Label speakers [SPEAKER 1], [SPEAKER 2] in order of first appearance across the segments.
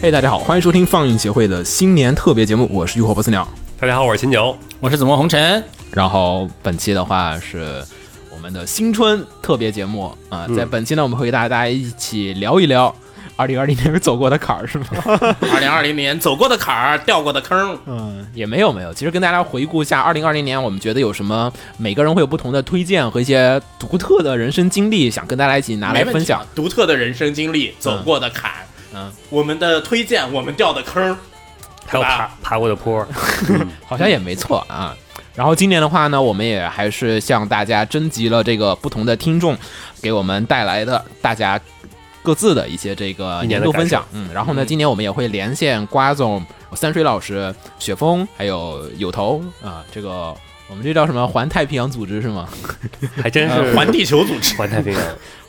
[SPEAKER 1] 嘿、大家好，欢迎收听放映协会的新年特别节目，我是浴火不死鸟。
[SPEAKER 2] 大家好，我是秦九。
[SPEAKER 3] 我是紫梦红尘，
[SPEAKER 1] 然后本期的话是我们的新春特别节目啊、在本期呢，我们会给大家大家一起聊一聊二零二零年走过的坎儿，是吗？
[SPEAKER 3] 二零二零年走过的坎儿，掉过的坑，
[SPEAKER 1] 嗯， 也没有没有，其实跟大家回顾一下二零二零年，我们觉得有什么，每个人会有不同的推荐和一些独特的人生经历，想跟大家一起拿来
[SPEAKER 3] 没问
[SPEAKER 1] 分
[SPEAKER 3] 题啊
[SPEAKER 1] 享。。
[SPEAKER 3] 独特的人生经历，走过的坎，
[SPEAKER 1] 嗯，
[SPEAKER 3] 我们的推荐，我们掉的坑，
[SPEAKER 2] 还有
[SPEAKER 3] 好
[SPEAKER 2] 爬
[SPEAKER 3] 吧
[SPEAKER 2] 爬过的坡，
[SPEAKER 1] 好像也没错啊。然后今年的话呢，我们也还是向大家征集了这个不同的听众给我们带来的大家各自的一些这个
[SPEAKER 2] 一年
[SPEAKER 1] 年
[SPEAKER 2] 的
[SPEAKER 1] 度分享。嗯，然后呢，今年我们也会连线瓜总、三水老师、雪峰，还有有头啊，这个我们这叫什么环太平洋组织是吗？
[SPEAKER 2] 还真 是
[SPEAKER 3] 啊呃环地球组织，
[SPEAKER 2] 环太平洋。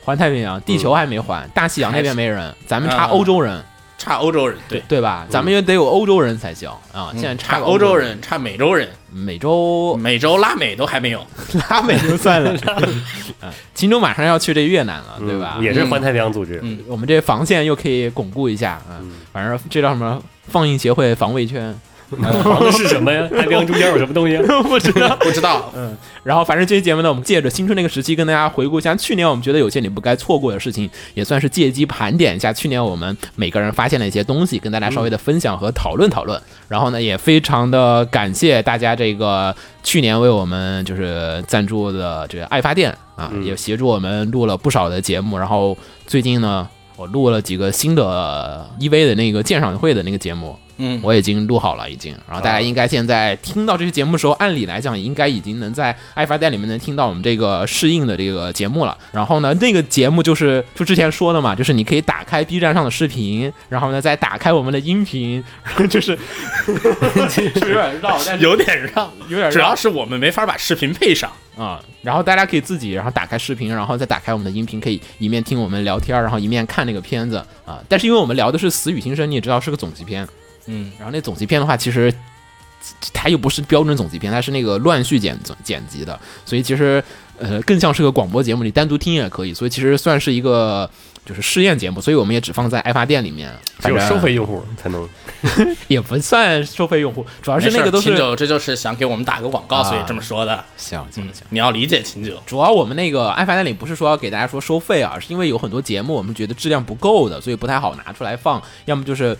[SPEAKER 1] 环太平洋，地球还没环，大西洋那边没人，咱们差
[SPEAKER 3] 嗯
[SPEAKER 1] 欧洲人、
[SPEAKER 3] 差欧洲人，对，
[SPEAKER 1] 对吧？咱们也得有欧洲人才行啊！现在
[SPEAKER 3] 差
[SPEAKER 1] 差个
[SPEAKER 3] 欧洲
[SPEAKER 1] 洲，
[SPEAKER 3] 人，差美洲人，
[SPEAKER 1] 美洲
[SPEAKER 3] 美洲、拉美都还没有，
[SPEAKER 1] 拉美就算 了， 嗯，秦州马上要去这越南了，
[SPEAKER 2] 嗯
[SPEAKER 1] 对吧？
[SPEAKER 2] 也是环太平洋组织，
[SPEAKER 1] 我们这防线又可以巩固一下啊
[SPEAKER 2] 嗯。
[SPEAKER 1] 反正这叫什么？放映协会防卫圈。
[SPEAKER 2] 防的是什么呀？太平洋中间有什么东西？啊
[SPEAKER 3] 不知道，
[SPEAKER 1] 然后，反正这期节目呢，我们借着新春这个时期，跟大家回顾一下去年我们觉得有些你不该错过的事情，也算是借机盘点一下去年我们每个人发现的一些东西，跟大家稍微的分享和讨论讨论。然后呢，也非常的感谢大家这个去年为我们就是赞助的这个爱发电啊，
[SPEAKER 2] 嗯
[SPEAKER 1] 也协助我们录了不少的节目。然后最近呢，我录了几个新的 EV 的那个鉴赏会的那个节目，
[SPEAKER 3] 嗯，
[SPEAKER 1] 我已经录好了，已经。然后大家应该现在听到这期节目的时候，按理来讲应该已经能在爱发店里面能听到我们这个适应的这个节目了。然后呢，那个节目就是就之前说的嘛，就是你可以打开 B 站上的视频，然后呢再打开我们的音频， 就是是有点绕，嗯但是啊
[SPEAKER 3] 有点让，
[SPEAKER 1] 有点
[SPEAKER 3] 主
[SPEAKER 1] 绕
[SPEAKER 3] 要是我们没法把视频配上，
[SPEAKER 1] 啊、然后大家可以自己，然后打开视频，然后再打开我们的音频，可以一面听我们聊天儿，然后一面看那个片子啊、但是因为我们聊的是《死与新生》，你也知道是个总集篇，
[SPEAKER 3] 嗯，
[SPEAKER 1] 然后那总集片的话，其实它又不是标准总集片，它是那个乱序剪剪辑的，所以其实呃更像是个广播节目，你单独听也可以，所以其实算是一个就是试验节目，所以我们也只放在爱发店里面，
[SPEAKER 2] 只
[SPEAKER 1] 反
[SPEAKER 2] 有
[SPEAKER 1] 正
[SPEAKER 2] 收费用户才能。
[SPEAKER 1] 也不算收费用户，主要是那个都
[SPEAKER 3] 没事秦
[SPEAKER 1] 是嗯
[SPEAKER 3] 九，这就是想给我们打个广告，
[SPEAKER 1] 啊
[SPEAKER 3] 所以这么说的，
[SPEAKER 1] 行行
[SPEAKER 3] 嗯
[SPEAKER 1] 行。，
[SPEAKER 3] 你要理解秦九，
[SPEAKER 1] 主要我们那个爱发那里不是说要给大家说收费啊，是因为有很多节目我们觉得质量不够的，所以不太好拿出来放，要么就是。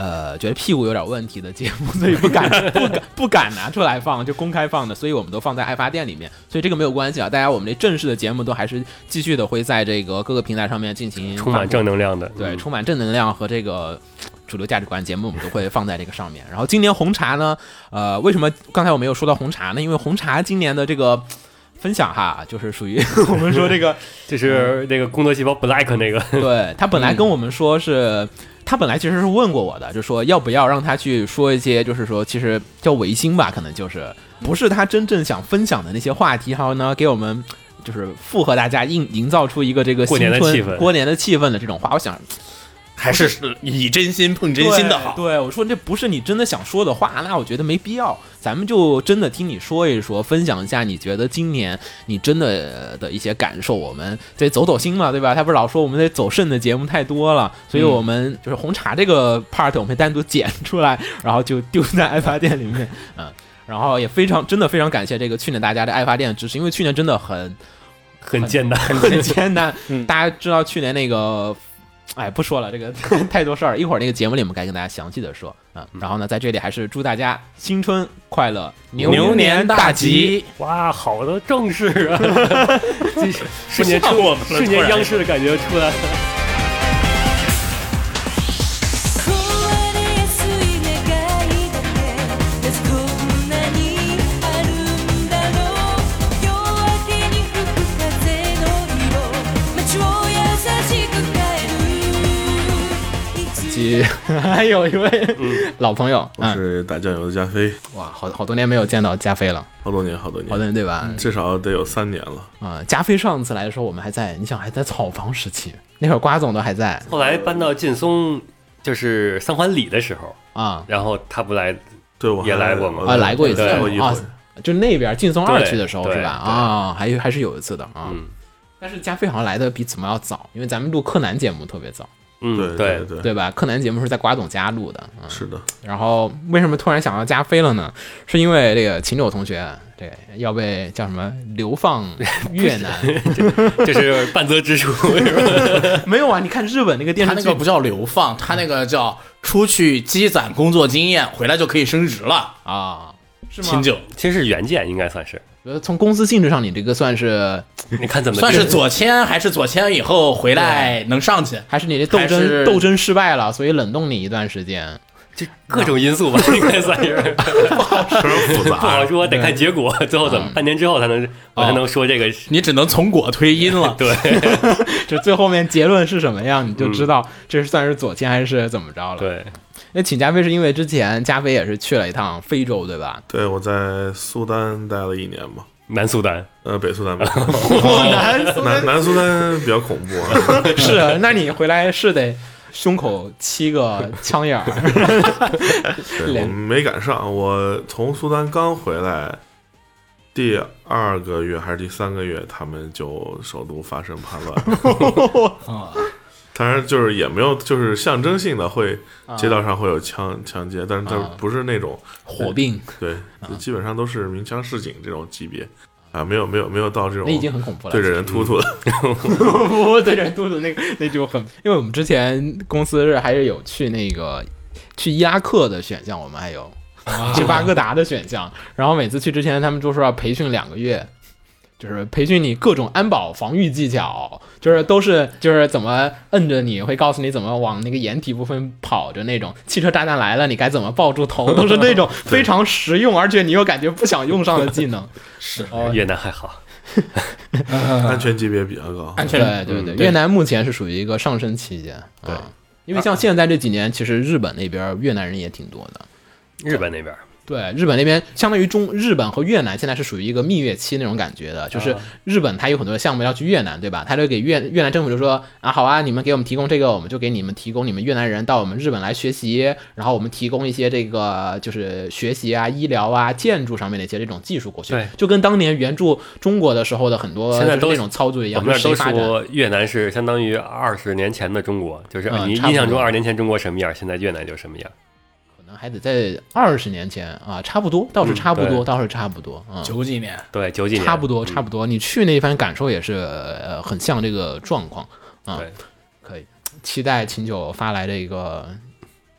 [SPEAKER 1] 呃，觉得屁股有点问题的节目，所以不敢不敢不敢拿出来放，就公开放的，所以我们都放在爱发店里面，所以这个没有关系啊。大家我们这正式的节目都还是继续的会在这个各个平台上面进行
[SPEAKER 2] 充满
[SPEAKER 1] 发布
[SPEAKER 2] 正能量的，
[SPEAKER 1] 对，
[SPEAKER 2] 嗯
[SPEAKER 1] 充满正能量和这个主流价值观节目，我们都会放在这个上面。然后今年红茶呢，呃，为什么刚才我没有说到红茶呢？因为红茶今年的这个分享哈，就是属 于我们说这个，
[SPEAKER 2] 就是那个工作细胞 black 那 个，
[SPEAKER 1] 对他本来跟我们说是。他本来其实是问过我的，就说要不要让他去说一些，就是说其实叫违心吧，可能就是不是他真正想分享的那些话题，然后呢给我们就是附和大家营营造出一个这个
[SPEAKER 2] 过年的
[SPEAKER 1] 新春
[SPEAKER 2] 气氛
[SPEAKER 1] 过年的气氛的这种话。我想
[SPEAKER 3] 还是以真心碰真心的好，
[SPEAKER 1] 对。对，我说这不是你真的想说的话，那我觉得没必要。咱们就真的听你说一说，分享一下你觉得今年你真的呃的一些感受，我们得走走心嘛，对吧？他不是老说我们得走肾的节目太多了，所以我们就是红茶这个 part 我们单独剪出来，然后就丢在爱发店里面，嗯。然后也非常真的非常感谢这个去年大家的爱发店的支持，因为去年真的很
[SPEAKER 2] 很简单。
[SPEAKER 1] 很艰嗯难。大家知道去年那个，哎，不说了， 这个太多事儿，一会儿那个节目里我们该跟大家详细的说啊。然后呢，在这里还是祝大家新春快乐，
[SPEAKER 2] 牛
[SPEAKER 1] 年大。
[SPEAKER 2] 哇，好的正式啊！这是瞬间
[SPEAKER 3] 吓
[SPEAKER 2] 出
[SPEAKER 3] 我们了
[SPEAKER 2] 瞬
[SPEAKER 3] 突
[SPEAKER 2] 间
[SPEAKER 3] 然
[SPEAKER 2] 央视的感觉出来了。
[SPEAKER 4] 壊れやすい願いだってなぜこんなにあるんだろう夜明けに吹く風の色街を優しく変える一
[SPEAKER 1] 及 还有一位老朋友，
[SPEAKER 5] 我
[SPEAKER 1] 嗯，
[SPEAKER 5] 是打酱油的加菲，
[SPEAKER 1] 哇，好好多年没有见到加菲了，
[SPEAKER 5] 好多年，好多年，
[SPEAKER 1] 好多年对吧？
[SPEAKER 5] 至少得有三年了。
[SPEAKER 1] 啊，加菲上次来的时候，我们还在，你想还在草房时期，那会儿瓜总都还在
[SPEAKER 2] 后来搬到劲松，就是三环里的时候，
[SPEAKER 1] 啊
[SPEAKER 2] 然后他不来，
[SPEAKER 5] 对，我还
[SPEAKER 2] 也来过吗
[SPEAKER 5] 我
[SPEAKER 1] 啊，来过一次
[SPEAKER 5] 来过一
[SPEAKER 1] 啊
[SPEAKER 5] 回。，
[SPEAKER 1] 就那边劲松二区的时候
[SPEAKER 2] 对
[SPEAKER 1] 是吧？
[SPEAKER 2] 对
[SPEAKER 1] 啊，还有还是有一次的啊。
[SPEAKER 2] 嗯，
[SPEAKER 1] 但是加菲好像来的比子墨要早，因为咱们录柯南节目特别早。
[SPEAKER 2] 嗯，
[SPEAKER 5] 对对，
[SPEAKER 1] 对吧？柯南节目是在瓜总家录的，嗯，
[SPEAKER 5] 是的，
[SPEAKER 1] 然后为什么突然想到加菲了呢？是因为这个秦柳同学，对，要被叫什么流 放越南？
[SPEAKER 2] 这是半泽直树，是吧
[SPEAKER 1] 没有啊，你看日本那个电
[SPEAKER 3] 他
[SPEAKER 1] 视
[SPEAKER 3] 那
[SPEAKER 1] 剧
[SPEAKER 3] 个不叫流放，他那个叫出去积攒工作经验，回来就可以升职了。
[SPEAKER 1] 啊，是吗
[SPEAKER 3] 秦？九
[SPEAKER 2] 其实是原件应该算是，
[SPEAKER 1] 觉得从公司性质上，你这个算是
[SPEAKER 2] 你看怎么
[SPEAKER 3] 算是
[SPEAKER 2] 定
[SPEAKER 3] 左迁还是左迁以后回来能上去？
[SPEAKER 1] 还是你这斗
[SPEAKER 3] 还
[SPEAKER 1] 争
[SPEAKER 3] 是
[SPEAKER 1] 斗争失败了，所以冷冻你一段时间。
[SPEAKER 2] 这各种因 素吧，应该算是
[SPEAKER 5] 非常复
[SPEAKER 2] 不好
[SPEAKER 5] 杂，
[SPEAKER 2] 说，得看结果，最后怎
[SPEAKER 1] 嗯
[SPEAKER 2] 么半年之后才能我
[SPEAKER 1] 哦
[SPEAKER 2] 才能说这个是
[SPEAKER 3] 你只能从果推因了。
[SPEAKER 2] 对，
[SPEAKER 1] 这最后面结论是什么样，你就知
[SPEAKER 5] 嗯
[SPEAKER 1] 道这是算是左倾还是怎么着了。
[SPEAKER 2] 对，
[SPEAKER 1] 那请加菲是因为之前加菲也是去了一趟非洲，对吧？
[SPEAKER 5] 对我在苏丹待了一年嘛，
[SPEAKER 2] 南苏丹
[SPEAKER 5] 呃，北苏 丹吧，
[SPEAKER 1] 南苏
[SPEAKER 5] 南南苏丹比较恐怖 啊，
[SPEAKER 1] 是，那你回来是得胸口七个枪眼儿，
[SPEAKER 5] 对我没赶上，我从苏丹刚回来。第二个月还是第三个月，他们就首都发生叛 乱，
[SPEAKER 3] 啊，
[SPEAKER 2] 哦
[SPEAKER 5] 当然就是也没有，就是象征性的会街道上会有枪枪击，但是它
[SPEAKER 1] 啊
[SPEAKER 5] 不是那种
[SPEAKER 1] 火并，
[SPEAKER 5] 对，就
[SPEAKER 1] 啊
[SPEAKER 5] 基本上都是鸣枪示警这种级别啊，没有没有没有到这种
[SPEAKER 1] 那已经很恐怖了。
[SPEAKER 5] 对着人突突的，
[SPEAKER 1] 不对着肚子那个那就很，因为我们之前公司是还是有去那个去伊拉克的选项，我们还有去巴格达的选项，然后每次去之前他们就说要培训两个月。就是培训你各种安保防御技巧，就是都是就是怎么摁着你，会告诉你怎么往那个掩体部分跑着那种。汽车炸弹来了，你该怎么抱住头，都是那种非常实用，而且你又感觉不想用上的技能。
[SPEAKER 3] 是
[SPEAKER 1] 哦，
[SPEAKER 2] 越南还好，
[SPEAKER 1] 嗯
[SPEAKER 5] 安全级别比较高。
[SPEAKER 3] 安全
[SPEAKER 1] 对对
[SPEAKER 2] 嗯
[SPEAKER 1] 对，
[SPEAKER 3] 对
[SPEAKER 1] 越南目前是属于一个上升期间，对，因为像现在这几年，其实日本那边越南人也挺多的。
[SPEAKER 2] 日本那边
[SPEAKER 1] 对，日本那边相当于中日本和越南现在是属于一个蜜月期那种感觉的，就是
[SPEAKER 2] 啊
[SPEAKER 1] 日本它有很多项目要去越南，对吧？它就给越越南政府就说啊，好啊，你们给我们提供这个，我们就给你们提供你们越南人到我们日本来学习，然后我们提供一些这个就是学习啊、医疗啊、建筑上面的一些这种技术过去
[SPEAKER 2] 对，
[SPEAKER 1] 就跟当年援助中国的时候的很多
[SPEAKER 2] 现
[SPEAKER 1] 就
[SPEAKER 2] 在
[SPEAKER 1] 是
[SPEAKER 2] 都
[SPEAKER 1] 那种操作一
[SPEAKER 2] 我
[SPEAKER 1] 样，
[SPEAKER 2] 们那儿
[SPEAKER 1] 就是
[SPEAKER 2] 都
[SPEAKER 1] 发展
[SPEAKER 2] 说越南是相当于二十年前的中国，就是
[SPEAKER 1] 嗯
[SPEAKER 2] 你
[SPEAKER 1] 差不
[SPEAKER 2] 印象中
[SPEAKER 1] 多
[SPEAKER 2] 二十年前中国什么样，现在越南就什么样。
[SPEAKER 1] 可能还得在二十年前啊，差不多，倒是差不
[SPEAKER 2] 嗯
[SPEAKER 1] 多，
[SPEAKER 2] 对
[SPEAKER 1] 倒是差不多，嗯，
[SPEAKER 3] 九几年，
[SPEAKER 2] 对，九几年嗯
[SPEAKER 1] 差不多，差不多。你去那番感受也是呃很像这个状况，啊
[SPEAKER 2] 对，
[SPEAKER 1] 可以期待秦九发来这个。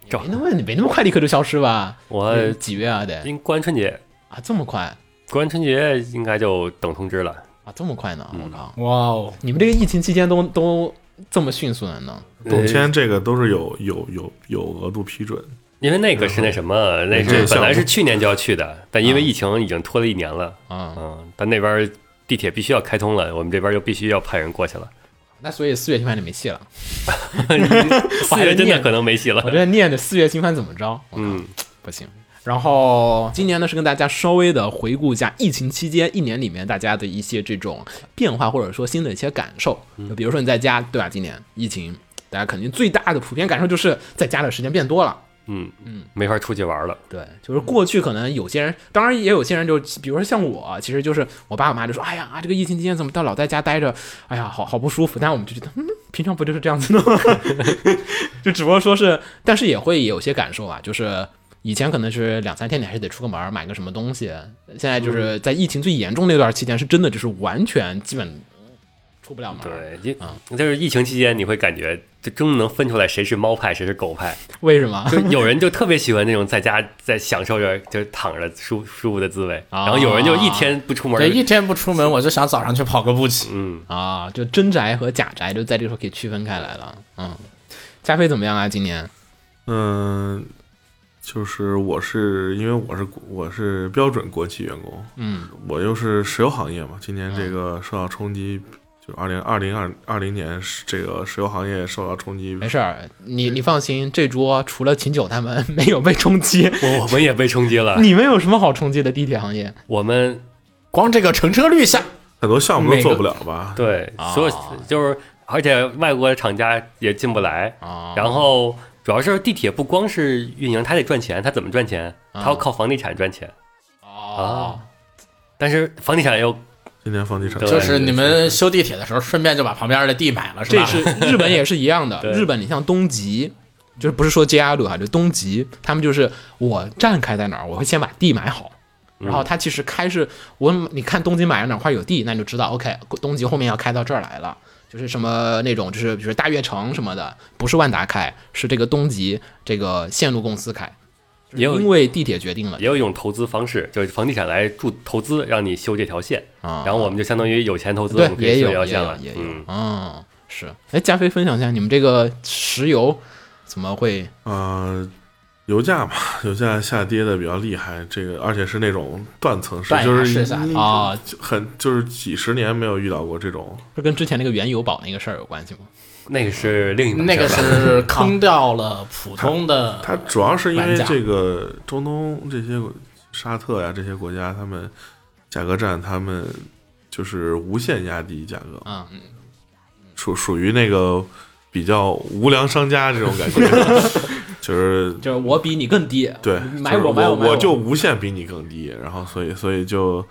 [SPEAKER 1] 也
[SPEAKER 2] 照
[SPEAKER 1] 哎没那么你没那么快立刻就消失吧？
[SPEAKER 2] 我
[SPEAKER 1] 嗯几月啊？得
[SPEAKER 2] 因过完春节，
[SPEAKER 1] 啊，这么快
[SPEAKER 2] 过完春节应该就等通知了。
[SPEAKER 1] 啊，这么快呢？
[SPEAKER 2] 嗯
[SPEAKER 1] 我靠，
[SPEAKER 3] 哇哦，
[SPEAKER 1] 你们这个疫情期间都都这么迅速了呢？
[SPEAKER 5] 董签这个都是有有有有额度批准，
[SPEAKER 2] 因为那个是那什么，那
[SPEAKER 5] 这
[SPEAKER 2] 是
[SPEAKER 5] 个
[SPEAKER 2] 本
[SPEAKER 5] 项目
[SPEAKER 2] 来是去年就要去的，但因为
[SPEAKER 1] 啊
[SPEAKER 2] 疫情已经拖了一年了，
[SPEAKER 1] 啊，
[SPEAKER 2] 嗯，但那边地铁必须要开通了，我们这边就必须要派人过去了。
[SPEAKER 1] 那所以四月新番就没戏 了。
[SPEAKER 2] 四
[SPEAKER 1] 还在
[SPEAKER 2] 月哎真的
[SPEAKER 1] 念
[SPEAKER 2] 可能没戏
[SPEAKER 1] 我
[SPEAKER 2] 了，
[SPEAKER 1] 这念着四月新番怎么 着？我靠
[SPEAKER 2] 嗯，
[SPEAKER 1] 不行。然后今年呢是跟大家稍微的回顾一下疫情期间一年里面大家的一些这种变化，或者说新的一些感受。就比如说你在家，对吧？今年疫情，大家肯定最大的普遍感受就是在家的时间变多了。
[SPEAKER 2] 嗯嗯，没法出去玩了，
[SPEAKER 1] 对，就是过去可能有些人，当然也有些人就，比如说像我，其实就是我爸我妈就说，哎呀，啊这个疫情期间怎么到老在家待着，哎呀，好好不舒服。但我们就觉得，嗯，平常不就是这样子的吗？ 就只不过说是，但是也会有些感受啊，就是以前可能是两三天你还是得出个门儿买个什么东西，现在就是在疫情最严重那段期间，是真的就是完全基本出不了门。，
[SPEAKER 2] 对，就就是疫情期间你会感觉。就终于能分出来谁是猫派，谁是狗派。
[SPEAKER 1] 为什么？
[SPEAKER 2] 就有人就特别喜欢那种在家在享受着，就躺着舒舒服的滋味，
[SPEAKER 1] 啊
[SPEAKER 2] 然后有人就一天不出门，
[SPEAKER 3] 对，一天不出门，我就想早上去跑个步机。
[SPEAKER 2] 嗯，
[SPEAKER 1] 啊，就真宅和假宅就在这时候可以区分开来了。嗯，加菲怎么样啊？今年？
[SPEAKER 5] 嗯，就是我是因为我是我是标准国企员工，
[SPEAKER 1] 嗯，
[SPEAKER 5] 我又是石油行业嘛，今年这个受到冲击，就二零二零二二零年是这个石油行业受到冲击
[SPEAKER 1] 没，事儿，你你放心，这桌除了秦九他们没有被冲击，
[SPEAKER 2] 我我们也被冲击了，
[SPEAKER 1] 你们有什么好冲击的？地铁行业
[SPEAKER 2] 我们
[SPEAKER 3] 光这个乘车率下，
[SPEAKER 5] 很多项目
[SPEAKER 3] 每
[SPEAKER 5] 都
[SPEAKER 3] 个
[SPEAKER 5] 做不了吧？
[SPEAKER 2] 对
[SPEAKER 1] 啊
[SPEAKER 2] 所有就是，而且外国厂家也进不来，
[SPEAKER 1] 啊，
[SPEAKER 2] 然后主要是地铁不光是运营，它得赚钱，它怎么
[SPEAKER 1] 嗯
[SPEAKER 2] 赚钱？它要靠房地产赚钱，
[SPEAKER 1] 哦
[SPEAKER 2] 啊但是房地产又
[SPEAKER 5] 今年房地产
[SPEAKER 2] 对
[SPEAKER 3] 就是你们修地铁的时候，顺便就把旁边的地买了，是
[SPEAKER 1] 这
[SPEAKER 3] 吧？
[SPEAKER 1] 是日本也是一样的
[SPEAKER 2] 对。
[SPEAKER 1] 日本，你像东极，就是不是说 JR 路啊，就东极，他们就是我站开在哪儿，我会先把地买好。
[SPEAKER 2] 嗯
[SPEAKER 1] 然后它其实开是，我你看东极买了哪块有地，那你就知道，OK，东极后面要开到这儿来了，就是什么那种，就是比如大悦城什么的，不是万达开，是这个东极这个线路公司开，
[SPEAKER 2] 也有
[SPEAKER 1] 因为地铁决定了
[SPEAKER 2] 也有一种投资方式，就是房地产来助投资，让你修这条线，
[SPEAKER 1] 啊。
[SPEAKER 2] 然后我们就相当于有钱投资，我
[SPEAKER 1] 对
[SPEAKER 2] 们可以
[SPEAKER 1] 也
[SPEAKER 2] 修这
[SPEAKER 1] 有
[SPEAKER 2] 条
[SPEAKER 1] 也
[SPEAKER 2] 线
[SPEAKER 1] 有
[SPEAKER 2] 了。
[SPEAKER 1] 也有
[SPEAKER 2] 嗯，，
[SPEAKER 1] 嗯，是。哎，加菲分享一下你们这个石油怎么会
[SPEAKER 5] 呃，油价嘛， 油价下跌的比较厉害，这个而且是那种断层式，
[SPEAKER 3] 断
[SPEAKER 5] 就
[SPEAKER 3] 崖
[SPEAKER 5] 是
[SPEAKER 3] 式下
[SPEAKER 5] 你
[SPEAKER 1] 啊？
[SPEAKER 5] 很就是几十年没有遇到过这种，
[SPEAKER 1] 这跟之前那个原油宝那个事儿有关系吗？
[SPEAKER 2] 那个是另一种
[SPEAKER 3] 那个
[SPEAKER 2] 事儿了
[SPEAKER 3] 是坑掉了普通的，
[SPEAKER 5] 它主要是因为
[SPEAKER 3] 玩家
[SPEAKER 5] 这个中东这些沙特呀这些国家，他们价格战，他们就是无限压低价格，
[SPEAKER 1] 啊、嗯，
[SPEAKER 5] 属属于那个比较无良商家这种感 觉，就是
[SPEAKER 1] 就是我比你更低，
[SPEAKER 5] 对，
[SPEAKER 1] 买
[SPEAKER 5] 就是
[SPEAKER 1] 我
[SPEAKER 5] 我
[SPEAKER 1] 买我买我
[SPEAKER 5] 就无限比你更低，然后所以所以就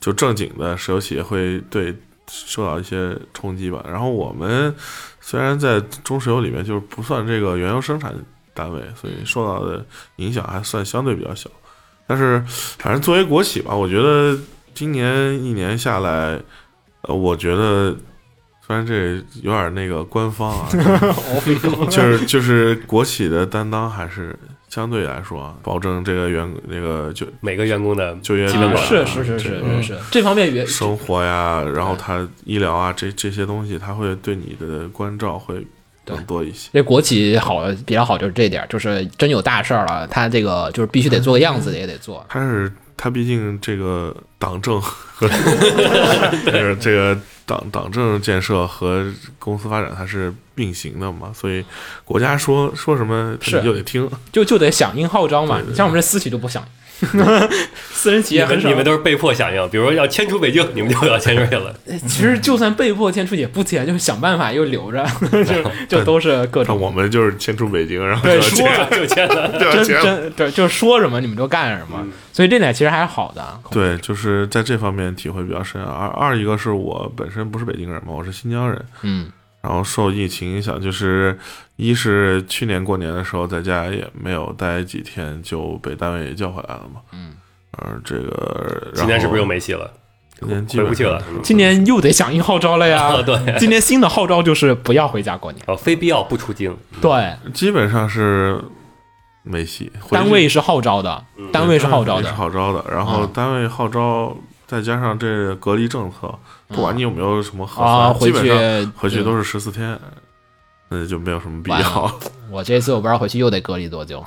[SPEAKER 5] 就正经的石油企业会对受到一些冲击吧。然后我们虽然在中石油里面就是不算这个原油生产单位，所以受到的影响还算相对比较小。但是反正作为国企吧，我觉得今年一年下来，呃，我觉得。虽然这有点那个官方 啊，就是就是国企的担当还是相对来说啊，保证这个员那个就
[SPEAKER 2] 每个员 工的
[SPEAKER 5] 就业
[SPEAKER 2] 基本
[SPEAKER 5] 率
[SPEAKER 2] 款
[SPEAKER 1] 是
[SPEAKER 5] 啊
[SPEAKER 1] 是是
[SPEAKER 5] 这
[SPEAKER 1] 是是
[SPEAKER 5] 个
[SPEAKER 1] 是，这方面也
[SPEAKER 5] 生活呀，然后他医疗啊，这这些东西，他会对你的关照会
[SPEAKER 1] 对
[SPEAKER 5] 更多一些。
[SPEAKER 1] 这国企好比较好就是这点儿，就是真有大事儿了，他这个就是必须得做个样子的也得做。
[SPEAKER 5] 他是他毕竟这个党 政和就是这个党党政建设和公司发展它是并行的嘛，所以国家说说什么
[SPEAKER 1] 是
[SPEAKER 5] 你就得听。
[SPEAKER 1] 就就得响应号召嘛
[SPEAKER 5] 对对。对
[SPEAKER 1] 像我们这私企就不响应， 私人企
[SPEAKER 2] 你
[SPEAKER 1] 业很
[SPEAKER 2] 们
[SPEAKER 1] 少。
[SPEAKER 2] 你们都是被迫响应，比如说要迁出北京，你们就要迁出去 了。
[SPEAKER 1] 其实就算被迫迁出也不迁，就是想办法又留着， 就就都是各
[SPEAKER 5] 但
[SPEAKER 1] 种
[SPEAKER 5] 我们就是迁出北京，然后
[SPEAKER 1] 对
[SPEAKER 5] 就
[SPEAKER 1] 说了
[SPEAKER 2] 就签 了。
[SPEAKER 5] 就
[SPEAKER 1] 真
[SPEAKER 5] 迁
[SPEAKER 1] 真对，就是说什么你们就干什
[SPEAKER 5] 嗯
[SPEAKER 1] 么，所以这点其实还是好的。啊
[SPEAKER 5] 对，就是在这方面体会比较深。啊二二一个是我本身不是北京人嘛，我是新疆人，
[SPEAKER 1] 嗯，
[SPEAKER 5] 然后受疫情影响，就是一是去年过年的时候在家也没有待几天，就被单位叫回来了嘛。
[SPEAKER 1] 嗯，
[SPEAKER 5] 而这个
[SPEAKER 2] 今年是不是又
[SPEAKER 5] 没？
[SPEAKER 2] 没戏了？
[SPEAKER 5] 今年基
[SPEAKER 2] 回
[SPEAKER 5] 本
[SPEAKER 2] 不去了。
[SPEAKER 1] 今年又得响应号召了呀
[SPEAKER 2] 啊，。对，
[SPEAKER 1] 今年新的号召就是不要回家过年。
[SPEAKER 2] 哦，非必要不出京。
[SPEAKER 5] 嗯
[SPEAKER 1] 对，
[SPEAKER 5] 基本上是没戏。回
[SPEAKER 1] 单
[SPEAKER 5] 去嗯
[SPEAKER 1] 位是号召的，单位是号召
[SPEAKER 5] 单位是
[SPEAKER 1] 的，
[SPEAKER 5] 号召的。然后
[SPEAKER 1] 嗯
[SPEAKER 5] 单位号召，再加上这个隔离政策，不管你有没有什么核
[SPEAKER 1] 嗯啊，
[SPEAKER 5] 酸，
[SPEAKER 1] 回
[SPEAKER 5] 基本
[SPEAKER 1] 去
[SPEAKER 5] 上回去都
[SPEAKER 1] 是。
[SPEAKER 5] 是十四天，那就没有什么必
[SPEAKER 1] 完
[SPEAKER 5] 要。
[SPEAKER 1] 我这次我不知道回去又得隔离多久，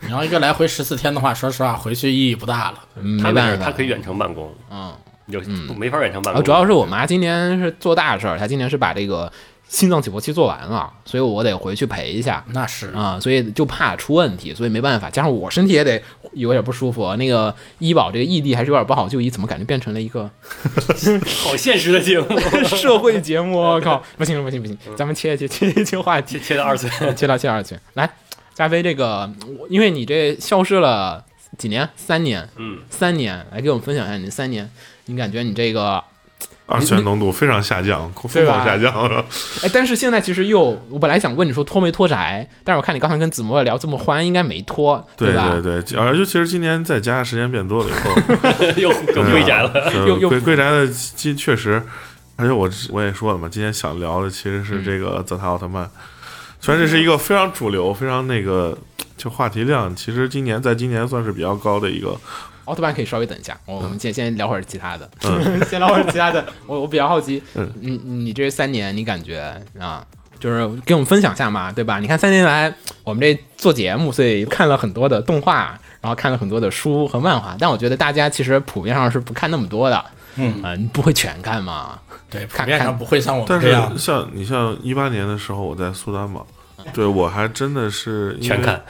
[SPEAKER 3] 然后一个来回十四天的话，说实话回去意义不大了。
[SPEAKER 1] 嗯
[SPEAKER 2] 他
[SPEAKER 1] 没
[SPEAKER 2] 那
[SPEAKER 1] 办
[SPEAKER 2] 是
[SPEAKER 1] 法，
[SPEAKER 2] 他可以远程办公，
[SPEAKER 1] 嗯。
[SPEAKER 2] 有没法远程办
[SPEAKER 1] 啊，
[SPEAKER 2] 公。
[SPEAKER 1] 主要是我妈今年是做大事儿，她今年是把这个心脏起搏器做完了，所以我得回去陪一下
[SPEAKER 3] 那是，
[SPEAKER 1] 啊、所以就怕出问题，所以没办法，加上我身体也得有点不舒服，那个医保这个异地还是有点不好就医，怎么感觉变成了一个
[SPEAKER 2] 好现实的节目，
[SPEAKER 1] 社会节 目？我靠，嗯不行了不行不行，咱们切切切切话题
[SPEAKER 2] 切，切到二次元。
[SPEAKER 1] 切到切二去，来，加菲这个，我因为你这消失了几年，三年，
[SPEAKER 2] 嗯，
[SPEAKER 1] 三年，来给我们分享一下你这三年，你感觉你这个
[SPEAKER 5] 二次元浓度非常下降，
[SPEAKER 1] 对
[SPEAKER 5] 疯
[SPEAKER 1] 吧
[SPEAKER 5] 狂下降 了。
[SPEAKER 1] 哎，但是现在其实又，我本来想问你说脱没脱宅，但是我看你刚才跟子墨聊这么欢，应该没脱，
[SPEAKER 5] 对
[SPEAKER 1] 吧？
[SPEAKER 5] 对对，而尤其是今年在家时间变多了以 后，
[SPEAKER 2] 又又归宅了。
[SPEAKER 5] 呃
[SPEAKER 1] 又又
[SPEAKER 5] 归归宅的机确实，而且我我也说了嘛，今天想聊的其实
[SPEAKER 1] 嗯
[SPEAKER 5] 是这个泽塔奥特曼，虽然这是一个非常主流、非常那个就话题量，其实今年在今年算是比较高的一个，
[SPEAKER 1] 奥特曼可以稍微等一下，我我们先先聊会儿其他的，
[SPEAKER 5] 嗯
[SPEAKER 1] 先聊会儿其他的。我我比较好奇，
[SPEAKER 5] 嗯
[SPEAKER 1] 你你这三年你感觉啊，就是给我们分享一下嘛，对吧？你看三年来我们这做节目，所以看了很多的动画，然后看了很多的书和漫画，但我觉得大家其实普遍上是不看那么多的，
[SPEAKER 3] 嗯，
[SPEAKER 1] 啊、你不会全看嘛？
[SPEAKER 3] 对，普
[SPEAKER 1] 看
[SPEAKER 3] 遍上
[SPEAKER 1] 看
[SPEAKER 3] 不会像我
[SPEAKER 5] 但
[SPEAKER 3] 们这
[SPEAKER 5] 是
[SPEAKER 3] 样。
[SPEAKER 5] 像你像一八年的时候我在苏丹嘛，
[SPEAKER 1] 嗯
[SPEAKER 5] 对我还真的是因为
[SPEAKER 2] 全看，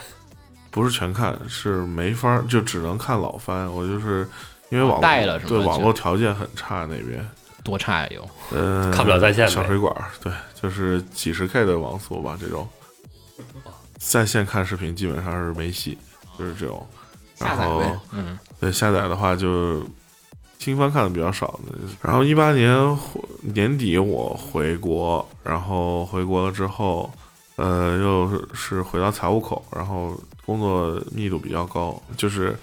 [SPEAKER 5] 不是全看，是没法儿，就只能看老番。我就是因为网
[SPEAKER 1] 啊带了是吗
[SPEAKER 5] 对
[SPEAKER 1] 就
[SPEAKER 5] 网络条件很差那边，
[SPEAKER 1] 多差呀、有
[SPEAKER 5] 嗯，
[SPEAKER 2] 看不了在线呗
[SPEAKER 5] 小水管儿，对，就是几十 K 的网速吧，这种在线看视频基本上是没戏，就是这种。
[SPEAKER 1] 下
[SPEAKER 5] 然
[SPEAKER 1] 载
[SPEAKER 5] 后
[SPEAKER 1] 呗，嗯，
[SPEAKER 5] 对下载的话就新番看的比较少的。然后一八年回年底我回国，然后回国了之后，呃，又是是回到财务口，然后工作密度比较高，就是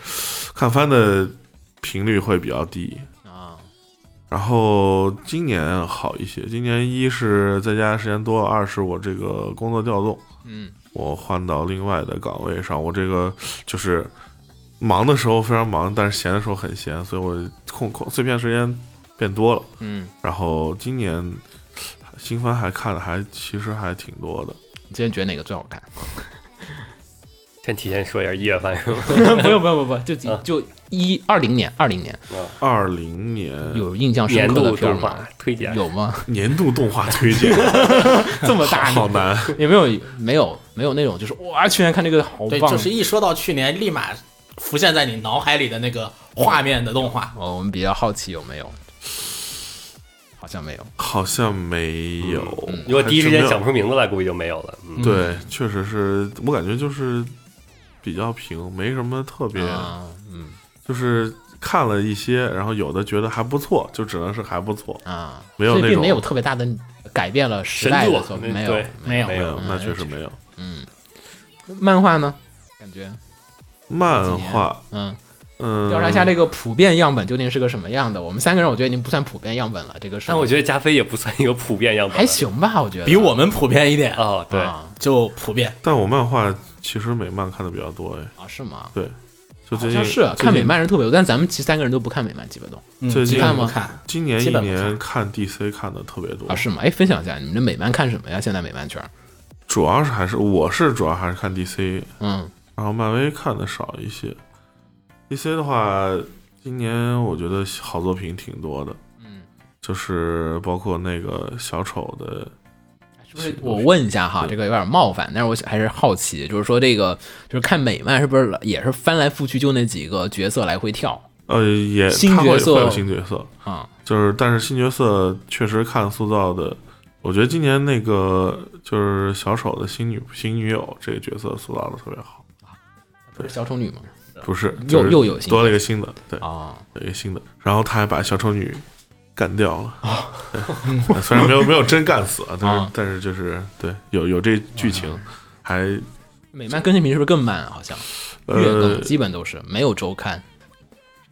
[SPEAKER 5] 看番的频率会比较低。
[SPEAKER 1] 啊，
[SPEAKER 5] 然后今年好一些，今年一是在家时间多了，二是我这个工作调动，
[SPEAKER 1] 嗯
[SPEAKER 5] 我换到另外的岗位上，我这个 就是忙的时候非常忙，但是闲的时候很闲，所以我空空碎片时间变多了。
[SPEAKER 1] 嗯，
[SPEAKER 5] 然后今年新番还看的还其实还挺多的，
[SPEAKER 1] 你今天觉得哪个最好看？
[SPEAKER 2] 先提前说一下一 月份是吧？
[SPEAKER 1] 不用不用不用，就
[SPEAKER 2] 啊
[SPEAKER 1] 就一二零年，二零年
[SPEAKER 5] 二零年
[SPEAKER 1] 有印象深
[SPEAKER 2] 年
[SPEAKER 1] 刻的
[SPEAKER 2] 度
[SPEAKER 1] 片儿
[SPEAKER 2] 动
[SPEAKER 1] 吗
[SPEAKER 2] 画？推 荐
[SPEAKER 1] 有吗？
[SPEAKER 5] 年度动画 推荐，
[SPEAKER 1] 这么大
[SPEAKER 5] 好难。
[SPEAKER 1] 有没有没有没有那种就是哇，去年看这个好
[SPEAKER 3] 对，
[SPEAKER 1] 棒，
[SPEAKER 3] 就是一说到去年，立马浮现在你脑海里的那个画面的动画。
[SPEAKER 1] 哦，我们比较好奇有没有？好像没有。
[SPEAKER 5] 好像没有。
[SPEAKER 2] 嗯如果第一时
[SPEAKER 5] 还
[SPEAKER 2] 间
[SPEAKER 5] 真没有
[SPEAKER 2] 想不出名字来，估计就没有了。嗯，
[SPEAKER 1] 啊
[SPEAKER 5] 对，确实是我感觉就是比较平，没什么特别，
[SPEAKER 1] 啊，嗯
[SPEAKER 5] 就是看了一些，然后有的觉得还不错，就只能是还不错，
[SPEAKER 1] 啊，
[SPEAKER 5] 没有
[SPEAKER 1] 所以
[SPEAKER 5] 那
[SPEAKER 1] 并
[SPEAKER 5] 种
[SPEAKER 1] 没有特别大的改变了时代的
[SPEAKER 2] 神作
[SPEAKER 1] 作，
[SPEAKER 2] 那
[SPEAKER 1] 没有
[SPEAKER 2] 对
[SPEAKER 1] 没有
[SPEAKER 2] 没有
[SPEAKER 1] 嗯
[SPEAKER 5] 那确实没有。
[SPEAKER 1] 嗯，漫画呢？感觉
[SPEAKER 5] 漫画，
[SPEAKER 1] 嗯，
[SPEAKER 5] 嗯，
[SPEAKER 1] 调查一下这个普遍样本究竟是个什么样的？我们三个人我觉得已经不算普遍样本了，这个是
[SPEAKER 2] 但我觉得加菲也不算一个普遍样本，
[SPEAKER 1] 还行吧，我觉得
[SPEAKER 3] 比我们普遍一点，
[SPEAKER 2] 哦，对，
[SPEAKER 1] 啊
[SPEAKER 3] 就普遍。
[SPEAKER 5] 但我漫画其实美漫看的比较多，哎，
[SPEAKER 1] 啊是吗？
[SPEAKER 5] 就
[SPEAKER 1] 好
[SPEAKER 5] 最近
[SPEAKER 1] 像是啊
[SPEAKER 5] 最
[SPEAKER 1] 看
[SPEAKER 5] 近
[SPEAKER 1] 美漫人特别多，但咱们其实三个人都不看美漫，基本都
[SPEAKER 3] 嗯
[SPEAKER 5] 最近
[SPEAKER 3] 基本不
[SPEAKER 1] 吗
[SPEAKER 3] 看，
[SPEAKER 5] 今年
[SPEAKER 3] 基
[SPEAKER 5] 一
[SPEAKER 3] 本不
[SPEAKER 5] 年看 DC 看的特别多
[SPEAKER 1] 啊，是吗？哎，分享一下你们这美漫看什么呀？现在美漫圈儿，
[SPEAKER 5] 主要是还是我是主要还是看 DC，
[SPEAKER 1] 嗯
[SPEAKER 5] 然后漫威看的少一些。DC 的话，今年我觉得好作品挺多的，
[SPEAKER 1] 嗯，
[SPEAKER 5] 就是包括那个小丑的，哎
[SPEAKER 1] 是不是我问一下哈，
[SPEAKER 5] 对
[SPEAKER 1] 这个有点冒犯，但是我还是好奇，就是说这个就是看美漫是不是也是翻来覆去就那几个角色来回跳
[SPEAKER 5] 呃，也
[SPEAKER 1] 新
[SPEAKER 5] 他会
[SPEAKER 1] 角色
[SPEAKER 5] 会有新角色，
[SPEAKER 1] 啊？
[SPEAKER 5] 就是但是新角色确实看塑造的，我觉得今年那个就是小丑的新女新女友这个角色塑造的特别好，
[SPEAKER 1] 不是小丑女吗？
[SPEAKER 5] 不是
[SPEAKER 1] 又
[SPEAKER 5] 就是
[SPEAKER 1] 又有新
[SPEAKER 5] 多了一个新的，对，
[SPEAKER 1] 啊，
[SPEAKER 5] 有一个新的，然后他还把小丑女干掉了，对虽然没有没有真干死啊，但是
[SPEAKER 1] 啊
[SPEAKER 5] 但是就是对有有这剧情，还
[SPEAKER 1] 美漫更新频是不是更慢啊？好像月
[SPEAKER 5] 呃
[SPEAKER 1] 更基本都是没有周刊，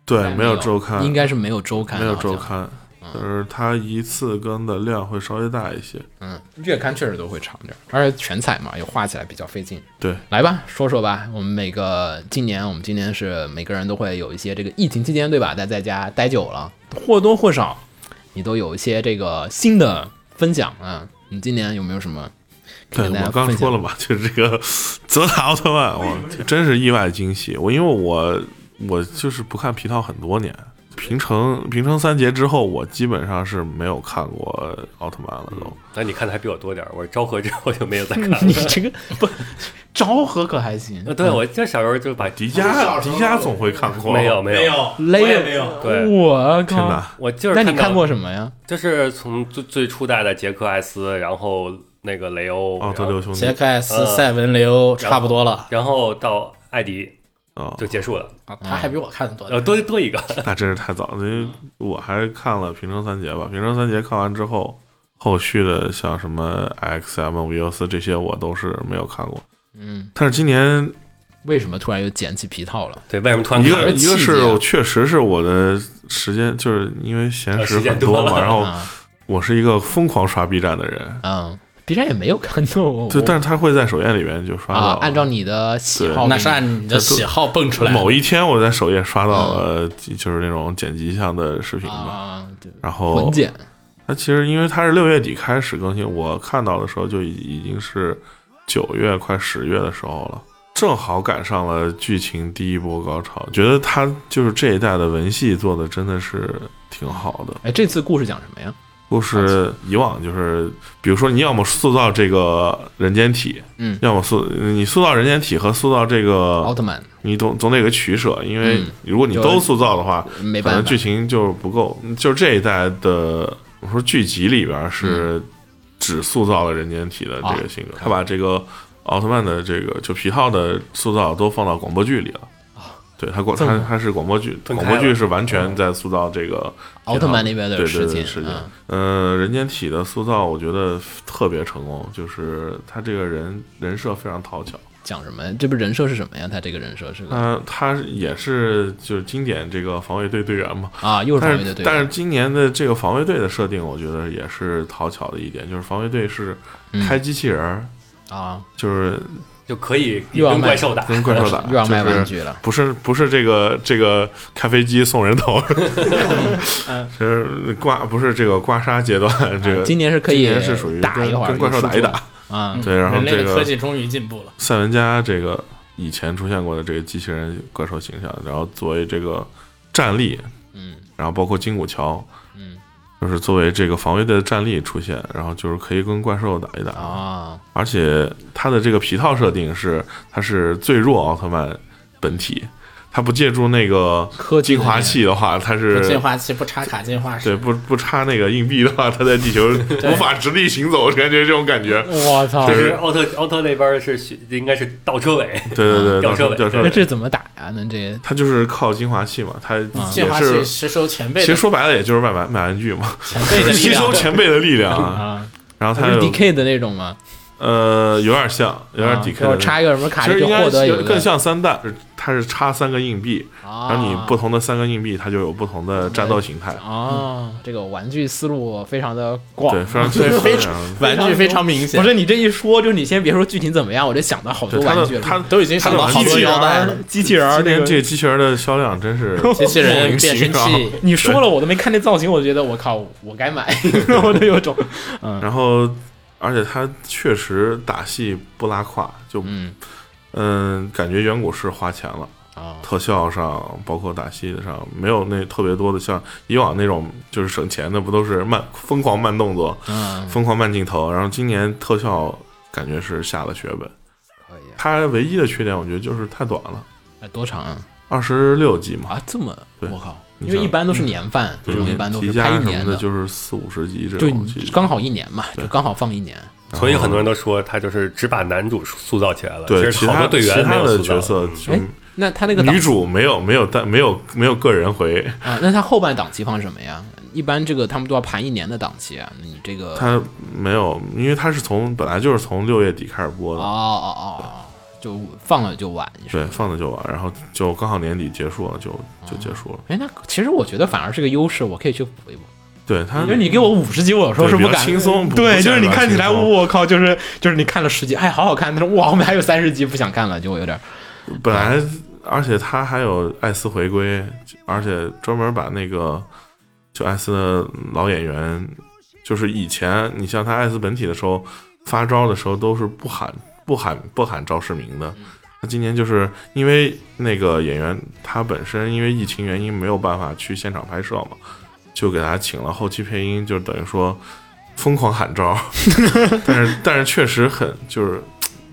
[SPEAKER 5] 对没
[SPEAKER 1] 有
[SPEAKER 5] 有周刊，
[SPEAKER 1] 应该是没有周刊，
[SPEAKER 5] 没有
[SPEAKER 1] 好
[SPEAKER 5] 周
[SPEAKER 1] 像，
[SPEAKER 5] 刊，
[SPEAKER 1] 嗯
[SPEAKER 5] 但是它一次更的量会稍微大一些。
[SPEAKER 1] 嗯，月刊确实都会长点儿，而且全彩嘛，又画起来比较费劲。
[SPEAKER 5] 对，
[SPEAKER 1] 来吧，说说吧，我们每个今年，我们今年是每个人都会有一些这个疫情期间，对吧？大家在家待久了，或多或少，你都有一些这个新的分享啊。你今年有没有什么可以
[SPEAKER 5] 对
[SPEAKER 1] 跟大家
[SPEAKER 5] 我刚
[SPEAKER 1] 分享
[SPEAKER 5] 说了嘛，就是这个 泽塔奥特曼，我真是意外惊喜。我因为我我就是不看皮套很多年，平成平成三杰之后，我基本上是没有看过奥特曼了都。
[SPEAKER 2] 那你看的还比我多点儿，我昭和之后就没 有再看
[SPEAKER 1] 你
[SPEAKER 2] 了。
[SPEAKER 1] 这个不昭和可还行
[SPEAKER 2] 呃，对，我就小时候就把
[SPEAKER 5] 迪迦迪迦总会看 过，
[SPEAKER 2] 没有没有，
[SPEAKER 3] 有
[SPEAKER 1] 雷
[SPEAKER 3] 也没有。
[SPEAKER 2] 对，
[SPEAKER 1] 我
[SPEAKER 5] 天
[SPEAKER 1] 靠！
[SPEAKER 5] 哪！
[SPEAKER 2] 我就是
[SPEAKER 1] 哦那你
[SPEAKER 2] 到
[SPEAKER 1] 看过什么呀？
[SPEAKER 2] 就是从最最初代的杰克艾斯，然后那个雷欧，
[SPEAKER 5] 奥特
[SPEAKER 2] 然后
[SPEAKER 5] 六兄弟
[SPEAKER 3] 杰克艾
[SPEAKER 1] 呃
[SPEAKER 3] 斯、
[SPEAKER 2] 嗯
[SPEAKER 3] 赛文流差不多了
[SPEAKER 2] 然后到艾迪
[SPEAKER 5] 啊，
[SPEAKER 2] 就结束了，
[SPEAKER 3] 啊，他还比我看的多。
[SPEAKER 2] 呃，多多一个，
[SPEAKER 5] 那真是太早了。因为我还是看了平成三杰吧，平成三杰看完之后，后续的像什么 X M V O 四这些我都是没有看过。
[SPEAKER 1] 嗯，
[SPEAKER 5] 但是今年
[SPEAKER 1] 为什么突然又捡起皮套了？
[SPEAKER 2] 对，为什么突然
[SPEAKER 5] 一
[SPEAKER 2] 看
[SPEAKER 1] 看
[SPEAKER 5] 个
[SPEAKER 1] 着
[SPEAKER 5] 一个
[SPEAKER 1] 气
[SPEAKER 5] 是
[SPEAKER 1] 节啊
[SPEAKER 5] 我确实是我的时间，就是因为闲
[SPEAKER 2] 呃
[SPEAKER 5] 时
[SPEAKER 2] 时间
[SPEAKER 5] 很多
[SPEAKER 2] 多
[SPEAKER 5] 嘛，
[SPEAKER 2] 了
[SPEAKER 5] 然后
[SPEAKER 1] 啊
[SPEAKER 5] 我是一个疯狂刷 B 站的人，
[SPEAKER 1] 嗯，B 站也没有看到我。
[SPEAKER 5] 对，但是哦他会在首页里面就刷
[SPEAKER 1] 啊
[SPEAKER 5] 到，，
[SPEAKER 1] 按照你的喜好，
[SPEAKER 3] 那是按你的喜好蹦出来的。
[SPEAKER 5] 某一天我在首页刷到了就是那种剪辑向的视频吧，
[SPEAKER 1] 嗯啊，对
[SPEAKER 5] 然
[SPEAKER 1] 混
[SPEAKER 5] 后
[SPEAKER 1] 剪
[SPEAKER 5] 它其实因为它是六月底开始更新，我看到的时候就已已经是九月快十月的时候了，正好赶上了剧情第一波高潮，觉得它就是这一代的文戏做的真的是挺好的。
[SPEAKER 1] 哎，这次故事讲什么呀？
[SPEAKER 5] 故
[SPEAKER 1] 啊
[SPEAKER 5] 事以往就是，比如说你要么塑造这个人间体，
[SPEAKER 1] 嗯
[SPEAKER 5] 要么塑你塑造人间体和塑造这
[SPEAKER 1] 奥
[SPEAKER 5] 个，
[SPEAKER 1] 特曼
[SPEAKER 5] 你总总得有个取舍，因为
[SPEAKER 1] 嗯
[SPEAKER 5] 如果你
[SPEAKER 1] 有
[SPEAKER 5] 都塑造的话，
[SPEAKER 1] 没
[SPEAKER 5] 可
[SPEAKER 1] 办
[SPEAKER 5] 能
[SPEAKER 1] 法，
[SPEAKER 5] 剧情就是不够。就这一代的，我说剧集里边
[SPEAKER 1] 嗯
[SPEAKER 5] 是只塑造了人间体的
[SPEAKER 1] 啊
[SPEAKER 5] 这个性格，他
[SPEAKER 1] 啊
[SPEAKER 5] 把这个奥特曼的这个就皮套的塑造都放到广播剧里了。对他广
[SPEAKER 1] 这么
[SPEAKER 5] 他他是广播剧，
[SPEAKER 2] 分
[SPEAKER 5] 广
[SPEAKER 2] 开
[SPEAKER 5] 播剧
[SPEAKER 2] 了
[SPEAKER 5] 是完全在塑造这个
[SPEAKER 1] 奥特曼那边的
[SPEAKER 5] 对
[SPEAKER 1] 事
[SPEAKER 5] 对
[SPEAKER 1] 情
[SPEAKER 5] 对事情
[SPEAKER 1] 嗯。
[SPEAKER 5] 嗯，人间体的塑造，我觉得特别成功，就是他这个人人设非常讨巧。
[SPEAKER 1] 讲什么？这不人设是什么呀？他这个人设是个
[SPEAKER 5] 他他也是就是经典这个防卫队队员嘛，
[SPEAKER 1] 啊，又是防
[SPEAKER 5] 但
[SPEAKER 1] 卫队
[SPEAKER 5] 是
[SPEAKER 1] 队
[SPEAKER 5] 但是
[SPEAKER 1] 员，
[SPEAKER 5] 今年的这个防卫队的设定，我觉得也是讨巧的一点，就是防卫队是
[SPEAKER 1] 嗯
[SPEAKER 5] 开机器人儿，
[SPEAKER 1] 啊，
[SPEAKER 5] 就是
[SPEAKER 2] 就可以
[SPEAKER 1] 又要
[SPEAKER 2] 跟
[SPEAKER 1] 卖
[SPEAKER 2] 怪兽打，
[SPEAKER 5] 跟怪兽打，
[SPEAKER 1] 又要卖
[SPEAKER 5] 就是
[SPEAKER 1] 玩具了。
[SPEAKER 5] 不是不是这个这个开飞机送人头， 就是刮不是这个刮痧阶段，这个
[SPEAKER 1] 啊今年是可以
[SPEAKER 5] 今年是属于
[SPEAKER 1] 打一
[SPEAKER 5] 跟
[SPEAKER 1] 会儿，
[SPEAKER 5] 跟怪兽打一嗯打，
[SPEAKER 1] 啊，
[SPEAKER 5] 对，然后
[SPEAKER 3] 嗯人类
[SPEAKER 5] 这
[SPEAKER 3] 的科
[SPEAKER 5] 个
[SPEAKER 3] 技终于进步了，
[SPEAKER 5] 赛文加这个以前出现过的这个机器人怪兽形象，然后作为这个战力，
[SPEAKER 1] 嗯
[SPEAKER 5] 然后包括金骨桥，
[SPEAKER 1] 嗯
[SPEAKER 5] 就是作为这个防卫队的战力出现，然后就是可以跟怪兽打一打，
[SPEAKER 1] 啊，
[SPEAKER 5] 而且它的这个皮套设定是它是最弱奥特曼本体，它不借助那个
[SPEAKER 1] 科技
[SPEAKER 5] 进化器的话，它是
[SPEAKER 3] 进化器不插卡进化
[SPEAKER 5] 对
[SPEAKER 3] 石，
[SPEAKER 5] 不不插那个硬币的话，它在地球无法直立行走，感觉这种感觉。
[SPEAKER 2] 我操！
[SPEAKER 5] 对
[SPEAKER 2] 就是奥特奥特那边是学应该是倒车尾，
[SPEAKER 5] 对对对，
[SPEAKER 2] 吊车
[SPEAKER 5] 到时候
[SPEAKER 2] 尾
[SPEAKER 5] 吊车
[SPEAKER 1] 那
[SPEAKER 5] 尾，
[SPEAKER 1] 这怎么打呀？那这
[SPEAKER 5] 它就是靠进化器嘛，它
[SPEAKER 3] 进
[SPEAKER 5] 也
[SPEAKER 3] 化器
[SPEAKER 5] 是。
[SPEAKER 3] 吸收前辈
[SPEAKER 5] 其
[SPEAKER 3] 的
[SPEAKER 5] 实说白了，也就是卖玩买玩 具嘛，
[SPEAKER 3] 前辈 的力
[SPEAKER 5] 吸收
[SPEAKER 3] 量，嗯
[SPEAKER 5] 前辈的力量啊。
[SPEAKER 1] 啊，
[SPEAKER 5] 然后它
[SPEAKER 1] 是
[SPEAKER 5] 有
[SPEAKER 1] DK 的那种吗？
[SPEAKER 5] 呃，有点像，有点
[SPEAKER 1] 啊
[SPEAKER 5] DK 的
[SPEAKER 1] 我
[SPEAKER 5] 那
[SPEAKER 1] 插
[SPEAKER 5] 种。
[SPEAKER 1] 一个什么卡
[SPEAKER 5] 其
[SPEAKER 1] 就
[SPEAKER 5] 实应该
[SPEAKER 1] 获得有
[SPEAKER 5] 是
[SPEAKER 1] 一个
[SPEAKER 5] 更像三弹，是它是插三个硬币，
[SPEAKER 1] 啊，
[SPEAKER 5] 然后你不同的三个硬币，它就有不同的战斗形态。
[SPEAKER 1] 啊，这个玩具思路非常的广
[SPEAKER 5] 对，。非常
[SPEAKER 3] 对非
[SPEAKER 5] 非
[SPEAKER 3] 常
[SPEAKER 5] 常
[SPEAKER 3] 玩具非常明显
[SPEAKER 1] 不，是你这一说，就是你先别说具体怎么样，我这想到好多
[SPEAKER 5] 对它
[SPEAKER 1] 玩具
[SPEAKER 5] 的
[SPEAKER 1] 了。
[SPEAKER 5] 它
[SPEAKER 3] 都已经想到好多腰带了，
[SPEAKER 1] 机器人儿
[SPEAKER 5] 今
[SPEAKER 1] 这
[SPEAKER 5] 年
[SPEAKER 1] 个
[SPEAKER 5] 这个机器人的销量真 是
[SPEAKER 3] 机器人变身
[SPEAKER 5] 莫名其
[SPEAKER 3] 器
[SPEAKER 5] 妙。
[SPEAKER 1] 你说了我都没看那造型，我觉得我靠，我该 买，我都有种
[SPEAKER 5] 然后，而且他确实打戏不拉胯，就
[SPEAKER 1] 嗯
[SPEAKER 5] 嗯，感觉远古是花钱了，
[SPEAKER 1] 啊
[SPEAKER 5] 特效上包括打戏上没有那特别多的，像以往那种就是省钱的，不都是慢疯狂慢动作、
[SPEAKER 1] 嗯，
[SPEAKER 5] 疯狂慢镜头，然后今年特效感觉是下了血本。
[SPEAKER 1] 可以
[SPEAKER 5] 它唯一的缺点，我觉得就是太短了，
[SPEAKER 1] 啊，多长啊？
[SPEAKER 5] 二十六集嘛，
[SPEAKER 1] 啊，这么
[SPEAKER 5] 对
[SPEAKER 1] 我靠，
[SPEAKER 5] 你
[SPEAKER 1] 因为
[SPEAKER 5] 想
[SPEAKER 1] 一般都是年饭，这
[SPEAKER 5] 对
[SPEAKER 1] 嗯种一般都
[SPEAKER 5] 集
[SPEAKER 1] 是拍一
[SPEAKER 5] 加什
[SPEAKER 1] 年
[SPEAKER 5] 么的，就是四五十集这
[SPEAKER 1] 就
[SPEAKER 5] 种，其实
[SPEAKER 1] 刚好一年嘛，
[SPEAKER 5] 对
[SPEAKER 1] 就刚好放一年。
[SPEAKER 2] 所以很多人都说他就是只把男主塑造起来了，
[SPEAKER 5] 对
[SPEAKER 2] 其实好
[SPEAKER 5] 他
[SPEAKER 2] 多队
[SPEAKER 5] 其
[SPEAKER 2] 员没
[SPEAKER 5] 他
[SPEAKER 2] 有
[SPEAKER 5] 的
[SPEAKER 2] 塑造
[SPEAKER 5] 角色
[SPEAKER 2] 嗯
[SPEAKER 5] 就
[SPEAKER 1] 哎那他那个档
[SPEAKER 5] 女主没有没有但没有没有个人回，
[SPEAKER 1] 啊，那他后半档期放什么呀？一般这个他们都要盘一年的档期啊，那你这个
[SPEAKER 5] 她没有，因为她是从本来就是从六月底开始播
[SPEAKER 1] 哦
[SPEAKER 5] 的，
[SPEAKER 1] 哦哦哦，就放了就晚。你说
[SPEAKER 5] 对，放的就晚，然后就刚好年底结束了，就就结束了。
[SPEAKER 1] 哎，那其实我觉得反而是个优势，我可以去补一补。
[SPEAKER 5] 对她，
[SPEAKER 1] 因为你给我五十集，我有时候
[SPEAKER 5] 对
[SPEAKER 1] 是
[SPEAKER 5] 比
[SPEAKER 1] 不
[SPEAKER 5] 较
[SPEAKER 1] 敢
[SPEAKER 5] 轻松不
[SPEAKER 1] 对，
[SPEAKER 5] 不
[SPEAKER 1] 就是
[SPEAKER 5] 想
[SPEAKER 1] 你
[SPEAKER 5] 让
[SPEAKER 1] 看起
[SPEAKER 5] 轻
[SPEAKER 1] 来，
[SPEAKER 5] 松
[SPEAKER 1] 我靠，就是就是你看了十集，哎，好好看，但是哇，后面还有三十集，不想看了，就有点儿
[SPEAKER 5] 本来而且她还有艾斯回归，而且专门把那个就艾斯的老演员，就是以前你像她艾斯本体的时候发招的时候都是不喊不喊不喊赵世明的。那今年就是因为那个演员他本身因为疫情原因没有办法去现场拍摄嘛，就给他请了后期配音，就等于说疯狂喊招， 但是但是确实很就是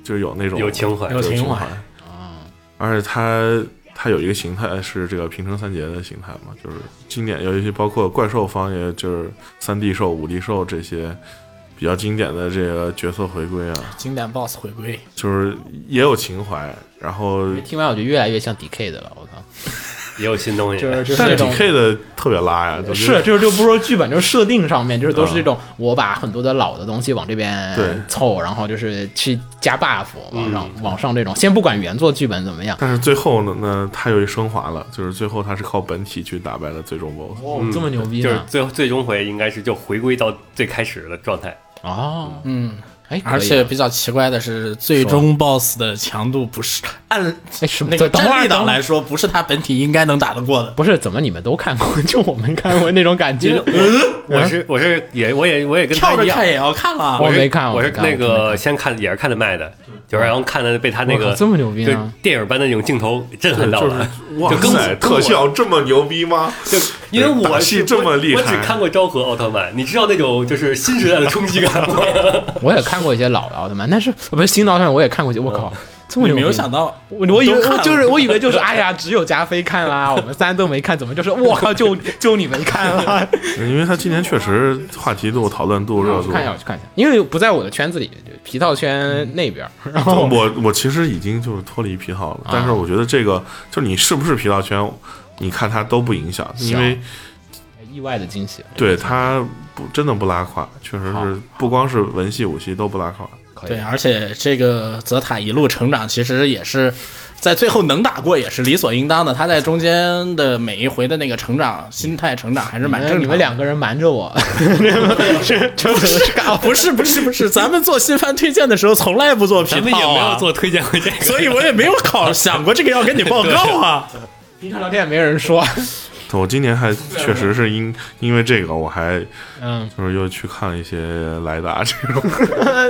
[SPEAKER 5] 就是有那种
[SPEAKER 2] 有情怀
[SPEAKER 5] 有
[SPEAKER 3] 有情
[SPEAKER 5] 情
[SPEAKER 3] 怀
[SPEAKER 1] 啊，
[SPEAKER 5] 而且它它有一个形态是这个平成三杰的形态嘛，就是经典，尤其包括怪兽方，也就是三 D 兽、五 D 兽这些比较经典的这个角色回归啊，
[SPEAKER 3] 经典 BOSS 回归，
[SPEAKER 5] 就是也有情怀，然后
[SPEAKER 1] 听完我就越来越像 DK 的了，我靠，
[SPEAKER 2] 也有新东西。
[SPEAKER 1] 就是
[SPEAKER 5] 但
[SPEAKER 1] 那
[SPEAKER 5] 是
[SPEAKER 1] 种。，
[SPEAKER 5] DK 的特别拉呀，就是
[SPEAKER 1] 就是就不说剧本，就是设定上面，就是都是这种，我把很多的老的东西往这边
[SPEAKER 5] 啊对嗯
[SPEAKER 1] 凑，然后就是去加 buff，往上、往上这种，先不管原作剧本怎么样，
[SPEAKER 5] 但是最后呢，呢，它又升华了，就是最后它是靠本体去打败了最终 BOSS。
[SPEAKER 1] 哦，这么牛逼
[SPEAKER 2] 就是
[SPEAKER 1] 呢？
[SPEAKER 2] 最后最终回应该是就回归到最开始的状态，
[SPEAKER 1] 哦，
[SPEAKER 3] 嗯。
[SPEAKER 1] 哎，可以
[SPEAKER 3] 而且比较奇怪的是，最终 BOSS 的强度不是按
[SPEAKER 1] 哎什么
[SPEAKER 3] 那个
[SPEAKER 1] 等会
[SPEAKER 3] 战
[SPEAKER 1] 儿
[SPEAKER 3] 力党
[SPEAKER 1] 等会儿
[SPEAKER 3] 来说，不是他本体应该能打得过的。
[SPEAKER 1] 不是怎么你们都看过， 就我没看过那种感觉，
[SPEAKER 2] 我是我是也我也我也跟他
[SPEAKER 3] 跳着
[SPEAKER 2] 一样
[SPEAKER 3] 看，也要看了，啊
[SPEAKER 1] 我
[SPEAKER 2] 是
[SPEAKER 1] 没看
[SPEAKER 2] 哎我是
[SPEAKER 1] 我没看
[SPEAKER 2] 那
[SPEAKER 1] 我真没
[SPEAKER 2] 个先看也是看的麦的，就是然后看的被他那
[SPEAKER 1] 我
[SPEAKER 2] 个
[SPEAKER 1] 靠这么牛逼
[SPEAKER 2] 就
[SPEAKER 1] 呢
[SPEAKER 2] 电影般的那种镜头震撼到
[SPEAKER 5] 就是
[SPEAKER 2] 了。
[SPEAKER 5] 哇
[SPEAKER 2] 就跟我
[SPEAKER 5] 塞，特效这么牛逼吗？
[SPEAKER 2] 就因为我
[SPEAKER 5] 打
[SPEAKER 2] 是
[SPEAKER 5] 戏这么厉害
[SPEAKER 2] 我，我只看过昭和奥特曼，你知道那种就是新时代的冲击感吗？
[SPEAKER 1] 呃我也看过一些老的奥特曼，但是不是新的奥特曼我也看过一些，我靠，这么
[SPEAKER 3] 你
[SPEAKER 1] 牛
[SPEAKER 3] 没有
[SPEAKER 1] 逼
[SPEAKER 3] 想到，
[SPEAKER 1] 我我以为
[SPEAKER 3] 都看
[SPEAKER 1] 我
[SPEAKER 3] 了
[SPEAKER 1] 就是我以为 就是哎呀，只有加菲看 啦，我们三都没看，怎么就是我 靠，就就你没看 啦？
[SPEAKER 5] 因为他今年确实话题度、讨论度、热
[SPEAKER 1] 我
[SPEAKER 5] 度
[SPEAKER 1] 去。嗯看一下，我去看一下，因为不在我的圈子里，就皮套圈那边儿。 然后
[SPEAKER 5] 我我其实已经就是脱离皮套
[SPEAKER 1] 啊
[SPEAKER 5] 了，但是我觉得这个就是你是不是皮套圈，你看它都不影响，
[SPEAKER 1] 是
[SPEAKER 5] 因
[SPEAKER 1] 啊
[SPEAKER 5] 为
[SPEAKER 1] 意外的惊喜，
[SPEAKER 5] 对它不真的不拉胯，确实
[SPEAKER 1] 好
[SPEAKER 5] 是不光是文戏武戏都不拉胯。
[SPEAKER 1] 可以
[SPEAKER 3] 对，而且这个泽塔一路成长，其实也是在最后能打过，也是理所应当的。他在中间的每一回的那个成长、心态成长，还是蛮
[SPEAKER 1] 你
[SPEAKER 3] 正
[SPEAKER 1] 们
[SPEAKER 3] 常的。
[SPEAKER 1] 你们两个人瞒着 我，这这不是
[SPEAKER 3] 啊， 不是不是不是，咱们做新番推荐的时候从来不做
[SPEAKER 2] 咱
[SPEAKER 3] 频
[SPEAKER 2] 们
[SPEAKER 3] 道、
[SPEAKER 2] 也
[SPEAKER 3] 啊，
[SPEAKER 2] 没有，做推荐过这 个，
[SPEAKER 3] 所以我也没有 考想过这个要跟你报告啊。
[SPEAKER 1] 平常聊天也没人说。
[SPEAKER 5] 我今 年还确实是因因为这个，我还
[SPEAKER 1] 嗯，
[SPEAKER 5] 就是又去看了一些莱达这种，
[SPEAKER 1] 啊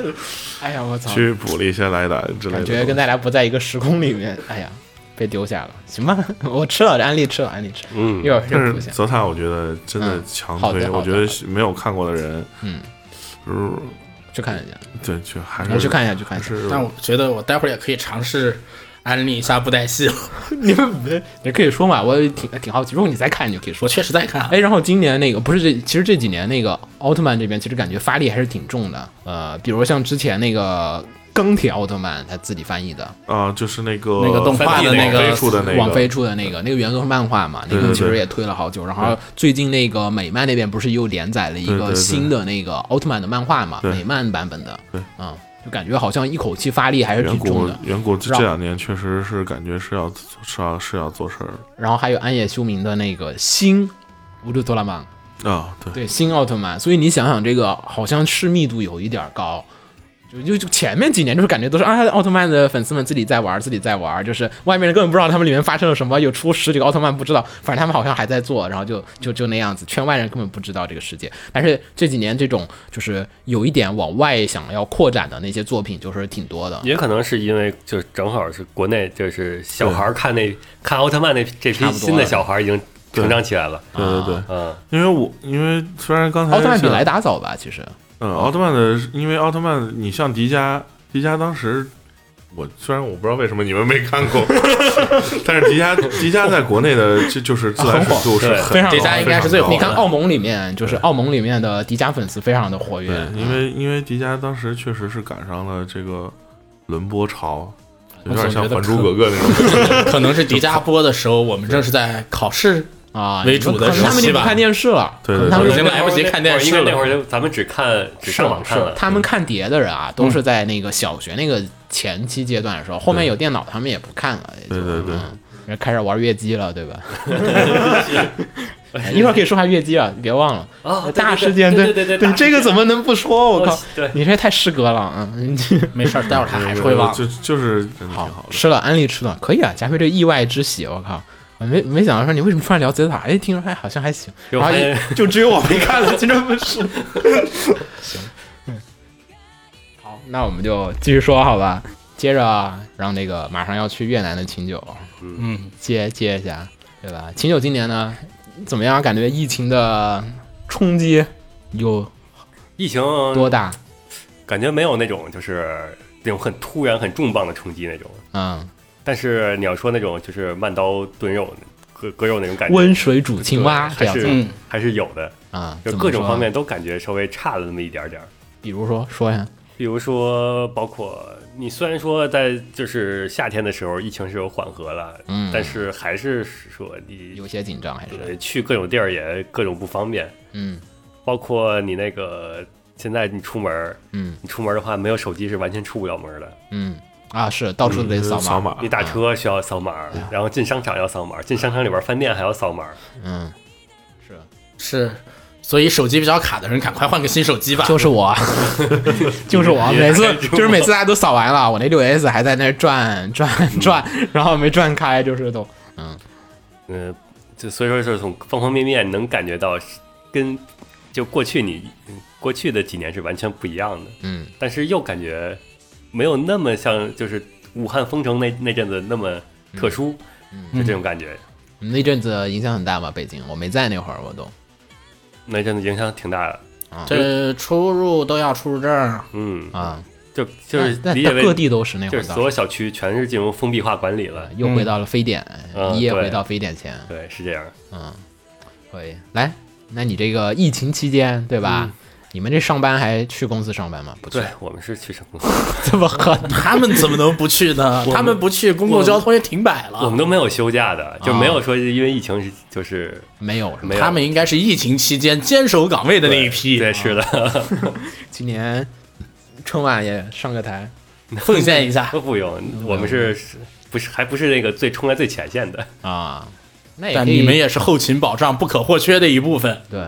[SPEAKER 1] 哎呀，我操，
[SPEAKER 5] 去补了一些莱达之类
[SPEAKER 1] 感觉
[SPEAKER 5] 的
[SPEAKER 1] 跟
[SPEAKER 5] 东西。
[SPEAKER 1] 大家不在一个时空里面，哎呀，被丢下了。行吧，我吃了，安利吃了，安利吃了，
[SPEAKER 2] 嗯
[SPEAKER 1] 一会儿一会
[SPEAKER 5] 但
[SPEAKER 1] 儿
[SPEAKER 5] 是
[SPEAKER 1] 出现。
[SPEAKER 5] 泽塔，我觉得真的
[SPEAKER 1] 嗯
[SPEAKER 5] 强
[SPEAKER 1] 好的
[SPEAKER 5] 推，
[SPEAKER 1] 好的
[SPEAKER 5] 我觉得是没有看过的人，
[SPEAKER 1] 嗯，
[SPEAKER 5] 就是
[SPEAKER 1] 去看一下，
[SPEAKER 5] 对，就还
[SPEAKER 1] 我
[SPEAKER 5] 是
[SPEAKER 1] 去看一下，去看一下。
[SPEAKER 5] 是
[SPEAKER 3] 但我觉得我待会儿也可以尝试安利一下布袋戏 了。
[SPEAKER 1] 你们也可以说嘛，我也挺挺好奇。如果你再看，你就可以说
[SPEAKER 3] 我。确实在看啊，
[SPEAKER 1] 哎，然后今年那个不是这，其实这几年那个奥特曼这边其实感觉发力还是挺重的。呃，比如像之前那个钢铁奥特曼，他自己翻译的，
[SPEAKER 5] 啊，就是那个
[SPEAKER 3] 那个动画的那个
[SPEAKER 5] 网飞出的那个
[SPEAKER 1] 网飞出的那个，那个原作是漫画嘛，那
[SPEAKER 5] 对对
[SPEAKER 1] 个
[SPEAKER 5] 对
[SPEAKER 1] 其实也推了好久。然后最近那个美漫那边不是又连载了一
[SPEAKER 5] 对对
[SPEAKER 1] 个
[SPEAKER 5] 对
[SPEAKER 1] 新的那个奥特曼的漫画嘛，
[SPEAKER 5] 对
[SPEAKER 1] 美漫版本的
[SPEAKER 5] 对，
[SPEAKER 1] 嗯，就感觉好像一口气发力还是
[SPEAKER 5] 远
[SPEAKER 1] 挺
[SPEAKER 5] 古
[SPEAKER 1] 重的。
[SPEAKER 5] 远古这
[SPEAKER 1] 让
[SPEAKER 5] 这两年确实是感觉是要是要是要做事儿
[SPEAKER 1] 然后还有安野修明的那个新乌鲁托拉曼，
[SPEAKER 5] 啊，对，
[SPEAKER 1] 对，新奥特曼。所以你想想，这个好像是密度有一点儿高。就就就前面几年就是感觉都是啊，奥特曼的粉丝们自己在玩儿，自己在玩儿，就是外面人根本不知道他们里面发生了什么，有出十几个奥特曼不知道，反正他们好像还在做，然后就就就那样子，圈外人根本不知道这个世界。但是这几年这种就是有一点往外想要扩展的那些作品，就是挺多的。
[SPEAKER 2] 也可能是因为就是正好是国内就是小孩儿看那看奥特曼那这
[SPEAKER 1] 差
[SPEAKER 2] 批
[SPEAKER 1] 不多
[SPEAKER 2] 新的小孩儿已经成长起来了，
[SPEAKER 5] 对对对，
[SPEAKER 2] 嗯，
[SPEAKER 5] 因为我因为虽然刚才
[SPEAKER 1] 奥特曼比
[SPEAKER 5] 像
[SPEAKER 1] 莱达早吧，其实
[SPEAKER 5] 嗯，奥特曼的，因为奥特曼，你像迪迦，迪迦当时，我虽然我不知道为什么你们没看过，但是迪迦迪迦在国内的这就是自来水度是
[SPEAKER 2] 对
[SPEAKER 5] 很
[SPEAKER 1] 常
[SPEAKER 3] 迪迦应该是最火
[SPEAKER 1] 你
[SPEAKER 3] 的。
[SPEAKER 1] 看澳盟里面，就是澳盟里面的迪迦粉丝非常的活跃
[SPEAKER 5] 对，，因为因为迪迦当时确实是赶上了这个轮波潮，有点像《还珠格格》那种。
[SPEAKER 2] 哎
[SPEAKER 3] 可能是迪迦播的时候，我们正是在考试，
[SPEAKER 1] 啊
[SPEAKER 3] 为主的
[SPEAKER 1] 可能他们
[SPEAKER 3] 时
[SPEAKER 1] 就
[SPEAKER 3] 期
[SPEAKER 1] 不
[SPEAKER 3] 吧
[SPEAKER 1] 看电视了，
[SPEAKER 5] 对
[SPEAKER 1] 可能
[SPEAKER 5] 对
[SPEAKER 1] 他们
[SPEAKER 3] 对已经来不及看电视了
[SPEAKER 2] 因为那会儿就咱们只看只上网看了，
[SPEAKER 1] 他们看碟的人啊，都是在那个小学那个前期阶段的时候，后面有电脑他们也不看了，也就
[SPEAKER 5] 对对对
[SPEAKER 1] 嗯人开始玩月姬了，对 吧？哎一会儿可以说下月姬啊，别忘了
[SPEAKER 2] 哦对对对
[SPEAKER 1] 大事件，
[SPEAKER 2] 对
[SPEAKER 1] 对
[SPEAKER 2] 对对
[SPEAKER 1] 对，
[SPEAKER 2] 对大事
[SPEAKER 1] 这
[SPEAKER 2] 件
[SPEAKER 1] 个怎么能不说？我
[SPEAKER 2] 哦
[SPEAKER 1] 靠，
[SPEAKER 2] 对
[SPEAKER 1] 你这太失格了啊！嗯
[SPEAKER 3] 没事儿，待会儿他还是会 忘。
[SPEAKER 5] 就就是真的挺好的。
[SPEAKER 1] 吃了安利吃的可以啊，加菲这意外之喜，我靠！我没没想到说你为什么突然聊泽塔？哎，听着还好像还行，
[SPEAKER 2] 有
[SPEAKER 1] 然后
[SPEAKER 2] 还
[SPEAKER 1] 啊就只有我没看了，其实不 是。行，嗯好，那我们就继续说好吧，接着让那个马上要去越南的秦九
[SPEAKER 3] 嗯，
[SPEAKER 1] 接接一下，对吧？秦九今年呢怎么样？感觉疫情的冲击有
[SPEAKER 2] 疫情
[SPEAKER 1] 多大？
[SPEAKER 2] 感觉没有那种就是那种很突然很重磅的冲击那种，
[SPEAKER 1] 嗯，
[SPEAKER 2] 但是你要说那种就是慢刀炖肉、割割肉那种感觉，
[SPEAKER 1] 温水煮青蛙
[SPEAKER 2] 对
[SPEAKER 1] 这样
[SPEAKER 2] 还
[SPEAKER 1] 子
[SPEAKER 2] 是、
[SPEAKER 3] 嗯
[SPEAKER 2] 还是有的，
[SPEAKER 1] 啊，
[SPEAKER 2] 就
[SPEAKER 1] 怎么
[SPEAKER 2] 各种
[SPEAKER 1] 说
[SPEAKER 2] 方，面都感觉稍微差了那么一点点儿。
[SPEAKER 1] 比如说说呀，
[SPEAKER 2] 比如说，包括你虽然说在就是夏天的时候疫情是有缓和了，
[SPEAKER 1] 嗯
[SPEAKER 2] 但是还是说你
[SPEAKER 1] 有些紧张还是
[SPEAKER 2] 呃去各种地儿也各种不方便，
[SPEAKER 1] 嗯
[SPEAKER 2] 包括你那个现在你出门儿，
[SPEAKER 1] 嗯
[SPEAKER 2] 你出门的话没有手机是完全出不了门的，
[SPEAKER 1] 嗯啊，是到处都得
[SPEAKER 2] 嗯
[SPEAKER 1] 扫
[SPEAKER 5] 扫
[SPEAKER 1] 码，嗯
[SPEAKER 5] 码，
[SPEAKER 2] 你打车需要扫码，
[SPEAKER 1] 啊
[SPEAKER 2] 然后进商场要扫码，进商场里边饭店还要扫码，
[SPEAKER 1] 嗯，
[SPEAKER 3] 是。所以手机比较卡的人，赶快换个新手 机吧。
[SPEAKER 1] 就是我，就是我，
[SPEAKER 2] 你
[SPEAKER 1] 每次
[SPEAKER 2] 还是我
[SPEAKER 1] 就是每次大家都扫完了，我那六 S 还在那儿转转 转，然后没转开，就是都
[SPEAKER 2] 嗯，就所以说就是从方方面面能感觉到是跟就过去你过去的几年是完全不一样的，
[SPEAKER 1] 嗯
[SPEAKER 2] 但是又感觉没有那么像就是武汉封城那那阵子那么
[SPEAKER 1] 嗯
[SPEAKER 2] 特殊，就这种感觉，
[SPEAKER 1] 那阵子影响很大吧？北京，我没在那会儿，我都
[SPEAKER 2] 那阵子影响挺大的，
[SPEAKER 3] 这出入都要出入证儿，
[SPEAKER 2] 嗯，
[SPEAKER 1] 啊，
[SPEAKER 2] 就就是
[SPEAKER 1] 但
[SPEAKER 2] 理解
[SPEAKER 1] 但
[SPEAKER 2] 为
[SPEAKER 1] 各地都是那啊
[SPEAKER 2] 就
[SPEAKER 1] 会
[SPEAKER 2] 是
[SPEAKER 1] 儿
[SPEAKER 2] 所有小区全是进入封闭化管理了。
[SPEAKER 1] 又回到了非典，
[SPEAKER 2] 嗯
[SPEAKER 1] 一夜
[SPEAKER 2] 对
[SPEAKER 1] 回到非典前。
[SPEAKER 2] 对，是这样。
[SPEAKER 1] 嗯，可以。来，那你这个疫情期间，对吧？你们这上班还去公司上班吗？不去
[SPEAKER 2] 嗯对，我们是去上公司，
[SPEAKER 1] 这么狠，
[SPEAKER 3] 他们怎么能不去呢？他们不去，公共交通也停摆
[SPEAKER 2] 我
[SPEAKER 3] 了。
[SPEAKER 2] 们都没有休假
[SPEAKER 3] 啊
[SPEAKER 2] 的，就没有说因为疫情是就是
[SPEAKER 1] 没有是吗
[SPEAKER 2] 没？有
[SPEAKER 3] 他们应该是疫情期间坚守岗位的那一批，
[SPEAKER 2] 对，是的，
[SPEAKER 1] 今年春晚也上个台，
[SPEAKER 3] 奉献 一下。
[SPEAKER 2] 都不用，我们是
[SPEAKER 3] 嗯
[SPEAKER 2] 是不是还不是那个最冲在最前线的？
[SPEAKER 1] 啊，那也
[SPEAKER 3] 但
[SPEAKER 1] 可以
[SPEAKER 3] 你们也是后勤保障不可或缺的一部分。
[SPEAKER 1] 对，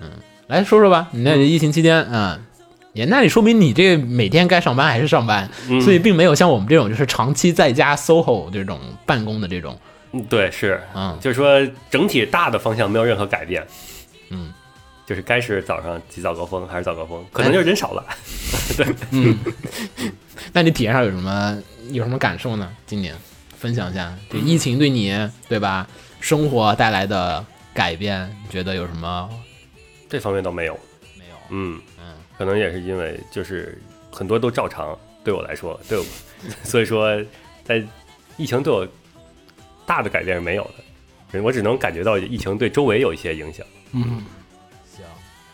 [SPEAKER 1] 嗯，来说说吧，你那疫情期间，嗯，也那你说明你这每天该上班还是上班，
[SPEAKER 2] 嗯
[SPEAKER 1] 所以并没有像我们这种就是长期在家 SOHO 这种办公的这种，
[SPEAKER 2] 嗯，对，是，
[SPEAKER 1] 嗯
[SPEAKER 2] 就是说整体大的方向没有任何改变，
[SPEAKER 1] 嗯，
[SPEAKER 2] 就是该是早上起早高峰还是早高峰，可能就是人少了。
[SPEAKER 3] 哎
[SPEAKER 1] 那你体验上有什么有什么感受呢？今年分享一下
[SPEAKER 2] 嗯
[SPEAKER 1] 这疫情对你对吧生活带来的改变，你觉得有什么
[SPEAKER 2] 这方面倒没有，
[SPEAKER 1] 没有？
[SPEAKER 2] 嗯
[SPEAKER 1] 嗯，
[SPEAKER 2] 可能也是因为就是很多都照常，对我来说，对我， 所以说在疫情对我大的改变是没有的，我只能感觉到疫情对周围有一些影响。
[SPEAKER 3] 嗯，
[SPEAKER 1] 行，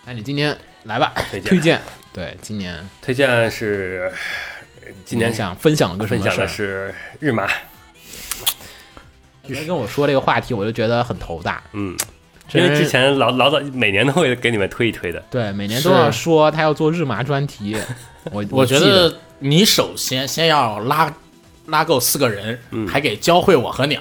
[SPEAKER 1] 那你今年来吧，
[SPEAKER 2] 推荐
[SPEAKER 1] 推荐。对，今年
[SPEAKER 2] 推荐是呃今年
[SPEAKER 1] 你想分享嗯个什
[SPEAKER 2] 分
[SPEAKER 1] 么
[SPEAKER 2] 享
[SPEAKER 1] 事
[SPEAKER 2] 的
[SPEAKER 1] 儿？
[SPEAKER 2] 是日麻，
[SPEAKER 1] 你跟我说这个话题，我就觉得很头大。
[SPEAKER 2] 嗯，因为
[SPEAKER 1] 真
[SPEAKER 2] 之前老老早每年都会给你们推一推的，
[SPEAKER 1] 对，每年都要
[SPEAKER 3] 是
[SPEAKER 1] 说他要做日麻专 题，我
[SPEAKER 3] 我觉
[SPEAKER 1] 记得
[SPEAKER 3] 得你首先先要拉拉够四个人，还给教会我和鸟。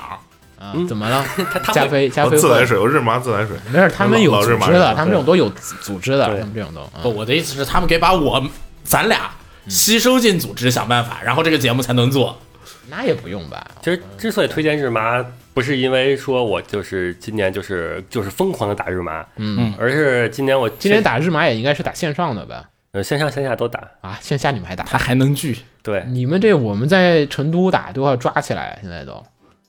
[SPEAKER 1] 啊，怎么 了？加菲加
[SPEAKER 5] 我
[SPEAKER 1] 菲
[SPEAKER 5] 哦自来
[SPEAKER 1] 会
[SPEAKER 5] 水，我日麻自来水，
[SPEAKER 1] 没事，他们有
[SPEAKER 5] 老日
[SPEAKER 1] 组
[SPEAKER 5] 麻
[SPEAKER 1] 织
[SPEAKER 5] 人
[SPEAKER 1] 的，他们这种都有组组织的，
[SPEAKER 2] 对
[SPEAKER 1] 他们这种都嗯
[SPEAKER 3] 不，我的意思是，他们给把我咱俩吸收进组织，想办法，然后这个节目才能做。
[SPEAKER 1] 那也不用吧？
[SPEAKER 2] 其实之所以推荐日麻，不是因为说我就是今年就是就是疯狂的打日麻，
[SPEAKER 1] 嗯，
[SPEAKER 2] 而是今年我
[SPEAKER 1] 今年打日麻也应该是打线上的吧？
[SPEAKER 2] 呃线上线下都打，
[SPEAKER 1] 啊，线下你们还打？
[SPEAKER 3] 他还能聚，
[SPEAKER 2] 对，
[SPEAKER 1] 你们这我们在成都打都要抓起来，现在都。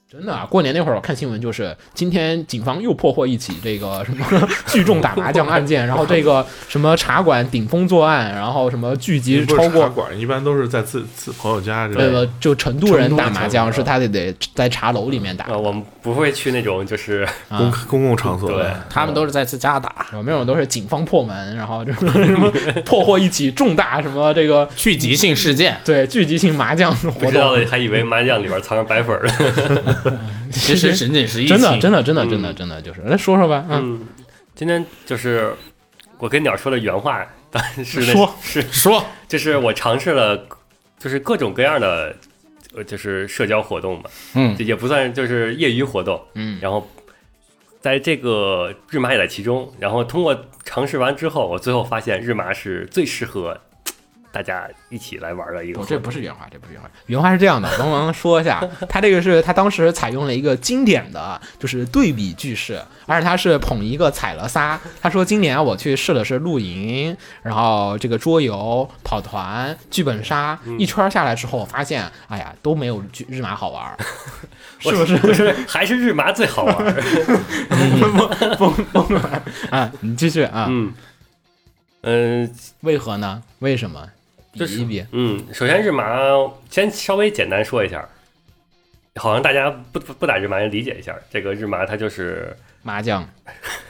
[SPEAKER 1] 真的啊！过年那会儿我看新闻，就是今天警方又破获一起这个什么 聚众打麻将案件，然后这个什么茶馆顶风作案，然后什么聚集
[SPEAKER 5] 不
[SPEAKER 1] 超
[SPEAKER 5] 是
[SPEAKER 1] 过
[SPEAKER 5] 茶馆一般都是在自自朋友家这种。
[SPEAKER 1] 呃，就成都人打麻
[SPEAKER 2] 成都
[SPEAKER 3] 嗯
[SPEAKER 1] 将
[SPEAKER 2] 人
[SPEAKER 1] 是他得得在茶楼里面打，
[SPEAKER 2] 呃，我们不会去那种就是
[SPEAKER 5] 公公共场所，
[SPEAKER 2] 对，
[SPEAKER 3] 他们都是在自家打，
[SPEAKER 1] 有没有都是警方破门，然 后就是什么破获一起重大什么这个
[SPEAKER 3] 聚集性事件。
[SPEAKER 1] 对聚集性麻将活
[SPEAKER 2] 不知道
[SPEAKER 1] 动，
[SPEAKER 2] 的还以为麻将里边藏着白粉儿呢。
[SPEAKER 3] 其实仅仅是疫情，
[SPEAKER 1] 真的真的真的
[SPEAKER 2] 嗯
[SPEAKER 1] 真的真的就是来说说吧，嗯，
[SPEAKER 2] 嗯，今天就是我跟鸟说的原话，但是那
[SPEAKER 3] 说
[SPEAKER 2] 是
[SPEAKER 3] 说
[SPEAKER 2] 就是我尝试了，就是各种各样的，呃，就是社交活动吧，
[SPEAKER 3] 嗯
[SPEAKER 2] 这也不算就是业余活动，
[SPEAKER 1] 嗯
[SPEAKER 2] 然后在这个日麻也在其中，然后通过尝试完之后，我最后发现日麻是最适合大家一起来玩的一个
[SPEAKER 1] 我哦
[SPEAKER 2] 活
[SPEAKER 1] 这
[SPEAKER 2] 动，
[SPEAKER 1] 不是原话，这不是原话，原话是这样的，帮忙说一 下，他这个是他当时采用了一个经典的，就是对比句式，而且他是捧一个踩了仨，他说今年啊我去试了试露营，然后这个桌游、跑团、剧本杀，
[SPEAKER 2] 嗯
[SPEAKER 1] 一圈下来之后发现，哎呀都没有剧日麻好玩 儿，是不是？
[SPEAKER 2] 是还是日麻最好玩？
[SPEAKER 1] 啊，你继续啊，
[SPEAKER 2] 嗯嗯，
[SPEAKER 1] 为何呢？为什么？比
[SPEAKER 2] 就是
[SPEAKER 1] 一比，
[SPEAKER 2] 嗯，首先日麻，先稍微简单说一下，好像大家不不不打日麻也理解一下，这个日麻它就是
[SPEAKER 1] 麻将，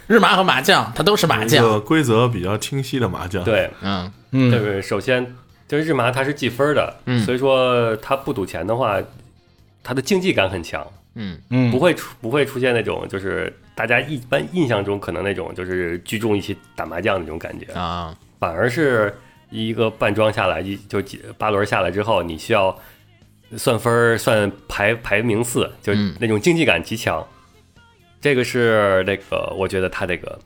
[SPEAKER 3] 日麻和麻将，它都是麻
[SPEAKER 5] 这
[SPEAKER 3] 将。
[SPEAKER 5] 个规则比较清晰的麻将，，
[SPEAKER 2] 对，
[SPEAKER 1] 嗯
[SPEAKER 2] 就
[SPEAKER 3] 嗯，
[SPEAKER 2] 是首先就是日麻它是计分儿的，
[SPEAKER 1] 嗯
[SPEAKER 2] 所以说它不赌钱的话，它的竞技感很强，
[SPEAKER 1] 嗯
[SPEAKER 3] 嗯
[SPEAKER 2] 不会出不会出现那种就是大家一般印象中可能那种就是聚众一起打麻将那种感觉，
[SPEAKER 3] 嗯
[SPEAKER 1] 啊，
[SPEAKER 2] 反而是一个半庄下来一就几八轮下来之后，你需要算分儿、算排排名次，就是
[SPEAKER 1] 嗯
[SPEAKER 2] 那种竞技感极强。这个是那个我觉得它这个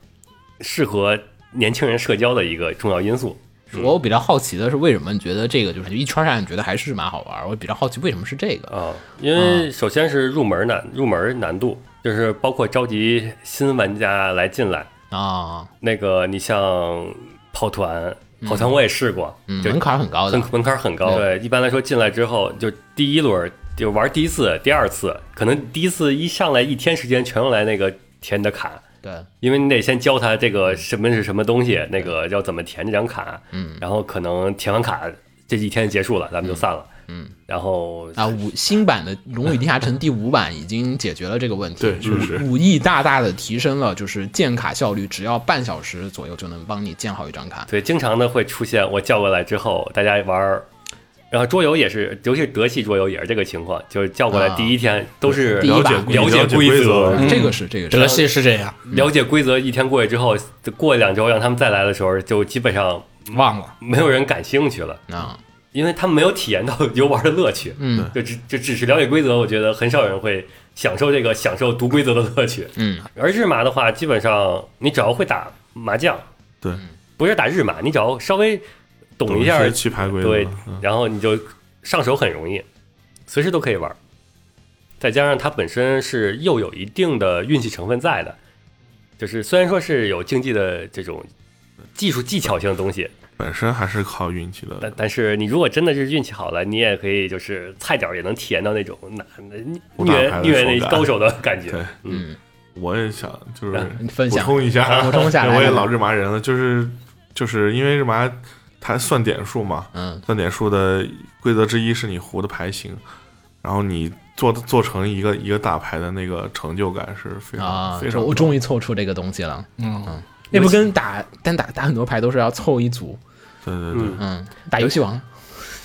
[SPEAKER 2] 适合年轻人社交的一个重要因素。
[SPEAKER 1] 我比较好奇的是，为什么你觉得这个就是一圈下来，你觉得还是蛮好玩儿？我比较好奇为什么是这个
[SPEAKER 2] 啊，因为首先是入门难，入门难度就是包括召集新玩家来进来。
[SPEAKER 1] 啊？
[SPEAKER 2] 那个你像跑团，跑团我也试过，
[SPEAKER 1] 嗯，
[SPEAKER 2] 就
[SPEAKER 1] 门槛很高的嗯
[SPEAKER 2] 门，门槛很高。对，一般来说进来之后，就第一轮就玩第一次、第二次，可能第一次一上来一天时间全用来那个填你的卡，
[SPEAKER 1] 对，
[SPEAKER 2] 因为你得先教他这个什么是什么东西，那个要怎么填这张卡，嗯，然后可能填完卡这一天结束了，咱们就散了。
[SPEAKER 1] 嗯，
[SPEAKER 2] 然后
[SPEAKER 1] 啊，五新版的《龙与地下城》第五版已经解决了这个问题，
[SPEAKER 5] 对确实
[SPEAKER 1] 武武艺大大的提升了，就是建卡效率，只要半小时左右就能帮你建好一张卡。
[SPEAKER 2] 对，经常呢会出现我叫过来之后，大家玩儿，然后桌游也是，尤其是德系桌游也是这个情况，就是叫过来
[SPEAKER 1] 啊
[SPEAKER 2] 第一天都是
[SPEAKER 1] 第一
[SPEAKER 5] 了解
[SPEAKER 1] 版
[SPEAKER 5] 规了
[SPEAKER 2] 了
[SPEAKER 5] 解
[SPEAKER 2] 解
[SPEAKER 5] 规
[SPEAKER 2] 规
[SPEAKER 5] 则
[SPEAKER 2] 则，
[SPEAKER 3] 嗯
[SPEAKER 1] 这个是这个
[SPEAKER 3] 德
[SPEAKER 1] 是，
[SPEAKER 3] 系是这样，
[SPEAKER 2] 了解规则，一天过去之后，过两周让他们再来的时候，就基本上
[SPEAKER 3] 忘了。
[SPEAKER 2] 没有人感兴趣了，
[SPEAKER 1] 啊，
[SPEAKER 2] 因为他们没有体验到游玩的乐趣，
[SPEAKER 1] 嗯
[SPEAKER 2] 就只就只是了解规则，我觉得很少有人会享受这个享受读规则的乐趣。
[SPEAKER 1] 嗯，
[SPEAKER 2] 而日麻的话，基本上你只要会打麻将，
[SPEAKER 5] 对，
[SPEAKER 2] 不是打日麻，你只要稍微懂一下
[SPEAKER 5] 些棋牌规则，
[SPEAKER 2] 对
[SPEAKER 5] 嗯，
[SPEAKER 2] 然后你就上手很容易，随时都可以玩儿。再加上它本身是又有一定的运气成分在的，就是虽然说是有竞技的这种技术技巧性的东西，
[SPEAKER 5] 本身还是靠运气
[SPEAKER 2] 但
[SPEAKER 5] 的。
[SPEAKER 2] 但是你如果真的是运气好了，你也可以就是菜鸟也能体验到那种那那
[SPEAKER 5] 不
[SPEAKER 2] 虐
[SPEAKER 5] 打牌的
[SPEAKER 2] 虐
[SPEAKER 5] 手
[SPEAKER 2] 那
[SPEAKER 5] 感
[SPEAKER 2] 高手的感觉。
[SPEAKER 5] 对，
[SPEAKER 1] 嗯，
[SPEAKER 5] 我也想就是
[SPEAKER 1] 分
[SPEAKER 5] 补
[SPEAKER 1] 享
[SPEAKER 5] 充一下，
[SPEAKER 1] 补 充下来
[SPEAKER 5] 我也老日麻人了，就是就是因为日麻它算点数嘛，
[SPEAKER 1] 嗯
[SPEAKER 5] 算点数的规则之一是你胡的牌型，然后你做做成一个一个大牌的那个成就感是非常、
[SPEAKER 1] 啊
[SPEAKER 5] 非，
[SPEAKER 1] 这
[SPEAKER 5] 常
[SPEAKER 1] 我
[SPEAKER 5] 高
[SPEAKER 1] 终于凑出这个东西了。
[SPEAKER 3] 嗯，
[SPEAKER 1] 那不跟打单打打很多牌都是要凑一组，
[SPEAKER 5] 对对对，
[SPEAKER 2] 嗯，
[SPEAKER 1] 嗯，打游戏王，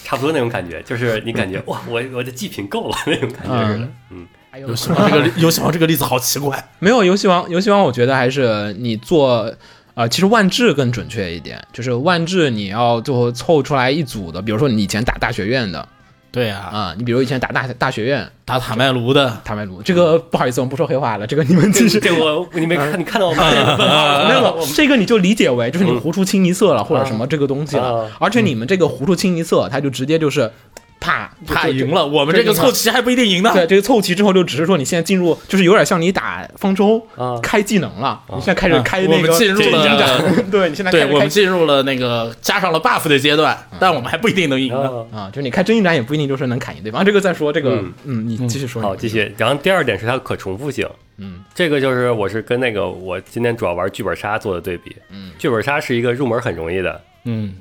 [SPEAKER 2] 差不多那种感觉，就是你 感觉哇，我我的祭品够了那种感觉似的。嗯，
[SPEAKER 1] 还有
[SPEAKER 3] 游戏王这个游戏王这个例子好奇怪，
[SPEAKER 1] 没有游戏王，游戏王我觉得还是你做。呃，其实万智更准确一点，就是万智你要最后凑出来一组的，比如说你以前打大学院的
[SPEAKER 3] 对啊，
[SPEAKER 1] 啊、你比如以前打大大学院
[SPEAKER 3] 打塔麦卢的，
[SPEAKER 1] 塔麦卢，这个不好意思，我们不说黑话了，这个你们继续。
[SPEAKER 2] 这我你没看你看到 我
[SPEAKER 5] 嗯
[SPEAKER 2] 吗？
[SPEAKER 1] 没有，这个你就理解为就是你糊出清一色了，或者什么这个东西了
[SPEAKER 2] 啊，
[SPEAKER 1] 而且你们这个糊出清一色，它就直接就是啪
[SPEAKER 3] 怕
[SPEAKER 1] 就就
[SPEAKER 3] 赢了，我们这个凑齐还不一定赢呢。
[SPEAKER 1] 对，这个凑齐之后，就只是说你现在进入，就是有点像你打方舟
[SPEAKER 2] 啊
[SPEAKER 1] 开技能了，你现在开始
[SPEAKER 3] 嗯
[SPEAKER 1] 开
[SPEAKER 3] 我
[SPEAKER 1] 那
[SPEAKER 3] 们
[SPEAKER 1] 个
[SPEAKER 3] 进入
[SPEAKER 1] 金
[SPEAKER 3] 了
[SPEAKER 1] 掌，对你现在开
[SPEAKER 3] 对，
[SPEAKER 1] 始
[SPEAKER 3] 我
[SPEAKER 1] 开
[SPEAKER 3] 们进入了那个加上了 buff 的阶段，但我们还不一定能赢呢。
[SPEAKER 2] 啊
[SPEAKER 1] 啊，就是你开真一斩也不一定就是能砍赢对方，啊这个再说这个
[SPEAKER 2] 嗯，
[SPEAKER 1] 嗯，你继续说，
[SPEAKER 2] 好，继续。然后第二点是它的可重复性，
[SPEAKER 1] 嗯，
[SPEAKER 2] 这个就是我是跟那个我今天主要玩剧本杀做的对比。
[SPEAKER 1] 嗯，
[SPEAKER 2] 剧本杀是一个入门很容易的，
[SPEAKER 3] 嗯，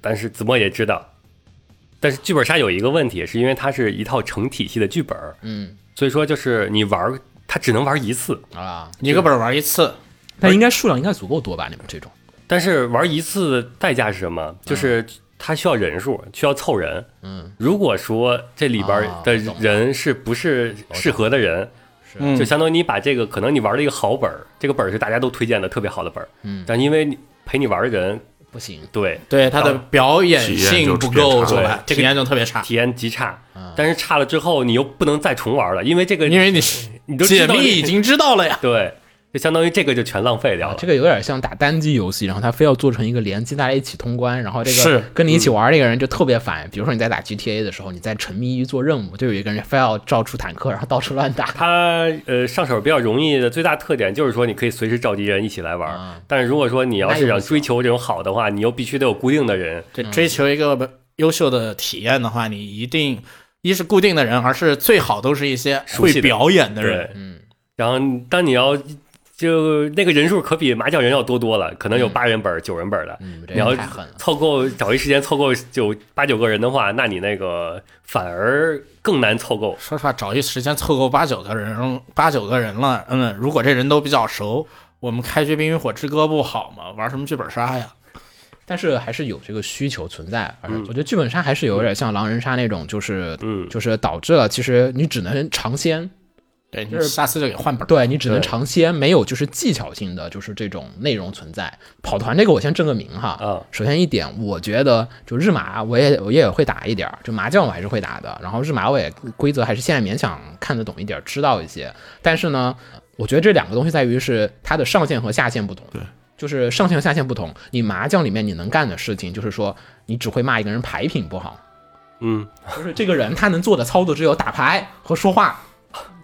[SPEAKER 2] 但是子墨也知道。但是剧本杀有一个问题，是因为它是一套成体系的剧本，
[SPEAKER 1] 嗯
[SPEAKER 2] 所以说就是你玩儿它只能玩一次，
[SPEAKER 1] 啊，
[SPEAKER 3] 一个本儿玩一次，
[SPEAKER 1] 但应该数量应该足够多吧？你们这种
[SPEAKER 2] 但是玩一次的代价是什么？就是它需要人数，需要凑人。
[SPEAKER 1] 嗯，
[SPEAKER 2] 如果说这里边
[SPEAKER 1] 啊
[SPEAKER 2] 的
[SPEAKER 1] 懂了
[SPEAKER 2] 人是不是适合的人，
[SPEAKER 3] 嗯
[SPEAKER 2] 就相当于你把这个可能你玩了一个好本儿，这个本儿是大家都推荐的特别好的本儿，
[SPEAKER 1] 嗯
[SPEAKER 2] 但因为你陪你玩的人
[SPEAKER 1] 不行，
[SPEAKER 2] 对
[SPEAKER 3] 对他的表演
[SPEAKER 5] 体验就
[SPEAKER 3] 性不够，
[SPEAKER 5] 特
[SPEAKER 2] 别
[SPEAKER 3] 吧
[SPEAKER 2] 差？
[SPEAKER 3] 体验就特别差，
[SPEAKER 2] 体验极差，但是差了之后你又不能再重玩了，因为这个
[SPEAKER 3] 啊因为你
[SPEAKER 2] 你都知
[SPEAKER 3] 解
[SPEAKER 2] 道
[SPEAKER 3] 密已经啊知道了呀。
[SPEAKER 2] 对，就相当于这个就全浪费掉了。
[SPEAKER 1] 啊这个有点像打单机游戏，然后他非要做成一个联机，大家一起通关，然后这个
[SPEAKER 3] 是
[SPEAKER 1] 跟你一起玩这个人就特别烦。比如说你在打 GTA 的时候，你在沉迷于做任务，就有一个人非要照出坦克，然后到处乱打，
[SPEAKER 2] 它呃上手比较容易的最大特点就是说你可以随时召集人一起来玩，
[SPEAKER 1] 啊
[SPEAKER 2] 但是如果说你要
[SPEAKER 1] 那也
[SPEAKER 2] 是
[SPEAKER 1] 不
[SPEAKER 2] 想
[SPEAKER 1] 行
[SPEAKER 2] 追求这种好的话，你又必须得有固定的人，
[SPEAKER 3] 对，追求一个优秀的体验的话，你一定一是固定的人，而是最好都是一些
[SPEAKER 2] 熟
[SPEAKER 3] 会
[SPEAKER 2] 悉的
[SPEAKER 3] 表演的
[SPEAKER 2] 对
[SPEAKER 3] 人。，
[SPEAKER 1] 嗯，
[SPEAKER 2] 然后当你要就那个人数可比麻将人要多多了，可能有八人本儿、九人本儿的，
[SPEAKER 1] 嗯，这
[SPEAKER 2] 你要
[SPEAKER 1] 个太狠了。
[SPEAKER 2] 凑够找一时间凑够九八九个人的话，那你那个反而更难凑够。
[SPEAKER 3] 说实话，找一时间凑够八九个人，嗯八九个人了，嗯，如果这人都比较熟，我们开局《冰与火之歌》不好吗？玩什么剧本杀呀？
[SPEAKER 1] 但是还是有这个需求存在。而且我觉得剧本杀还是有点像狼人杀那种，就是、
[SPEAKER 2] 嗯
[SPEAKER 1] 就是导致了其实你只能尝鲜，
[SPEAKER 3] 对，你下次就给换本儿。
[SPEAKER 1] 对你只能
[SPEAKER 2] 对
[SPEAKER 1] 尝鲜，没有就是技巧性的就是这种内容存在。跑团这个我先证个名哈。
[SPEAKER 2] 啊
[SPEAKER 1] 首先一点，我觉得就日麻我也我也会打一点儿，就麻将我还是会打的。然后日麻我也规则还是现在勉强看得懂一点儿，知道一些。但是呢，我觉得这两个东西在于是它的上限和下限不同。
[SPEAKER 5] 对。
[SPEAKER 1] 就是上限和下限不同，你麻将里面你能干的事情，就是说你只会骂一个人牌品不好，
[SPEAKER 2] 嗯，
[SPEAKER 1] 就是这个人他能做的操作只有打牌和说话，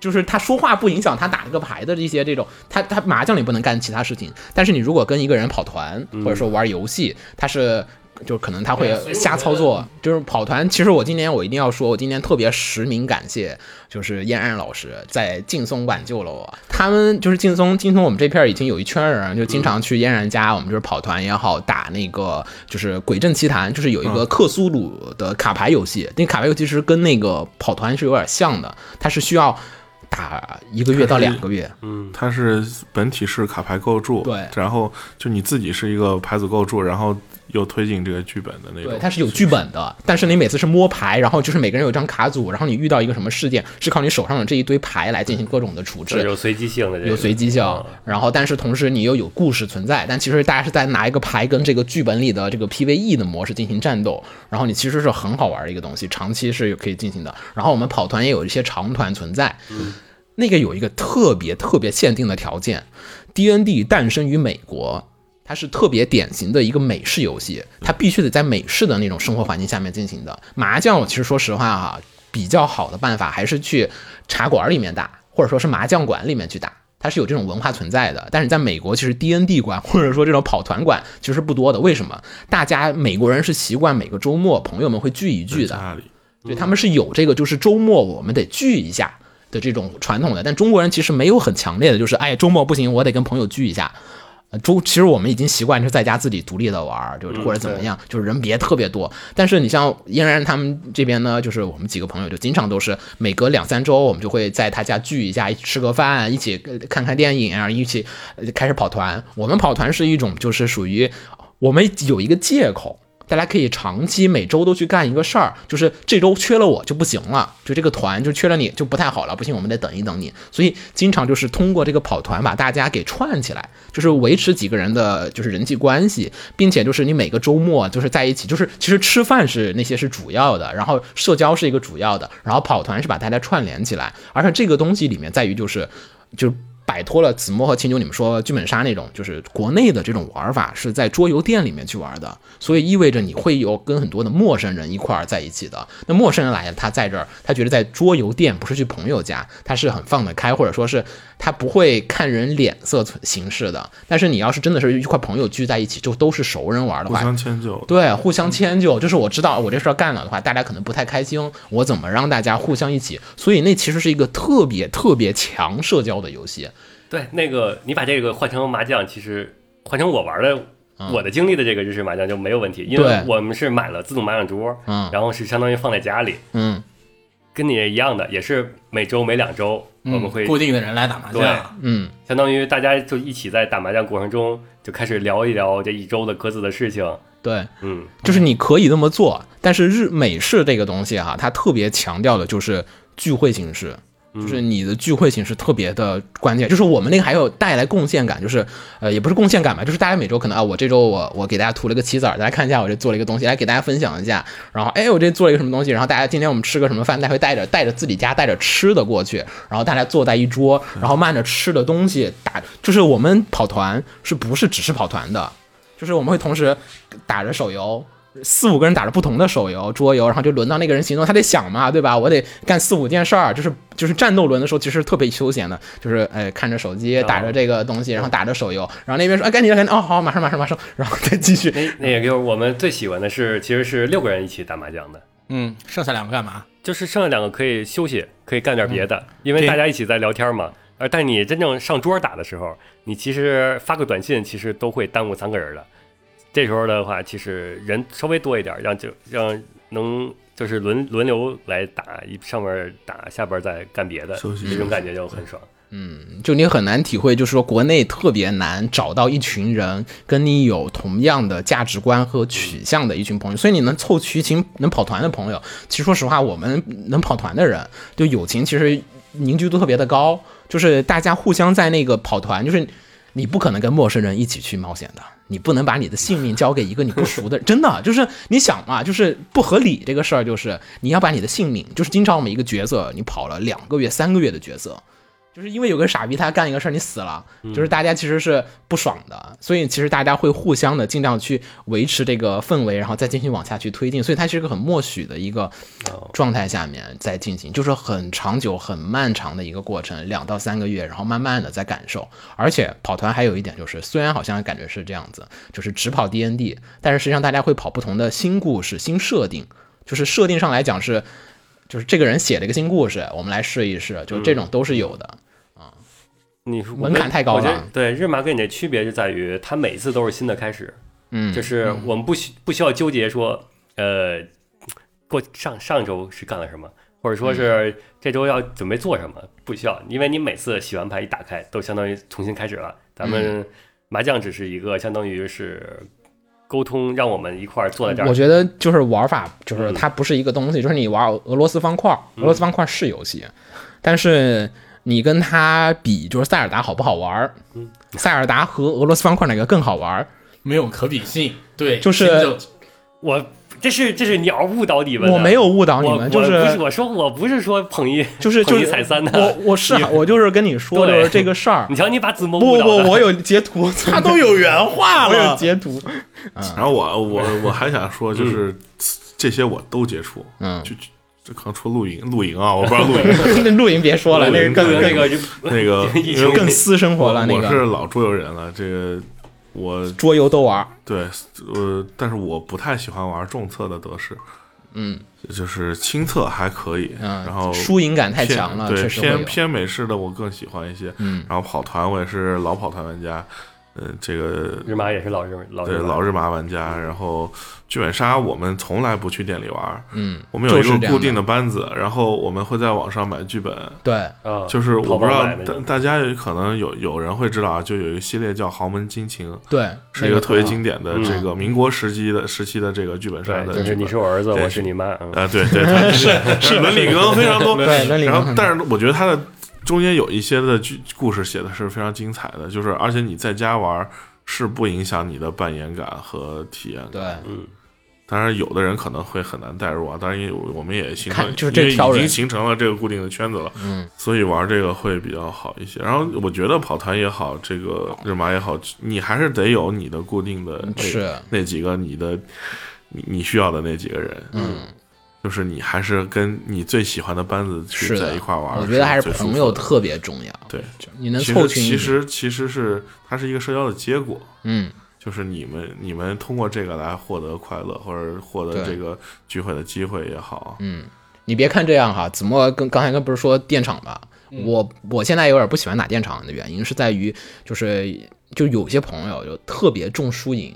[SPEAKER 1] 就是他说话不影响他打这个牌的一些这种，他他麻将里不能干其他事情，但是你如果跟一个人跑团或者说玩游戏，他是。就可能他会瞎操作。就是跑团，其实我今年我一定要说，我今年特别实名感谢，就是燕安老师在劲松挽救了我。他们就是劲松，劲松我们这片儿已经有一圈人，就经常去燕然家，我们就是跑团也好，打那个就是《鬼阵奇谭》，就是有一个克苏鲁的卡牌游戏，那卡牌游戏其实跟那个跑团是有点像的，它是需要打一个月到两个月。
[SPEAKER 5] 它是本体是卡牌构筑，
[SPEAKER 1] 对
[SPEAKER 5] 然后就你自己是一个牌组构筑，然后又推进这个剧本的那种。
[SPEAKER 1] 对，它是有剧本的，但是你每次是摸牌，然后就是每个人有一张卡组，然后你遇到一个什么事件，是靠你手上的这一堆牌来进行各种的处置，
[SPEAKER 2] 有随机性的这个，
[SPEAKER 1] 有随机性
[SPEAKER 2] 嗯，
[SPEAKER 1] 然后但是同时你又有故事存在，但其实大家是在拿一个牌跟这个剧本里的这个 PVE 的模式进行战斗，然后你其实是很好玩的一个东西，长期是可以进行的。然后我们跑团也有一些长团存在，那个有一个特别特别限定的条件，D N D 诞生于美国。它是特别典型的一个美式游戏，它必须得在美式的那种生活环境下面进行的。麻将，我其实说实话啊，比较好的办法还是去茶馆里面打，或者说是麻将馆里面去打。它是有这种文化存在的，但是在美国，其实 D N D 馆 或者说这种跑团馆其实不多的。为什么？大家美国人是习惯每个周末朋友们会聚一聚的，
[SPEAKER 5] 家里
[SPEAKER 1] 对，他们是有这个，就是周末我们得聚一下的这种传统的。但中国人其实没有很强烈的，就是哎，周末不行，我得跟朋友聚一下。呃周其实我们已经习惯是在家自己独立的玩儿，就是或者怎么样，就是人别特别多。但是你像嫣然他们这边呢，就是我们几个朋友就经常都是每隔两三周，我们就会在他家聚一下，一起吃个饭，一起呃看看电影啊，一起呃开始跑团。我们跑团是一种就是属于我们有一个借口，大家可以长期每周都去干一个事儿，就是这周缺了我就不行了，就这个团就缺了你就不太好了，不行我们得等一等你。所以经常就是通过这个跑团把大家给串起来，就是维持几个人的就是人际关系，并且就是你每个周末就是在一起，就是其实吃饭是那些是主要的，然后社交是一个主要的，然后跑团是把大家串联起来，而且这个东西里面在于就是就是摆脱了子墨和秦九你们说剧本杀那种，就是国内的这种玩法是在桌游店里面去玩的，所以意味着你会有跟很多的陌生人一块儿在一起的。那陌生人来了，他在这儿，他觉得在桌游店不是去朋友家，他是很放得开，或者说是他不会看人脸色行事的。但是你要是真的是一块朋友聚在一起，就都是熟人玩的
[SPEAKER 5] 互
[SPEAKER 1] 话，
[SPEAKER 5] 相迁就。
[SPEAKER 1] 对，互相迁就，就是我知道我这事儿干了的话，大家可能不太开心，我怎么让大家互相一起？所以那其实是一个特别特别强社交的游戏。
[SPEAKER 2] 对，那个你把这个换成麻将，其实换成我玩的。我的经历的这个日式麻将就没有问题，因
[SPEAKER 1] 嗯
[SPEAKER 2] 为
[SPEAKER 1] 对
[SPEAKER 2] 我们是买了自动麻将桌，
[SPEAKER 1] 嗯
[SPEAKER 2] 然后是相当于放在家里，
[SPEAKER 1] 嗯
[SPEAKER 2] 跟你一样的，也是每周每两周我
[SPEAKER 3] 嗯
[SPEAKER 2] 们会
[SPEAKER 3] 固定的人来打麻
[SPEAKER 2] 对
[SPEAKER 3] 将，
[SPEAKER 1] 嗯，
[SPEAKER 2] 相当于大家就一起在打麻将过程中就开始聊一聊这一周的各自的事情，
[SPEAKER 1] 对，
[SPEAKER 2] 嗯，
[SPEAKER 1] 就是你可以这么做，但是日美式这个东西哈、它特别强调的就是聚会形式。
[SPEAKER 2] 嗯
[SPEAKER 1] 就是你的聚会形式特别的关键，就是我们那个还有带来贡献感，就是呃也不是贡献感吧，就是大家每周可能啊，我这周我我给大家涂了个棋子儿，大家看一下我这做了一个东西，来给大家分享一下，然后哎我这做了一个什么东西，然后大家今天我们吃个什么饭，大家会带着带着自己家带着吃的过去，然后大家坐在一桌，然后慢着吃的东西打，就是我们跑团是不是只是跑团的，就是我们会同时打着手游。四五个人打着不同的手游、桌游，然后就轮到那个人行动，他得想嘛，对吧？我得干四五件事儿，就是就是战斗轮的时候，其实特别休闲的，就是哎看着手机，打着这个东西，然后打着手游，然后那边说哎赶紧赶紧哦好，马上马上马上，然后再继续。
[SPEAKER 2] 那那个就是我们最喜欢的是其实是六个人一起打麻将的，
[SPEAKER 3] 嗯，剩下两个干嘛？
[SPEAKER 2] 就是剩下两个可以休息，可以干点别的，
[SPEAKER 1] 嗯
[SPEAKER 2] 因为大家一起在聊天嘛。而但你真正上桌打的时候，你其实发个短信，其实都会耽误三个人的。这时候的话，其实人稍微多一点，让就让能就是轮轮流来打，一上边打，下边再干别的，
[SPEAKER 5] 休息
[SPEAKER 2] 这种感觉就很爽。
[SPEAKER 1] 就你很难体会，就是说国内特别难找到一群人跟你有同样的价值观和取向的一群朋友，所以你能凑齐一群能跑团的朋友。其实说实话，我们能跑团的人，就友情其实凝聚度特别的高，就是大家互相在那个跑团，就是你不可能跟陌生人一起去冒险的。你不能把你的性命交给一个你不熟的人，真的就是你想嘛，就是不合理这个事儿，就是你要把你的性命，就是经常我们一个角色，你跑了两个月、三个月的角色，就是因为有个傻逼他干一个事儿，你死了，就是大家其实是不爽的，所以其实大家会互相的尽量去维持这个氛围，然后再继续往下去推进，所以它是一个很默许的一个状态下面在进行，就是很长久、很漫长的一个过程，两到三个月，然后慢慢的在感受。而且跑团还有一点就是，虽然好像感觉是这样子，就是只跑 D N D，但是实际上大家会跑不同的新故事、新设定，就是设定上来讲是。就是这个人写了一个新故事，我们来试一试，就是这种都是有的。
[SPEAKER 2] 你说我
[SPEAKER 1] 门槛太高了
[SPEAKER 2] 我觉得对，日麻跟你的区别就在于，它每一次都是新的开始，
[SPEAKER 1] 嗯，
[SPEAKER 2] 就是我们不需不需要纠结说，呃，过上上周是干了什么，或者说是
[SPEAKER 5] 嗯
[SPEAKER 2] 这周要准备做什么，不需要，因为你每次洗完牌一打开，都相当于重新开始了。咱
[SPEAKER 5] 嗯
[SPEAKER 2] 们麻将只是一个相当于是沟通，让我们一块儿坐在这儿
[SPEAKER 1] 我。觉得就是玩法，就是它不是一个东西，就是你玩俄罗斯方块，俄罗斯方块是游戏，但是你跟它比，就是塞尔达好不好玩儿？塞尔达和俄罗斯方块哪个更好玩儿？
[SPEAKER 3] 没有可比性。对，
[SPEAKER 1] 就是
[SPEAKER 3] 听着
[SPEAKER 2] 我这是这是鸟误导你们的，
[SPEAKER 1] 我没有误导你
[SPEAKER 2] 我
[SPEAKER 1] 们，
[SPEAKER 2] 啊我
[SPEAKER 1] 就
[SPEAKER 2] 不是
[SPEAKER 1] 是
[SPEAKER 2] 我说我不是说捧一
[SPEAKER 1] 就是就
[SPEAKER 2] 捧一
[SPEAKER 1] 是
[SPEAKER 2] 踩三
[SPEAKER 1] 我
[SPEAKER 2] 的，
[SPEAKER 1] 我是啊我就是跟你说，
[SPEAKER 2] 对
[SPEAKER 1] 就是这个事儿。
[SPEAKER 2] 你瞧你把子墨误
[SPEAKER 1] 不
[SPEAKER 2] 导
[SPEAKER 1] 不，
[SPEAKER 2] 的
[SPEAKER 1] 我有截图，
[SPEAKER 3] 他都有原话
[SPEAKER 1] 我有
[SPEAKER 3] 了，
[SPEAKER 1] 截图。
[SPEAKER 5] 然后我我我还想说，就是这些我都接触，
[SPEAKER 1] 嗯
[SPEAKER 5] 就就这可能除露营露营啊，我不知道 露营
[SPEAKER 1] 那录音别说了，那个
[SPEAKER 5] 录
[SPEAKER 1] 更
[SPEAKER 5] 音
[SPEAKER 2] 那个就
[SPEAKER 5] 那个
[SPEAKER 2] 疫
[SPEAKER 5] 因
[SPEAKER 2] 情
[SPEAKER 5] 为
[SPEAKER 1] 更私生活了。那
[SPEAKER 5] 我是
[SPEAKER 1] 个
[SPEAKER 5] 老桌游人了，这个我
[SPEAKER 1] 桌游都玩儿，
[SPEAKER 5] 对呃，但是我不太喜欢玩重测的德式，
[SPEAKER 1] 嗯
[SPEAKER 5] 就是轻测还可以，
[SPEAKER 1] 嗯，
[SPEAKER 5] 然后
[SPEAKER 1] 输赢感太
[SPEAKER 5] 偏
[SPEAKER 1] 强了，
[SPEAKER 5] 对
[SPEAKER 1] 确实会有
[SPEAKER 5] 偏。偏美式的我更喜欢一些。
[SPEAKER 1] 嗯
[SPEAKER 5] 然后跑团我也是老跑团玩家，嗯，这个
[SPEAKER 2] 日麻也是老日老
[SPEAKER 5] 对
[SPEAKER 2] 日麻
[SPEAKER 5] 老日麻玩家。然后剧本杀我们从来不去店里玩，
[SPEAKER 1] 嗯，
[SPEAKER 5] 我们有一
[SPEAKER 1] 就是
[SPEAKER 5] 个
[SPEAKER 1] 这样
[SPEAKER 5] 固定
[SPEAKER 1] 的
[SPEAKER 5] 的班子，然后我们会在网上买剧本。
[SPEAKER 1] 对，
[SPEAKER 2] 啊，
[SPEAKER 5] 就是我
[SPEAKER 2] 淘
[SPEAKER 5] 不
[SPEAKER 2] 宝
[SPEAKER 5] 知道
[SPEAKER 2] 买的那种
[SPEAKER 5] 大大家有可能有有人会知道啊，就有一个系列叫《豪门惊情》，
[SPEAKER 1] 对，
[SPEAKER 5] 是一个特别
[SPEAKER 1] 精。
[SPEAKER 5] 经典的
[SPEAKER 2] 嗯
[SPEAKER 5] 这个民国时期的时期的这个剧本杀
[SPEAKER 2] 对，
[SPEAKER 5] 的
[SPEAKER 2] 就
[SPEAKER 5] 剧
[SPEAKER 2] 是你
[SPEAKER 5] 本
[SPEAKER 2] 是我儿子，
[SPEAKER 5] 对
[SPEAKER 2] 我是你妈，嗯
[SPEAKER 5] 啊，对 对，它是是伦理梗非常多，
[SPEAKER 1] 对伦理梗
[SPEAKER 5] 然后
[SPEAKER 1] 很，多
[SPEAKER 5] 但是我觉得它的中间有一些的剧故事写的是非常精彩的，就是而且你在家玩儿是不影响你的扮演感和体验
[SPEAKER 1] 对
[SPEAKER 5] 感。，
[SPEAKER 2] 嗯，
[SPEAKER 5] 当然，有的人可能会很难代入啊，当然也有我们也形
[SPEAKER 1] 看
[SPEAKER 5] 成
[SPEAKER 1] 就是这
[SPEAKER 5] 因为
[SPEAKER 1] 挑
[SPEAKER 5] 已
[SPEAKER 1] 人
[SPEAKER 5] 经形成了这个固定的圈子了，
[SPEAKER 1] 嗯，
[SPEAKER 5] 所以玩这个会比较好一些。然后我觉得跑团也好，这个日麻也好，你还是得有你的固定的
[SPEAKER 1] 嗯
[SPEAKER 5] 那
[SPEAKER 1] 是
[SPEAKER 5] 那几个你的你你需要的那几个人，
[SPEAKER 1] 嗯，
[SPEAKER 5] 就是你还是跟你最喜欢的班子去
[SPEAKER 1] 是的
[SPEAKER 5] 在一块玩，
[SPEAKER 1] 我觉得还是
[SPEAKER 5] 最舒服
[SPEAKER 1] 朋友
[SPEAKER 5] 的
[SPEAKER 1] 特别重要，
[SPEAKER 5] 对。
[SPEAKER 1] 就你能
[SPEAKER 5] 其
[SPEAKER 1] 凑
[SPEAKER 5] 实
[SPEAKER 1] 群，
[SPEAKER 5] 其实其实是它是一个社交的结果，
[SPEAKER 1] 嗯，
[SPEAKER 5] 就是你们你们通过这个来获得快乐，或者获得
[SPEAKER 1] 对嗯
[SPEAKER 5] 这个聚会的机会也好，
[SPEAKER 1] 你别看这样哈，子墨跟刚才跟不是说电厂吧？我我现在有点不喜欢打电厂的原因是在于，就是就有些朋友就特别重输赢，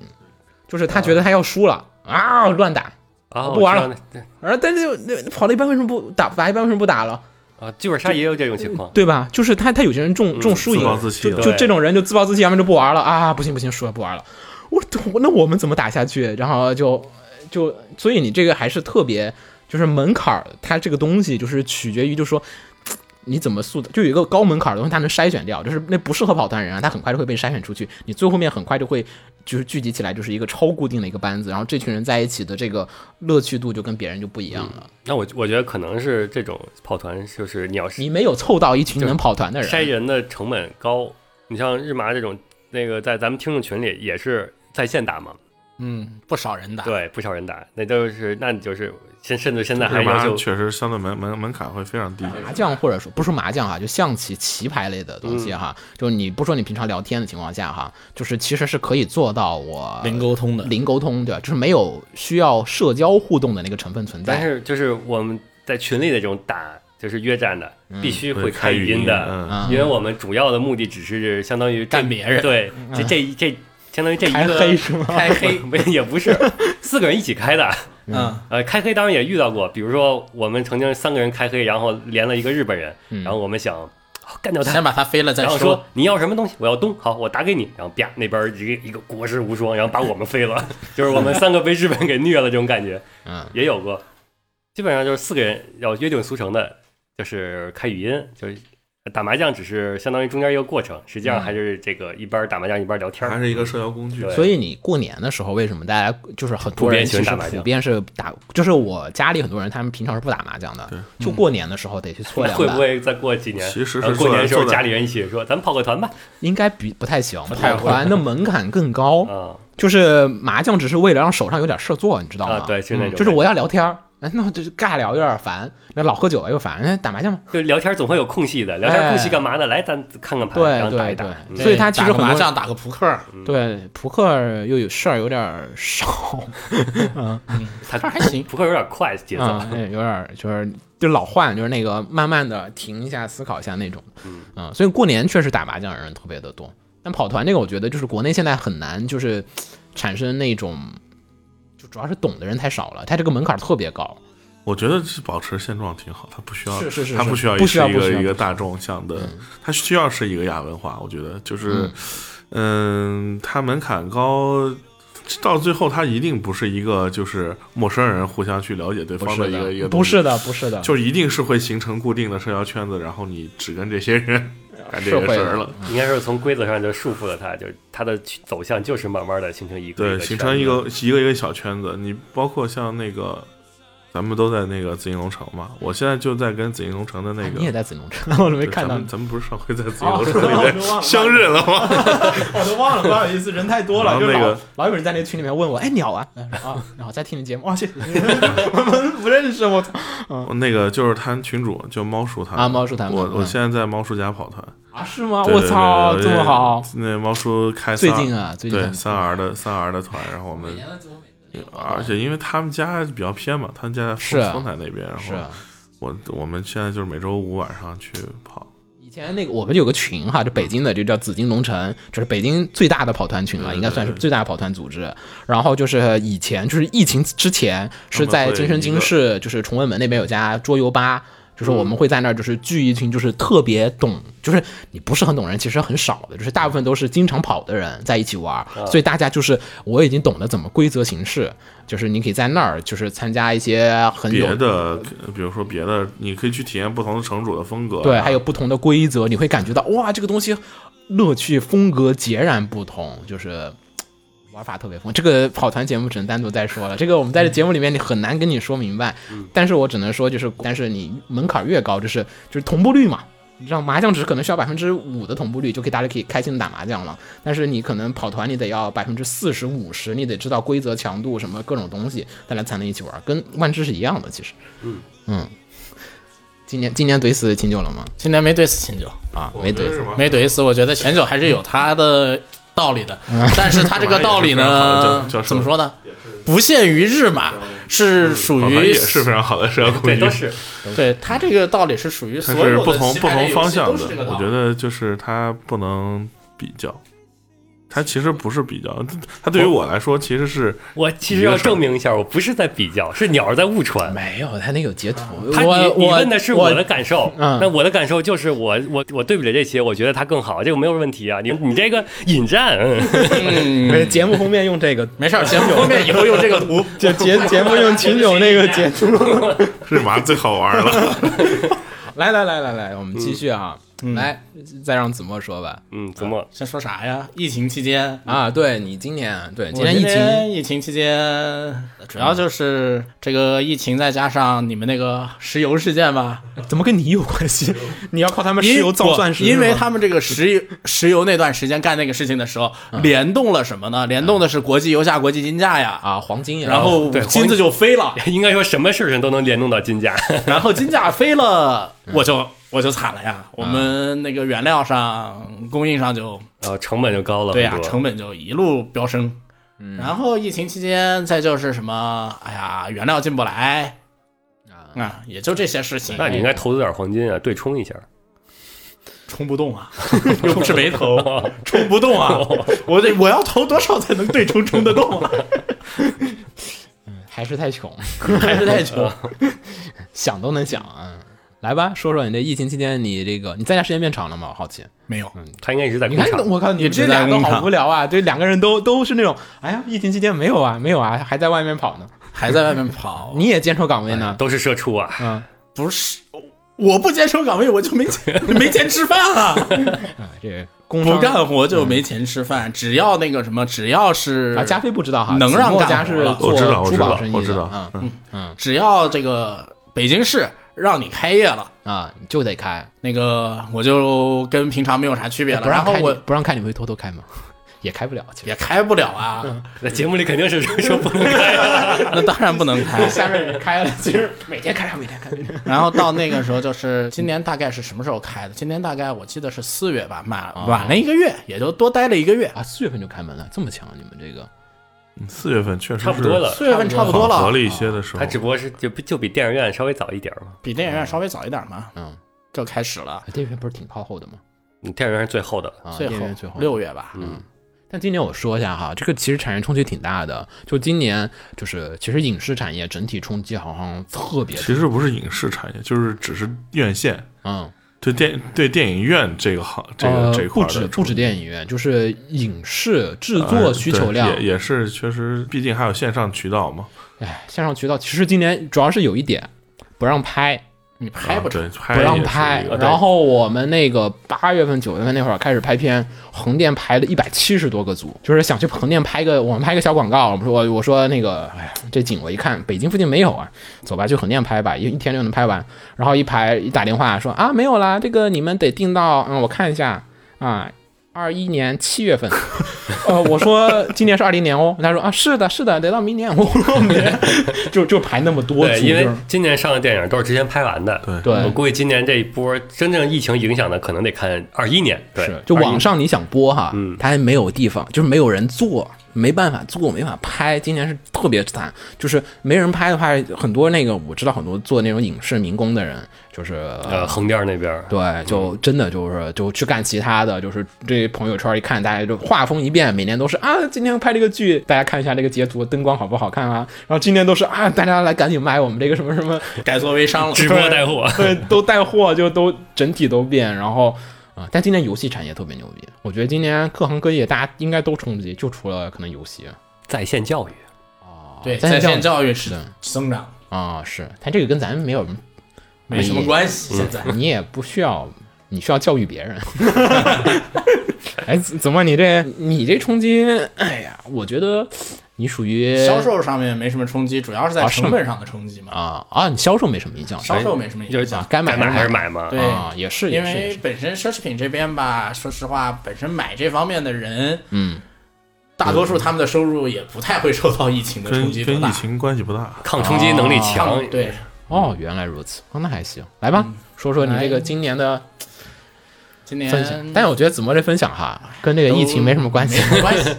[SPEAKER 1] 就是他觉得他要输了啊乱打，
[SPEAKER 2] 啊，
[SPEAKER 1] 不
[SPEAKER 2] 我
[SPEAKER 1] 玩
[SPEAKER 2] 知道
[SPEAKER 1] 了
[SPEAKER 2] 那对
[SPEAKER 1] 然啊后但是就那跑到一半为什么不打打一半为什么不打了？
[SPEAKER 2] 啊，剧本杀也有这种情况，
[SPEAKER 1] 对吧？就是他，他有些人重重输赢，
[SPEAKER 5] 自暴自弃
[SPEAKER 1] 就
[SPEAKER 5] 了
[SPEAKER 1] 就
[SPEAKER 2] 对
[SPEAKER 1] 这种人就自暴自弃，要么就不玩了啊！不行不行，输了不玩了。我我那我们怎么打下去？然后就就所以你这个还是特别就是门槛儿，它这个东西就是取决于就是说。你怎么塑造？就有一个高门槛儿的东西，它能筛选掉，就是那不适合跑团人啊，他很快就会被筛选出去。你最后面很快就会就是聚集起来，就是一个超固定的一个班子，然后这群人在一起的这个乐趣度就跟别人就不一样了。
[SPEAKER 2] 那我我觉得可能是这种跑团，就是你要是
[SPEAKER 1] 你没有凑到一群
[SPEAKER 2] 就
[SPEAKER 1] 能跑团的人，
[SPEAKER 2] 筛人的成本高，你像日麻这种，那个在咱们听众群里也是在线打嘛，
[SPEAKER 3] 嗯，不少人打，
[SPEAKER 2] 对，不少人打，那都是那你就是甚甚至现在还
[SPEAKER 5] 日
[SPEAKER 2] 要
[SPEAKER 5] 麻
[SPEAKER 2] 求啊
[SPEAKER 5] 确实相对门门门槛会非常低。
[SPEAKER 1] 麻将或者说不说麻将哈，就象棋、棋牌类的东西哈，就你不说你平常聊天的情况下哈，就是其实是可以做到我
[SPEAKER 3] 零沟通的，
[SPEAKER 1] 零沟通，对吧，就是没有需要社交互动的那个成分存
[SPEAKER 2] 但
[SPEAKER 1] 在。
[SPEAKER 2] 是就是我们在群里那种打，就是约战的，必须
[SPEAKER 5] 会
[SPEAKER 2] 会
[SPEAKER 5] 开
[SPEAKER 2] 开
[SPEAKER 5] 语
[SPEAKER 2] 语
[SPEAKER 5] 音
[SPEAKER 2] 音啊的，
[SPEAKER 5] 嗯
[SPEAKER 2] 因为我们主要的目的只是相当于这
[SPEAKER 3] 干别人
[SPEAKER 2] 对，这这这相当于这一
[SPEAKER 1] 开
[SPEAKER 2] 个
[SPEAKER 1] 黑是吗
[SPEAKER 2] 嗯开黑没也 不是，四个人一起开的。
[SPEAKER 3] 嗯，
[SPEAKER 2] 呃，开黑当然也遇到过，比如说我们曾经三个人开黑，然后连了一个日本人，然后我们想、哦干掉他
[SPEAKER 3] 嗯先，把他飞了再
[SPEAKER 2] 然后
[SPEAKER 3] 说
[SPEAKER 2] 说。你要什么东西，我要东，好，我打给你，然后啪，那边儿一个一个国士无双，然后把我们飞了， 就是我们三个被日本给虐了，这种感觉
[SPEAKER 1] 嗯，
[SPEAKER 2] 也有过。基本上就是四个人要约定俗成的，就是开语音，就是打麻将只是相当于中间一个过程，实
[SPEAKER 3] 嗯
[SPEAKER 2] 际上还是这个一边儿打麻将一边儿聊天儿，
[SPEAKER 5] 还是一个社交工具。
[SPEAKER 2] 对
[SPEAKER 1] 所以你过年的时候，为什么大家就是很多人其
[SPEAKER 2] 普遍喜
[SPEAKER 1] 实
[SPEAKER 2] 欢打麻将
[SPEAKER 1] 普遍是打，就是我家里很多人他们平常是不打麻将的，就过年的时候得去搓
[SPEAKER 2] 那
[SPEAKER 1] 两
[SPEAKER 2] 会
[SPEAKER 1] 把
[SPEAKER 2] 不，会再过几年？
[SPEAKER 5] 其实是
[SPEAKER 2] 然后过年的时候
[SPEAKER 5] 坐在
[SPEAKER 2] 家里人一起说，咱们跑个团吧。
[SPEAKER 1] 应该比不太行，
[SPEAKER 3] 太
[SPEAKER 1] 跑团的门槛更高，
[SPEAKER 2] 啊
[SPEAKER 1] 就是麻将只是为了让手上有点事儿做，你知道吗？
[SPEAKER 2] 啊，对，是那种，
[SPEAKER 1] 嗯就是我要聊天儿。哎，那我就是尬聊有点烦，那老喝酒了又烦，哎，打麻将吧。
[SPEAKER 2] 就聊天总会有空隙的，聊天空隙干嘛呢？来，咱看看
[SPEAKER 1] 哎
[SPEAKER 2] 牌，
[SPEAKER 1] 对
[SPEAKER 2] 然后打
[SPEAKER 1] 对
[SPEAKER 2] 一打
[SPEAKER 1] 对。，
[SPEAKER 2] 嗯
[SPEAKER 1] 所以他其实
[SPEAKER 3] 打个
[SPEAKER 1] 很
[SPEAKER 3] 麻
[SPEAKER 1] 多
[SPEAKER 3] 将打个扑克，
[SPEAKER 5] 嗯
[SPEAKER 1] 对扑克又有事儿有点儿少，
[SPEAKER 2] 他
[SPEAKER 3] 还 行
[SPEAKER 2] 扑克有点快节奏。
[SPEAKER 1] 嗯，哎有点儿就是就老换，就是那个慢慢的停一下，思考一下那种。
[SPEAKER 2] 嗯
[SPEAKER 1] 嗯，所以过年确实打麻将的人特别的多。但跑团这个，我觉得就是国内现在很难，就是产生那种，就主要是懂的人太少了，他这个门槛特别高。
[SPEAKER 5] 我觉得是保持现状挺好，它不需要，
[SPEAKER 1] 是是是
[SPEAKER 5] 它
[SPEAKER 1] 是
[SPEAKER 5] 不需要
[SPEAKER 1] 不需要
[SPEAKER 5] 一
[SPEAKER 1] 不需要
[SPEAKER 5] 个一
[SPEAKER 1] 不需要
[SPEAKER 5] 个大众向的，它需要是一个亚文化。我觉得就是
[SPEAKER 1] 嗯，
[SPEAKER 5] 嗯，它门槛高，到最后它一定不是一个就是陌生人互相去了解对方
[SPEAKER 1] 不
[SPEAKER 5] 的
[SPEAKER 1] 是
[SPEAKER 5] 一
[SPEAKER 1] 的
[SPEAKER 5] 个一个
[SPEAKER 1] 不
[SPEAKER 5] 东西
[SPEAKER 1] 是的，不是的，
[SPEAKER 5] 就一定是会形成固定的社交圈子，然后你只跟这些人 干这
[SPEAKER 1] 是
[SPEAKER 5] 个
[SPEAKER 1] 会
[SPEAKER 5] 事儿
[SPEAKER 1] 的
[SPEAKER 5] 了。。
[SPEAKER 2] 应该是从规则上就束缚了他，就是他的走向就是慢慢的形成一个
[SPEAKER 5] 对，
[SPEAKER 2] 个
[SPEAKER 5] 形成
[SPEAKER 2] 圈
[SPEAKER 5] 一
[SPEAKER 2] 子
[SPEAKER 5] 个一个一个小圈子。你包括像那个，咱们都在那个紫禁龙城嘛，我现在就在跟紫禁龙城的那
[SPEAKER 1] 啊
[SPEAKER 5] 个
[SPEAKER 1] 你也在紫龙城， 我都没
[SPEAKER 5] 对
[SPEAKER 1] 看
[SPEAKER 5] 咱
[SPEAKER 1] 到
[SPEAKER 5] 们
[SPEAKER 1] 你。
[SPEAKER 5] 咱们不是上回在紫禁
[SPEAKER 1] 哦
[SPEAKER 5] 龙城 里
[SPEAKER 1] 我
[SPEAKER 5] 面
[SPEAKER 1] 都忘了
[SPEAKER 5] 相认了吗？
[SPEAKER 1] 我都忘了，不好意思，人太多
[SPEAKER 5] 然后那个
[SPEAKER 1] 老有人在那群里面问我，哎，鸟啊，哎啊，然后在听你节目，哦，谢谢，我们不认识，我操
[SPEAKER 5] 那个就是他群主，就猫叔他
[SPEAKER 1] 啊，猫叔他们，
[SPEAKER 5] 我我
[SPEAKER 1] 嗯
[SPEAKER 5] 现在在猫叔家跑团，
[SPEAKER 1] 啊，是吗？
[SPEAKER 5] 对
[SPEAKER 1] 我操，
[SPEAKER 5] 对对
[SPEAKER 1] 这么好，
[SPEAKER 5] 那猫叔开
[SPEAKER 1] 最
[SPEAKER 5] 仨
[SPEAKER 1] 近啊，最近
[SPEAKER 5] 对三 R 的三 R 的团，然后我们，而且因为他们家比较偏嘛，他们家在
[SPEAKER 1] 是啊
[SPEAKER 5] 丰丰台那边，然
[SPEAKER 1] 是
[SPEAKER 5] 后
[SPEAKER 1] 啊
[SPEAKER 5] 我我们现在就是每周五晚上去跑，
[SPEAKER 1] 以前那个我们有个群哈，就北京的就叫紫金龙城，就是北京最大的跑团群了，
[SPEAKER 5] 对
[SPEAKER 1] 应该算是
[SPEAKER 5] 嗯对
[SPEAKER 1] 最大的跑团组织。然后就是以前就是疫情之前是在今生今世，就是崇文门那边有家桌游吧。就是我们会在那儿，就是聚一群，就是特别懂，就是你不是很懂人，其实很少的，就是大部分都是经常跑的人在一起玩儿，
[SPEAKER 5] 啊
[SPEAKER 1] 所以大家就是我已经懂得怎么规则形式，就是你可以在那儿就是参加一些很有
[SPEAKER 5] 别的比如说别的，你可以去体验不同的城主的风格，啊
[SPEAKER 1] 对，还有不同的规则，你会感觉到哇，这个东西乐趣风格截然不同，就是嘖玩法特别丰富。这个跑团节目只能单独再说了，这个我们在这节目里面你很难跟你说明白，但是我只能说就是，但是你门槛越高，就是就是同步率嘛。你知道麻将只可能需要百分之五的同步率，就可以大家可以开心的打麻将了。但是你可能跑团，你得要百分之四十五十，你得知道规则、强度什么各种东西，大家才能一起玩，跟万智是一样的。其实，
[SPEAKER 2] 嗯
[SPEAKER 1] 嗯，今年今年怼死秦九了吗？
[SPEAKER 3] 今年没对死秦九，
[SPEAKER 1] 啊，没怼死。
[SPEAKER 5] 没
[SPEAKER 3] 没怼死，我觉得前九还是有他的道理的，
[SPEAKER 1] 嗯
[SPEAKER 3] 但是他这个道理呢
[SPEAKER 5] 嗯，
[SPEAKER 3] 怎么说呢？不限于日马，是属
[SPEAKER 5] 跑团
[SPEAKER 3] 于
[SPEAKER 5] 也是非常好的社 交工
[SPEAKER 2] 对，
[SPEAKER 5] 具
[SPEAKER 2] 都，是
[SPEAKER 3] 对他这个道理是属于
[SPEAKER 5] 它
[SPEAKER 3] 所有
[SPEAKER 5] 是
[SPEAKER 3] 的
[SPEAKER 5] 不同
[SPEAKER 3] 棋
[SPEAKER 5] 不
[SPEAKER 3] 牌
[SPEAKER 5] 同
[SPEAKER 3] 游戏
[SPEAKER 5] 方向
[SPEAKER 3] 都是这个，
[SPEAKER 5] 的
[SPEAKER 3] 道
[SPEAKER 5] 我
[SPEAKER 3] 理
[SPEAKER 5] 觉得就是它不能比较。它其实不是比较，它它对于我来说其实是
[SPEAKER 2] 我其实要证明一下，我不是在比较，是鸟儿在误传。
[SPEAKER 1] 没有，他那有截图。
[SPEAKER 2] 他
[SPEAKER 1] 我
[SPEAKER 2] 你你
[SPEAKER 1] 我
[SPEAKER 2] 问的是我的感受，
[SPEAKER 1] 嗯
[SPEAKER 2] 那我的感受就是我我我对比了这些，我觉得它更好，这个没有问题啊。你你这个引战，嗯
[SPEAKER 1] 我节目封面用这个，
[SPEAKER 3] 嗯没事儿，前九后面以后用这个图，
[SPEAKER 1] 就节节目用秦九那 个截图。
[SPEAKER 5] 日麻最好玩了。
[SPEAKER 1] 来来来来来，我们继续啊，来再让子墨说吧。
[SPEAKER 2] 嗯，怎么
[SPEAKER 3] 先说啥呀？疫情期间，
[SPEAKER 1] 啊，对你今年对今
[SPEAKER 3] 我
[SPEAKER 1] 年疫情，
[SPEAKER 3] 疫情期间，呃主要就是这个疫情，再加上你们那个石油事件 吧，
[SPEAKER 1] 怎么跟你有关系？ 你要靠他们
[SPEAKER 3] 因
[SPEAKER 1] 石油造算是吗
[SPEAKER 3] 因为他们这个石油 石油那段时间干那个事情的时候，联动了什么呢？联动的是国际油价、国际金价呀，
[SPEAKER 1] 啊黄金，
[SPEAKER 3] 然后
[SPEAKER 2] 对
[SPEAKER 3] 哦金子就飞了，
[SPEAKER 2] 应该说什么事情都能联动到金价？
[SPEAKER 3] 然后金价飞了，我就我就惨了呀，我们那个原料上供应上就
[SPEAKER 2] 然后哦成本就高了很多，
[SPEAKER 3] 对呀、成本就一路飙升。然后疫情期间，再就是什么，哎呀，原料进不来
[SPEAKER 1] 啊
[SPEAKER 3] 啊，也就这些事情。
[SPEAKER 2] 那你应该投资点黄金啊，对冲一下。
[SPEAKER 3] 冲不动啊， 又不是没投，冲不动啊，我得我要投多少才能对冲冲得动啊？
[SPEAKER 1] 还是太穷，
[SPEAKER 3] 还是太穷。
[SPEAKER 1] 想都能想啊。来吧，说说你这疫情期间，你这个你在家时间变长了吗？我好奇。
[SPEAKER 3] 没有，
[SPEAKER 2] 他应该一直在
[SPEAKER 1] 你
[SPEAKER 2] 工
[SPEAKER 1] 看
[SPEAKER 2] 厂，，
[SPEAKER 1] 我靠，你
[SPEAKER 3] 一直
[SPEAKER 1] 这
[SPEAKER 3] 在
[SPEAKER 1] 俩都
[SPEAKER 3] 工
[SPEAKER 1] 好
[SPEAKER 3] 厂
[SPEAKER 1] 无聊啊！这两个人都都是那种，哎呀，疫情期间没有啊，没有啊，还在外面跑呢。
[SPEAKER 3] 还在外面跑。
[SPEAKER 1] 你也坚守岗位呢？
[SPEAKER 2] 都是社畜啊。
[SPEAKER 1] 嗯，
[SPEAKER 3] 不是我不坚守岗位，我就没钱，没钱吃饭了。
[SPEAKER 1] 啊，这工
[SPEAKER 3] 不
[SPEAKER 1] 商
[SPEAKER 3] 干活就没钱吃
[SPEAKER 1] 嗯
[SPEAKER 3] 饭，只要那个什么，只要是
[SPEAKER 1] 啊，加菲不知道哈，
[SPEAKER 3] 能让
[SPEAKER 1] 子墨
[SPEAKER 3] 干
[SPEAKER 1] 家
[SPEAKER 3] 活
[SPEAKER 1] 是
[SPEAKER 3] 了
[SPEAKER 1] 做
[SPEAKER 5] 我知道，我
[SPEAKER 1] 珠
[SPEAKER 5] 知
[SPEAKER 1] 宝
[SPEAKER 5] 道
[SPEAKER 1] 生，意
[SPEAKER 5] 我知
[SPEAKER 1] 的
[SPEAKER 5] 道
[SPEAKER 1] 啊，
[SPEAKER 5] 嗯，
[SPEAKER 3] 只要这个北京市让你开业了，
[SPEAKER 1] 啊，你就得开，哎
[SPEAKER 3] 那个我就跟平常没有啥区别了。
[SPEAKER 1] 不让
[SPEAKER 3] 然后
[SPEAKER 1] 开你
[SPEAKER 3] 我
[SPEAKER 1] 不让开，你会偷偷开吗？ 也开不了，其实
[SPEAKER 3] 也开不了
[SPEAKER 1] 嗯
[SPEAKER 3] 啊，
[SPEAKER 2] 那节目里肯定是说说不能开啊，
[SPEAKER 3] 那当然不能 开。
[SPEAKER 1] 下面人开了，其实每天开，每天开，每天开
[SPEAKER 3] 然后到那个时候，就是今年大概是什么时候开的？今年大概我记得是四月吧，满
[SPEAKER 1] 哦
[SPEAKER 3] 晚了一个月，也就多待了一个月。
[SPEAKER 1] 啊，四月份就开门了，这么强，你们这个
[SPEAKER 5] 四月份确实
[SPEAKER 2] 差不多
[SPEAKER 5] 是
[SPEAKER 2] 了。
[SPEAKER 3] 四月份差不多
[SPEAKER 5] 缓和
[SPEAKER 3] 了
[SPEAKER 5] 了，一些的时候
[SPEAKER 2] 他，只不过是就就比电影院稍微早一点嘛，
[SPEAKER 3] 比电影院稍微早一点嘛，
[SPEAKER 1] 嗯，
[SPEAKER 3] 就开始了。
[SPEAKER 1] 电影院不是挺靠后的吗？
[SPEAKER 2] 嗯电影院是最后的了。
[SPEAKER 1] 啊，
[SPEAKER 3] 最
[SPEAKER 1] 电影院最
[SPEAKER 3] 后
[SPEAKER 1] 后
[SPEAKER 3] 六月吧，
[SPEAKER 2] 嗯，
[SPEAKER 1] 但今年我说一下哈，这个其实产业冲击挺大的。就今年，就是其实影视产业整体冲击好像特别大，
[SPEAKER 5] 其实不是影视产业，就是只是院线。
[SPEAKER 1] 嗯，
[SPEAKER 5] 对电对电影院这个行这个、
[SPEAKER 1] 呃
[SPEAKER 5] 这一
[SPEAKER 1] 不
[SPEAKER 5] 块儿的
[SPEAKER 1] 止不止电影院，就是影视制作需求量，
[SPEAKER 5] 呃对也也是确实，毕竟还有线上渠道嘛，
[SPEAKER 1] 哎，线上渠道其实今年主要是有一点不让拍，
[SPEAKER 3] 你拍不
[SPEAKER 5] 啊
[SPEAKER 3] 成。
[SPEAKER 5] 对
[SPEAKER 1] 不
[SPEAKER 5] 拍
[SPEAKER 1] 让
[SPEAKER 5] 也是
[SPEAKER 1] 拍
[SPEAKER 5] 一。个
[SPEAKER 1] 然后我们那个八月份、九月份那会儿开始拍片，横店排了一百七十多个组，就是想去横店拍个，我们拍个小广告。我们说我我说那个，哎呀，这景我一看北京附近没有啊，走吧，去横店拍吧，一一天就能拍完。然后一排一打电话说啊没有啦，这个你们得定到，嗯，我看一下啊。二一年七月份， 呃，我说今年是二零年哦，他说啊，是的，是的，得到明 年。我说明年就就排那么多
[SPEAKER 2] 对，
[SPEAKER 1] 组，
[SPEAKER 2] 因为
[SPEAKER 1] 就是
[SPEAKER 2] 今年上的电影都是之前拍完的。
[SPEAKER 5] 对
[SPEAKER 1] 对
[SPEAKER 2] 我估计今年这一波真正疫情影响的，可能得看二一年。对
[SPEAKER 1] 是，，就网上你想播哈，
[SPEAKER 2] 嗯
[SPEAKER 1] 它还没有地方，就是没有人做，没办法做，没法拍。今年是特别惨，就是没人拍的话，很多那个我知道很多做那种影视民工的人，就是
[SPEAKER 2] 呃嗯横店那边，
[SPEAKER 1] 对，就真的就是就去干其他的，就是这朋友圈一看，大家就画风一变，每年都是啊，今天拍这个剧，大家看一下这个截图，灯光好不好看啊？然后今年都是啊，大家来赶紧买我们这个什么什么
[SPEAKER 3] 改做微商了，
[SPEAKER 2] 直播带货。
[SPEAKER 1] 对，都带货就都整体都变，然后啊、但今年游戏产业特别牛逼，我觉得今年各行各业大家应该都冲击，就除了可能游戏
[SPEAKER 2] 在线教育，
[SPEAKER 3] 对，
[SPEAKER 1] 在线教育嗯
[SPEAKER 3] 在线教育是
[SPEAKER 1] 是的
[SPEAKER 3] 增长，
[SPEAKER 1] 啊、是，但这个跟咱们没有什么，
[SPEAKER 3] 没什么关系。
[SPEAKER 1] 嗯
[SPEAKER 3] 现在
[SPEAKER 1] 你也不需要，你需要教育别人。 哎，怎怎么你这你这冲击？哎呀，我觉得你属于
[SPEAKER 3] 销售上面没什么冲击，主要是在
[SPEAKER 1] 呃啊是吗
[SPEAKER 3] 成本上的冲击嘛。
[SPEAKER 1] 啊啊，你销售没什么影响，
[SPEAKER 3] 销售没什么影响
[SPEAKER 1] 啊，，该买
[SPEAKER 2] 该买还是
[SPEAKER 1] 是
[SPEAKER 2] 买嘛。
[SPEAKER 3] 对
[SPEAKER 1] 啊，也是，也
[SPEAKER 3] 因
[SPEAKER 1] 是也
[SPEAKER 3] 为
[SPEAKER 1] 是
[SPEAKER 3] 本身奢侈品这边吧，说实话，本身买这方面的人，
[SPEAKER 1] 嗯，
[SPEAKER 3] 大多数他们的收入也不太会受到疫情的
[SPEAKER 5] 跟
[SPEAKER 3] 冲击多
[SPEAKER 5] 跟疫
[SPEAKER 3] 大。
[SPEAKER 5] 情关系不大。
[SPEAKER 2] 抗冲击能力强，
[SPEAKER 3] 们对，
[SPEAKER 1] 哦，原来如此，哦那还行，来吧，说说你这个
[SPEAKER 3] 嗯来
[SPEAKER 1] 今年的
[SPEAKER 3] 今年
[SPEAKER 1] 分享，但是我觉得子墨这分享哈，跟这个
[SPEAKER 3] 都
[SPEAKER 1] 疫情没什么关系
[SPEAKER 3] 没，什么 关系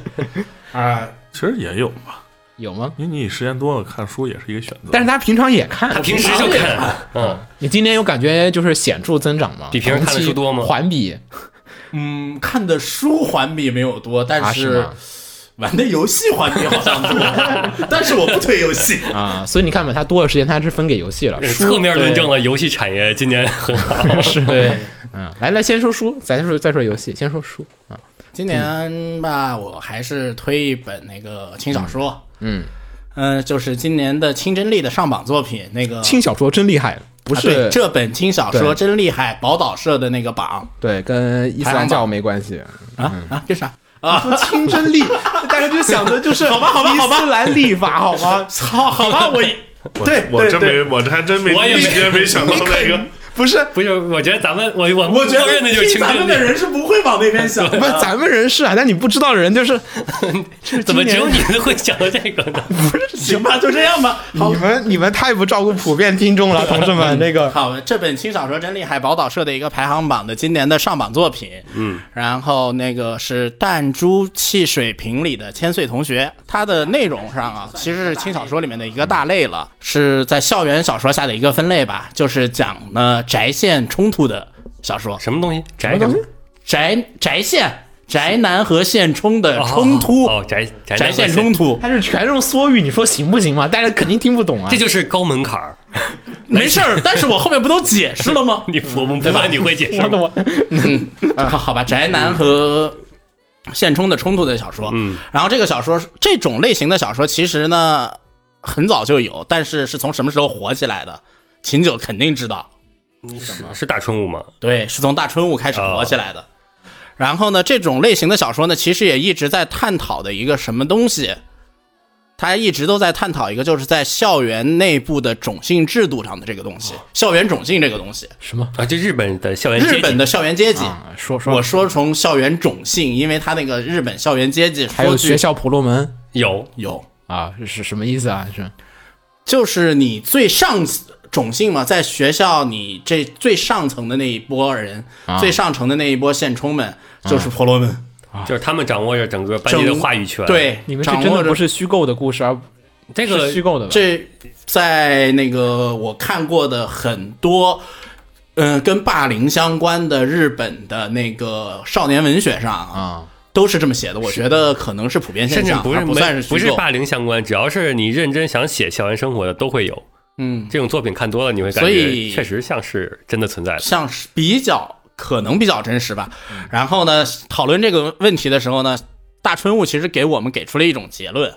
[SPEAKER 3] 啊。
[SPEAKER 5] 其实也有吧，
[SPEAKER 1] 有吗？
[SPEAKER 5] 因为你时间多了，看书也是一个选 择。
[SPEAKER 1] 但是他平常也看
[SPEAKER 2] 他，平时 就看，嗯，
[SPEAKER 1] 你今年有感觉就是显著增长吗？
[SPEAKER 2] 比平时看的
[SPEAKER 1] 同期
[SPEAKER 2] 书多吗
[SPEAKER 1] 环比
[SPEAKER 3] 嗯，看的书环比没有多，
[SPEAKER 1] 啊
[SPEAKER 3] 但
[SPEAKER 1] 是
[SPEAKER 3] 是
[SPEAKER 1] 吗
[SPEAKER 3] 玩的游戏环比好像多。 但是我不推游戏，
[SPEAKER 1] 啊，所以你看吧，他多的时间他是分给游戏了，
[SPEAKER 2] 侧面论证了游戏产业今年很好。
[SPEAKER 1] 是
[SPEAKER 3] 对，
[SPEAKER 1] 嗯，来来，先说书，再说再说游戏，先说书啊，
[SPEAKER 3] 今年吧，我还是推一本那个轻小说，
[SPEAKER 1] 嗯，
[SPEAKER 3] 嗯、就是今年的清真力的上榜作品，那个
[SPEAKER 1] 轻小说真厉害，不
[SPEAKER 3] 啊对
[SPEAKER 1] 是
[SPEAKER 3] 这本轻小
[SPEAKER 1] 啊对
[SPEAKER 3] 说真厉害，宝岛社的那个榜
[SPEAKER 1] 对跟伊斯兰教没关系，
[SPEAKER 3] 啊、啊，这啥？
[SPEAKER 1] 嗯说清真 力，大家就想的就是好吧好吧好吧，伊斯兰历法好吗？
[SPEAKER 3] 好好吧，我
[SPEAKER 5] 我
[SPEAKER 3] 对
[SPEAKER 5] 我
[SPEAKER 3] 对
[SPEAKER 5] 真没，我这还真没，
[SPEAKER 2] 我也没
[SPEAKER 5] 一时间没想到那个。
[SPEAKER 1] 不是
[SPEAKER 2] 不是，我觉得咱们我我
[SPEAKER 3] 我觉
[SPEAKER 2] 默认
[SPEAKER 3] 得
[SPEAKER 2] 的就是
[SPEAKER 3] 听
[SPEAKER 2] 清
[SPEAKER 3] 咱
[SPEAKER 2] 真
[SPEAKER 3] 们的
[SPEAKER 2] 力，
[SPEAKER 3] 人是不会往那边想
[SPEAKER 1] 不是
[SPEAKER 3] 的。
[SPEAKER 1] 咱们人是啊，但你不知道的人就是，
[SPEAKER 2] 怎么只有你会想到这个呢？
[SPEAKER 3] 行吧，就这样吧。好
[SPEAKER 1] 你，们你们太不照顾普遍听众了，同志们，那个
[SPEAKER 3] 好，这本轻小说真厉害，宝岛社的一个排行榜的今年的上榜作品。嗯，然后那个是《弹珠汽水瓶里的千岁同学》，它的内容上啊，其实是轻小说里面的一个大类了，是在校园小说下的一个分类吧，就是讲呢宅线冲突的小 说，
[SPEAKER 2] 什么东西？宅什么？
[SPEAKER 3] 宅宅线宅男和线冲的冲突，
[SPEAKER 2] 哦，宅宅
[SPEAKER 3] 宅线冲
[SPEAKER 2] 突，
[SPEAKER 3] 突。
[SPEAKER 1] 他是全用缩语，你说行不行嘛？大家肯定听不懂啊。
[SPEAKER 2] 这就是高门槛儿。
[SPEAKER 3] 没事儿，但是我后面不都解释了吗？
[SPEAKER 2] 你我们不怕你会解释
[SPEAKER 1] 我
[SPEAKER 2] 吗？
[SPEAKER 1] 懂，
[SPEAKER 2] 嗯
[SPEAKER 3] 好好吧，宅男和现充的冲突的小说。
[SPEAKER 2] 嗯，
[SPEAKER 3] 然后这个小说这种类型的小说，其实呢很早就有，但是是从什么时候火起来的？秦九肯定知道，
[SPEAKER 2] 是是大春物吗？
[SPEAKER 3] 对，是从大春物开始火起来的。然后呢，这种类型的小说呢，其实也一直在探讨的一个什么东西，它一直都在探讨一个，就是在校园内部的种姓制度上的这个东西，校园种姓这个东西，
[SPEAKER 1] 什么
[SPEAKER 2] 啊，这日本的哦校园阶级嗯
[SPEAKER 3] 日本的校园阶级。
[SPEAKER 1] 啊？说说
[SPEAKER 3] 我说从校园种姓，因为它那个日本校园阶级
[SPEAKER 1] 还有
[SPEAKER 3] 说句
[SPEAKER 1] 学校婆罗门
[SPEAKER 2] 有
[SPEAKER 3] 有，
[SPEAKER 1] 啊，是是什么意思啊？是
[SPEAKER 3] 就是你最上种姓嘛，在学校你这最上层的那一波人，
[SPEAKER 1] 啊
[SPEAKER 3] 最上层的那一波现充们就是婆罗门。
[SPEAKER 2] 就是他们掌握着啊整个班级的
[SPEAKER 3] 整
[SPEAKER 2] 话语权。，
[SPEAKER 3] 对，
[SPEAKER 1] 你们这
[SPEAKER 3] 掌
[SPEAKER 1] 真
[SPEAKER 3] 握
[SPEAKER 1] 的
[SPEAKER 3] 着
[SPEAKER 1] 不是虚构的故事，而
[SPEAKER 2] 这个
[SPEAKER 1] 是虚构的吧
[SPEAKER 3] 这在那个我看过的很多，嗯、跟霸凌相关的日本的那个少年文学上啊，
[SPEAKER 1] 啊
[SPEAKER 3] 都是这么写的。我觉得可能是普遍
[SPEAKER 2] 甚
[SPEAKER 3] 现
[SPEAKER 2] 至
[SPEAKER 3] 象，
[SPEAKER 2] 不
[SPEAKER 3] 而
[SPEAKER 2] 是
[SPEAKER 3] 啊不
[SPEAKER 2] 没
[SPEAKER 3] 算是
[SPEAKER 2] 不
[SPEAKER 3] 虚
[SPEAKER 2] 是
[SPEAKER 3] 构。
[SPEAKER 2] 霸凌相关，只要是你认真想写校园生活的，都会有
[SPEAKER 3] 嗯，
[SPEAKER 2] 这种作品。看多了你会感
[SPEAKER 3] 所
[SPEAKER 2] 觉
[SPEAKER 3] 以
[SPEAKER 2] 确实像是真的存在的。
[SPEAKER 3] 像是比较可能比较真实吧。然后呢，讨论这个问题的时候呢，大春物其实给我们给出了一种结论，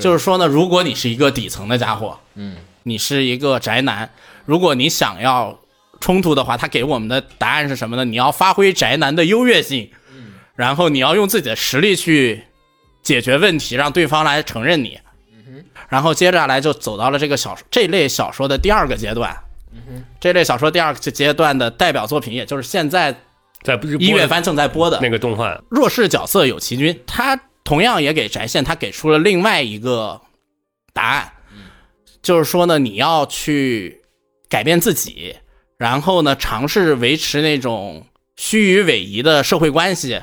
[SPEAKER 3] 就是说呢，如果你是一个底层的家伙，
[SPEAKER 1] 嗯，
[SPEAKER 3] 你是一个宅男，如果你想要冲突的话，他给我们的答案是什么呢？你要发挥宅男的优越性，然后你要用自己的实力去解决问题，让对方来承认你。然后接着下来就走到了这个小这类小说的第二个阶段。这类小说第二个阶段的代表作品，也就是现在
[SPEAKER 2] 在不是
[SPEAKER 3] 一月
[SPEAKER 2] 播
[SPEAKER 3] 番正在播的
[SPEAKER 2] 那个动画，
[SPEAKER 3] 弱势角色有其君，他同样也给翟宪他给出了另外一个答案，就是说呢，你要去改变自己，然后呢，尝试维持那种虚与委蛇的社会关系，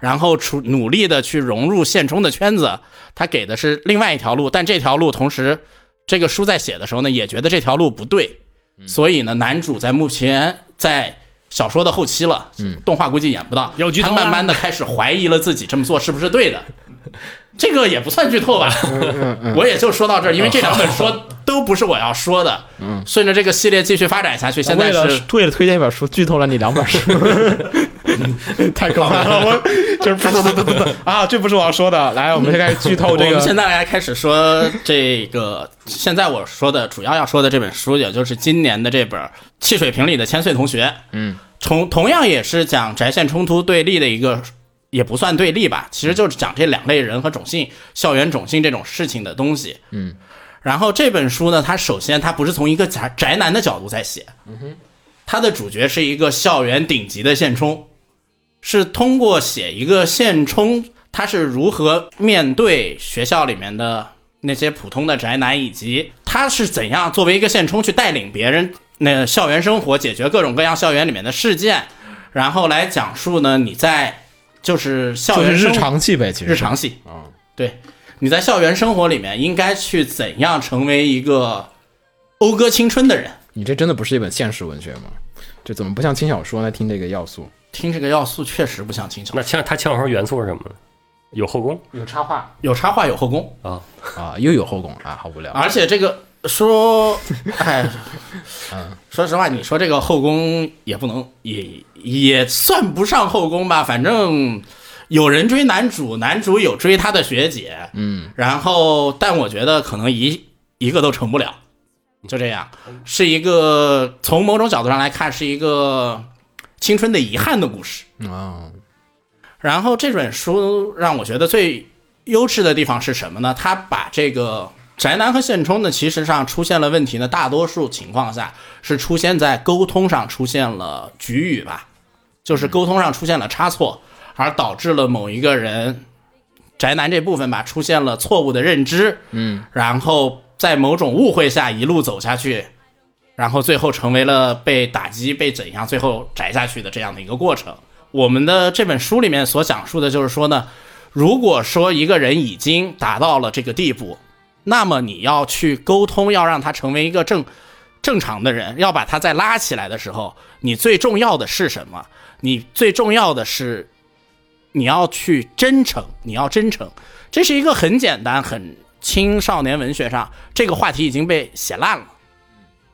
[SPEAKER 3] 然后出努力的去融入现充的圈子。他给的是另外一条路，但这条路同时，这个书在写的时候呢，也觉得这条路不对，
[SPEAKER 1] 嗯
[SPEAKER 3] 所以呢，男主在目前在。小说的后期了，嗯，动画估计演不到。
[SPEAKER 1] 有剧
[SPEAKER 3] 他
[SPEAKER 1] 透啊
[SPEAKER 3] 慢慢的开始怀疑了自己这么做是不是对的，这个也不算剧透吧。我也就说到这儿，因为这两本书 都不是我要说的。嗯，顺着这个系列继续发展下去，现在
[SPEAKER 1] 为了
[SPEAKER 3] 是
[SPEAKER 1] 为了推荐一本书，剧透了你两本书， 太可怕了！我就是不不不不不啊，这不是我要说的。来，我们现在剧透这
[SPEAKER 3] 我们现
[SPEAKER 1] 个
[SPEAKER 3] 在来开始说这个，现在我说的主要要说的这本书，也就是今年的这本《汽水瓶里的千岁同学》。嗯，同同样也是讲宅线冲突对立的一个，也不算对立吧，其实就是讲这两类人和种姓、校园种姓这种事情的东西。嗯，然后这本书呢，它首先它不是从一个宅宅男的角度在写，嗯哼，它的主角是一个校园顶级的现充。是通过写一个现充，他是如何面对学校里面的那些普通的宅男，以及他是怎样作为一个现充去带领别人那校园生活，解决各种各样校园里面的事件，然后来讲述呢你在就是校
[SPEAKER 1] 就是
[SPEAKER 3] 园
[SPEAKER 1] 日
[SPEAKER 3] 生活
[SPEAKER 1] 常戏呗，其实
[SPEAKER 3] 日常戏啊，对，你在校园生活里面应该去怎样成为一个讴歌青春的人。
[SPEAKER 1] 你这真的不是一本现实文学吗？这怎么不像轻小说来听这个要素？
[SPEAKER 3] 听这个要素确实不像轻小说
[SPEAKER 2] 那，像它前两说元素是什么呢？有后宫
[SPEAKER 3] 有插画有后宫，
[SPEAKER 2] 啊，
[SPEAKER 1] 啊，又有后宫啊，好无聊。
[SPEAKER 3] 而且这个说，哎，说实话，你说这个后宫也不能也也算不上后宫吧，反正有人追男主，男主有追他的学姐，嗯，然后但我觉得可能一一个都成不了，就这样，是一个从某种角度上来看是一个青春的遗憾的故事。
[SPEAKER 1] 啊，
[SPEAKER 3] 然后这本书让我觉得最优质的地方是什么呢？它把这个宅男和现充呢，其实上出现了问题呢，大多数情况下是出现在沟通上出现了局域吧，就是沟通上出现了差错，而导致了某一个人宅男这部分吧出现了错误的认知，嗯，然后在某种误会下一路走下去。然后最后成为了被打击、被怎样，最后宅下去的这样的一个过程。我们的这本书里面所讲述的就是说呢，如果说一个人已经达到了这个地步，那么你要去沟通，要让他成为一个正正常的人，要把他再拉起来的时候，你最重要的是什么？你最重要的是你要去真诚，你要真诚，这是一个很简单、很青少年文学上这个话题已经被写烂了。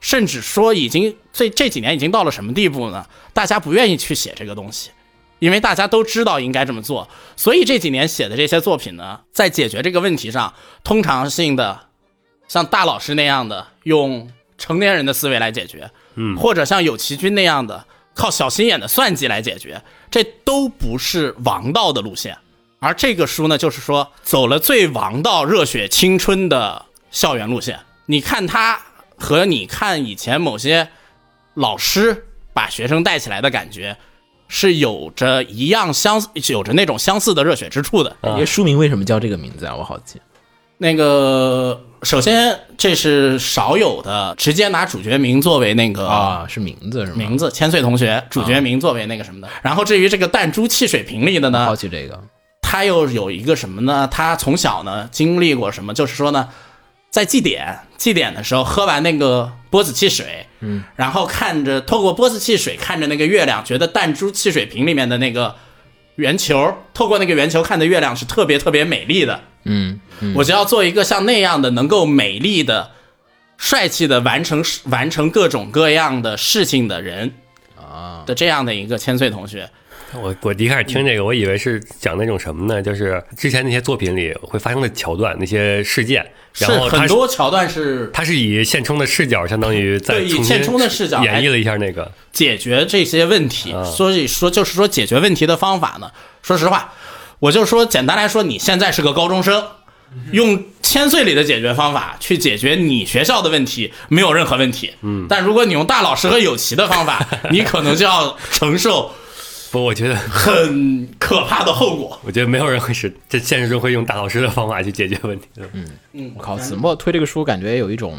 [SPEAKER 3] 甚至说已经这这几年已经到了什么地步呢？大家不愿意去写这个东西，因为大家都知道应该这么做，所以这几年写的这些作品呢，在解决这个问题上，通常性的像大老师那样的用成年人的思维来解决，
[SPEAKER 2] 嗯
[SPEAKER 3] 或者像有崎君那样的靠小心眼的算计来解决，这都不是王道的路线。而这个书呢，就是说走了最王道、热血青春的校园路线。你看他和你看以前某些老师把学生带起来的感觉，是有着一样相似，有着那种相似的热血之处的。
[SPEAKER 1] 哎这书名为什么叫这个名字啊？我好奇。
[SPEAKER 3] 那个，首先这是少有的，直接拿主角名作为那个
[SPEAKER 1] 啊，是名字是吗？
[SPEAKER 3] 名字，千岁同学主角名作为那个什么的。然后至于这个弹珠汽水瓶里的
[SPEAKER 1] 我好
[SPEAKER 3] 呢，
[SPEAKER 1] 奇这个
[SPEAKER 3] 他又有一个什么呢？他从小呢经历过什么？就是说呢，在祭典祭典的时候喝完那个波子汽水，嗯，然后看着透过波子汽水看着那个月亮，觉得弹珠汽水瓶里面的那个圆球，透过那个圆球看的月亮是特别特别美丽的。
[SPEAKER 1] 嗯，嗯，
[SPEAKER 3] 我就要做一个像那样的能够美丽的、帅气的完成完成各种各样的事情的人
[SPEAKER 1] 啊，
[SPEAKER 3] 的这样的一个千岁同学。
[SPEAKER 2] 我我一开始听这个，我以为是讲那种什么呢？就是之前那些作品里会发生的桥段、那些事件，
[SPEAKER 3] 是
[SPEAKER 2] 然后他
[SPEAKER 3] 很多桥段是
[SPEAKER 2] 他是以现充的视角，相当于在
[SPEAKER 3] 对以
[SPEAKER 2] 重新
[SPEAKER 3] 现充的视角
[SPEAKER 2] 演绎了一下那个。
[SPEAKER 3] 解决这些问题，
[SPEAKER 1] 啊
[SPEAKER 3] 所以说就是说解决问题的方法呢。说实话，我就说简单来说，你现在是个高中生，用千岁里的解决方法去解决你学校的问题，没有任何问题。嗯，但如果你用大老师和有奇的 方法，你可能就要承受
[SPEAKER 2] 不，我觉得
[SPEAKER 3] 很可怕的后果。
[SPEAKER 2] 我觉得没有人会是在现实中会用大老师的方法去解决问题的。
[SPEAKER 3] 嗯
[SPEAKER 1] 我靠，子墨推这个书，感觉有一种